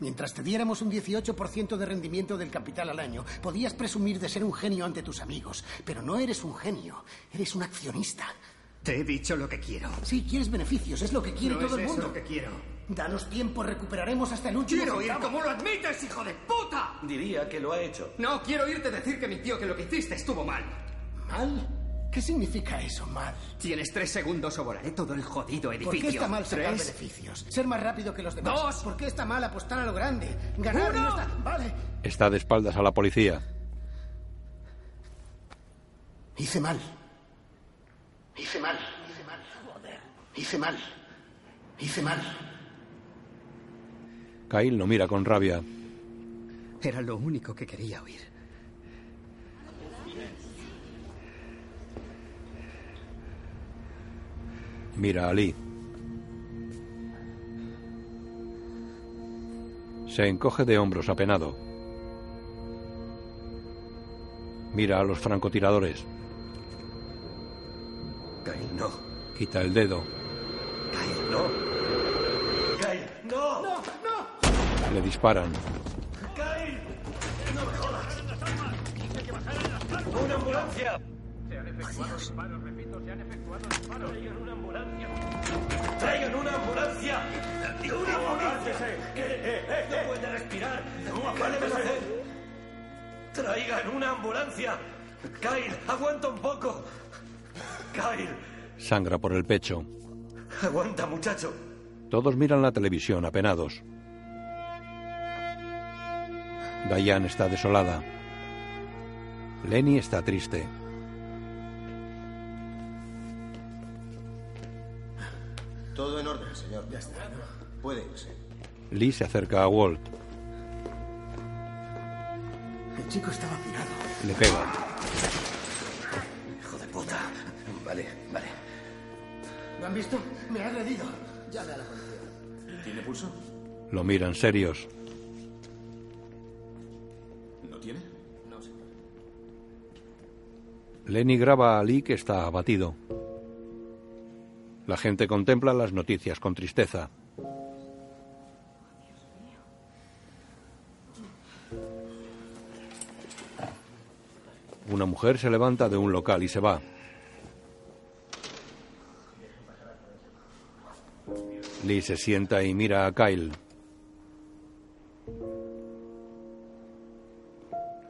[SPEAKER 5] Mientras te diéramos un 18% de rendimiento del capital al año, podías presumir de ser un genio ante tus amigos. Pero no eres un genio, eres un accionista.
[SPEAKER 10] Te he dicho lo que quiero.
[SPEAKER 5] Sí, quieres beneficios, es lo que quiere
[SPEAKER 10] No
[SPEAKER 5] todo el
[SPEAKER 10] es eso
[SPEAKER 5] mundo.
[SPEAKER 10] lo que quiero.
[SPEAKER 5] Danos tiempo, recuperaremos hasta el último.
[SPEAKER 10] Quiero ir
[SPEAKER 5] centavo.
[SPEAKER 10] como lo admites, hijo de puta.
[SPEAKER 2] Diría que lo ha hecho.
[SPEAKER 10] No quiero irte a decir que mi tío que lo que hiciste estuvo mal.
[SPEAKER 5] ¿Mal? ¿Qué significa eso, mal?
[SPEAKER 10] Tienes tres segundos o volaré todo el jodido
[SPEAKER 5] ¿Por
[SPEAKER 10] edificio.
[SPEAKER 5] qué está mal sacar
[SPEAKER 10] Tres.
[SPEAKER 5] beneficios? Ser más rápido que los demás.
[SPEAKER 10] Dos.
[SPEAKER 5] ¿Por qué está mal apostar a lo grande? Ganar
[SPEAKER 10] Uno.
[SPEAKER 5] no está- Vale.
[SPEAKER 1] Está de espaldas a la policía.
[SPEAKER 5] Hice mal. Hice mal. Hice mal. Hice mal. Hice mal.
[SPEAKER 1] Caín lo mira con rabia.
[SPEAKER 10] Era lo único que quería oír.
[SPEAKER 1] Mira a Ali. Se encoge de hombros apenado. Mira a los francotiradores.
[SPEAKER 2] Kyle, no.
[SPEAKER 1] Quita el dedo.
[SPEAKER 2] Kyle, no. Kyle, no. No, no.
[SPEAKER 1] Le disparan.
[SPEAKER 2] Kyle, no me jodas. ¡Una ambulancia! ¡Traigan una ambulancia! ¡Una ambulancia! Eh, ¡Que no puede respirar! ¿Qué le vas a hacer? ¡Traigan una ambulancia! ¡Kyle, aguanta un poco! ¡Kyle,
[SPEAKER 1] Sangra por el pecho.
[SPEAKER 2] aguanta, muchacho!
[SPEAKER 1] Todos miran la televisión apenados. Diane está desolada. Lenny está triste.
[SPEAKER 66] Todo en orden, señor. Ya está. Puede irse.
[SPEAKER 1] Lee se acerca a Walt.
[SPEAKER 5] El chico estaba tirado.
[SPEAKER 1] Le pega.
[SPEAKER 2] ¡Hijo de puta! Vale, vale.
[SPEAKER 5] ¿Lo han visto? Me ha agredido. Llame a la policía.
[SPEAKER 12] ¿Tiene pulso?
[SPEAKER 1] Lo miran serios.
[SPEAKER 12] ¿No tiene?
[SPEAKER 66] No, señor.
[SPEAKER 1] Lenny graba a Lee que está abatido. La gente contempla las noticias con tristeza. Una mujer se levanta de un local y se va. Lee se sienta y mira a Kyle.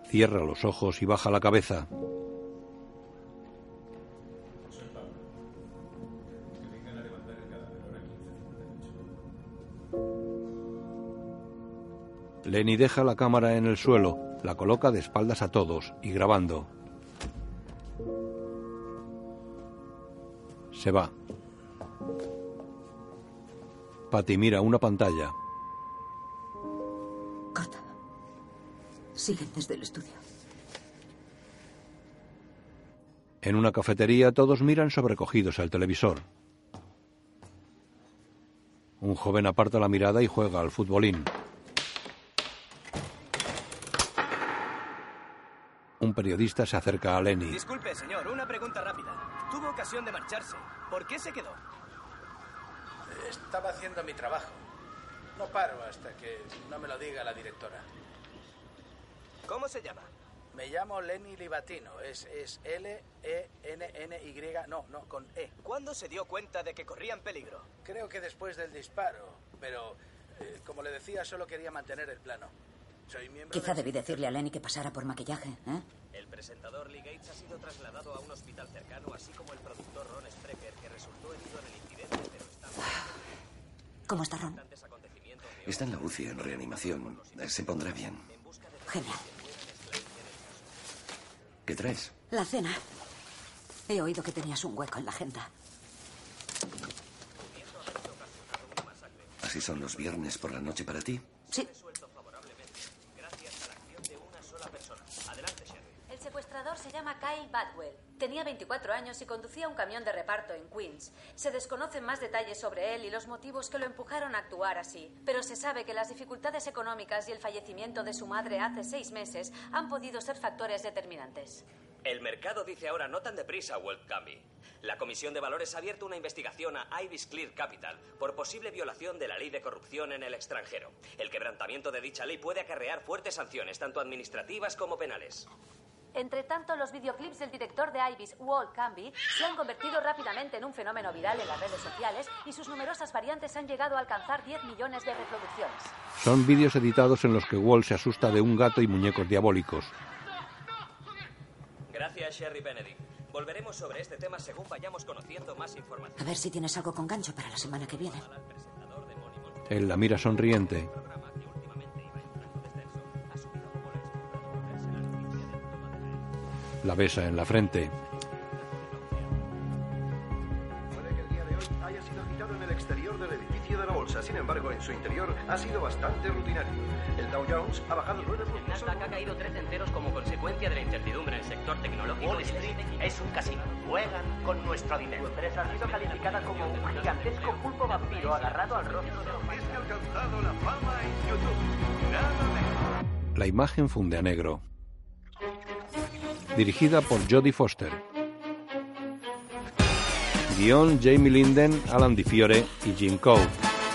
[SPEAKER 1] Cierra los ojos y baja la cabeza. Lenny deja la cámara en el suelo, la coloca de espaldas a todos y grabando. Se va. Patty mira una pantalla.
[SPEAKER 6] Siguen desde el estudio.
[SPEAKER 1] En una cafetería todos miran sobrecogidos al televisor. Un joven aparta la mirada y juega al futbolín. Un periodista se acerca a Lenny.
[SPEAKER 17] Disculpe, señor, una pregunta rápida. Tuvo ocasión de marcharse. ¿Por qué se quedó?
[SPEAKER 4] Estaba haciendo mi trabajo. No paro hasta que no me lo diga la directora.
[SPEAKER 17] ¿Cómo se llama?
[SPEAKER 4] Me llamo Lenny Libatino. Es, es E L-E-N-N-Y. No, no, con E.
[SPEAKER 17] ¿Cuándo se dio cuenta de que corrían peligro?
[SPEAKER 4] Creo que después del disparo, pero eh, como le decía, solo quería mantener el plano. Soy miembro.
[SPEAKER 6] Quizá
[SPEAKER 4] del-
[SPEAKER 6] debí decirle a Lenny que pasara por maquillaje, ¿eh?
[SPEAKER 17] El presentador Lee Gates ha sido trasladado a un hospital cercano, así como el productor Ron Sprecher, que resultó herido en el incidente, pero está...
[SPEAKER 6] ¿Cómo está Ron?
[SPEAKER 2] Está en la UCI en reanimación. Se pondrá bien.
[SPEAKER 6] Genial.
[SPEAKER 2] ¿Qué traes?
[SPEAKER 6] La cena. He oído que tenías un hueco en la agenda.
[SPEAKER 2] Así son los viernes por la noche para ti.
[SPEAKER 6] Sí.
[SPEAKER 17] Adelante, Sherry.
[SPEAKER 26] El secuestrador se llama Kyle Badwell. Tenía 24 años y conducía un camión de reparto en Queens. Se desconocen más detalles sobre él y los motivos que lo empujaron a actuar así, pero se sabe que las dificultades económicas y el fallecimiento de su madre hace seis meses han podido ser factores determinantes.
[SPEAKER 17] El mercado dice ahora no tan deprisa, World Cambi. La Comisión de Valores ha abierto una investigación a Ibis Clear Capital por posible violación de la ley de corrupción en el extranjero. El quebrantamiento de dicha ley puede acarrear fuertes sanciones, tanto administrativas como penales.
[SPEAKER 26] Entre tanto, los videoclips del director de Ibis, Walt Canby, se han convertido rápidamente en un fenómeno viral en las redes sociales y sus numerosas variantes han llegado a alcanzar 10 millones de reproducciones.
[SPEAKER 1] Son vídeos editados en los que Wall se asusta de un gato y muñecos diabólicos.
[SPEAKER 17] Gracias, Sherry Benedict. Volveremos sobre este tema según vayamos conociendo más información.
[SPEAKER 6] A ver si tienes algo con gancho para la semana que viene.
[SPEAKER 1] Él la mira sonriente. La besa en la frente.
[SPEAKER 12] Puede que el día de hoy haya sido agitado en el exterior del edificio de la bolsa. Sin embargo, en su interior ha sido bastante rutinario. El Dow Jones ha bajado nueve
[SPEAKER 67] El Nasdaq ha caído tres enteros como consecuencia de la incertidumbre en el sector tecnológico. Wall Street es un casino. Juegan con nuestro dinero. Empresa ha sido calificada como un gigantesco pulpo vampiro agarrado al rostro de
[SPEAKER 12] ha alcanzado la fama en YouTube. Nada menos.
[SPEAKER 1] La imagen funde a negro. Dirigida por Jodie Foster. Guión Jamie Linden, Alan DiFiore y Jim Cove.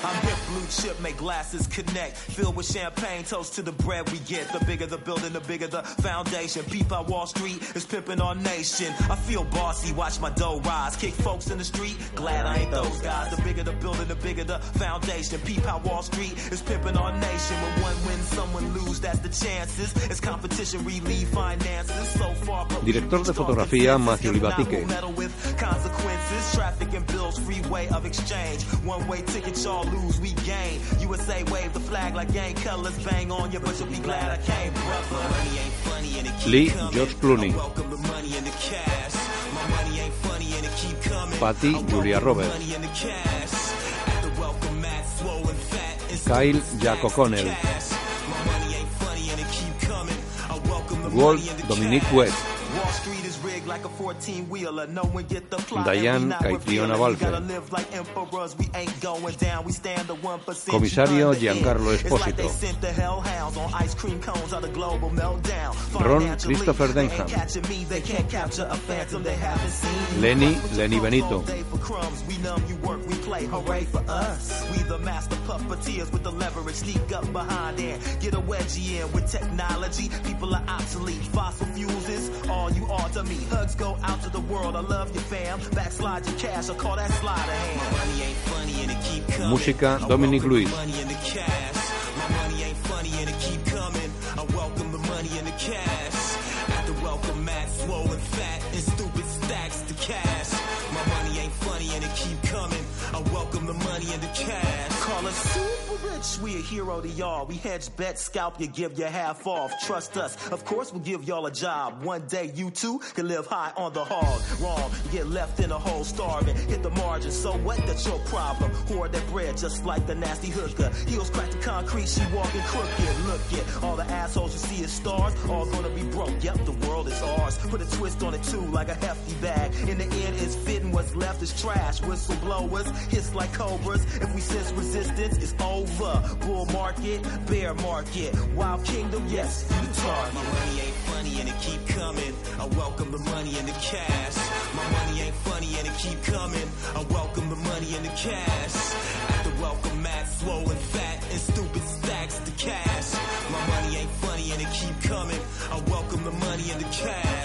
[SPEAKER 7] I'm hip, blue chip, make glasses connect. Filled with champagne, toast to the bread we get. The bigger the building, the bigger the foundation. Peep out Wall Street, is pimping our nation. I feel bossy, watch my dough rise. Kick folks in the street, glad I ain't those guys. The bigger the building, the bigger the foundation. Peep out Wall Street, is pimping our nation. When one wins, someone lose, that's the chances. It's competition, relieve finances. So far, but we
[SPEAKER 1] Director de fotografía Matthew Libatique.
[SPEAKER 7] metal with consequences. Traffic and bills, free way of exchange. One way ticket, y'all lose, we gain. USA wave the flag like gang colors. Bang on you, but you'll be glad I came, brother. Money ain't funny and it keep
[SPEAKER 1] Lee
[SPEAKER 7] coming.
[SPEAKER 1] George Clooney.
[SPEAKER 7] I welcome the money and the cash. My money ain't funny and it keep coming.
[SPEAKER 1] Patty Julia Roberts.
[SPEAKER 7] Money and the cash. At the welcome mat, swole and fat. It's
[SPEAKER 1] Kyle Jack O'Connell.
[SPEAKER 7] cash. My money ain't funny and it keep coming. I welcome the
[SPEAKER 1] Walt
[SPEAKER 7] money and the
[SPEAKER 1] Dominique
[SPEAKER 7] cash.
[SPEAKER 1] West.
[SPEAKER 7] Wall Street is rigged like a 14 wheeler. No one get the plot.
[SPEAKER 1] Diane
[SPEAKER 7] Diane
[SPEAKER 1] Caitriona
[SPEAKER 7] Caitriona
[SPEAKER 1] Balfe.
[SPEAKER 7] Balfe.
[SPEAKER 1] Comisario Giancarlo Espósito. Ron Christopher Denham. Lenny, Lenny Benito. Música Dominic Luis.
[SPEAKER 7] We a hero to y'all. We hedge bet, scalp you, give you half off. Trust us. Of course, we'll give y'all a job. One day you too can live high on the hog. Wrong. You get left in a hole starving. Hit the margin. So what? That's your problem. Hoard that bread just like the nasty hooker. Heels crack the concrete. She walking crooked. Look it. All the assholes you see is stars. All gonna be broke. Yep, the world is ours. Put a twist on it too, like a hefty bag. In the end, it's fitting. What's left is trash. Whistleblowers hiss like cobras. If we sense resistance, it's over. Bull market, bear market, wild kingdom. Yes, you the target. My money ain't funny and it keep coming. I welcome the money and the cash. My money ain't funny and it keep coming. I welcome the money and the cash. At the welcome mat, swollen fat and stupid stacks to cash. My money ain't funny and it keep coming. I welcome the money and the cash.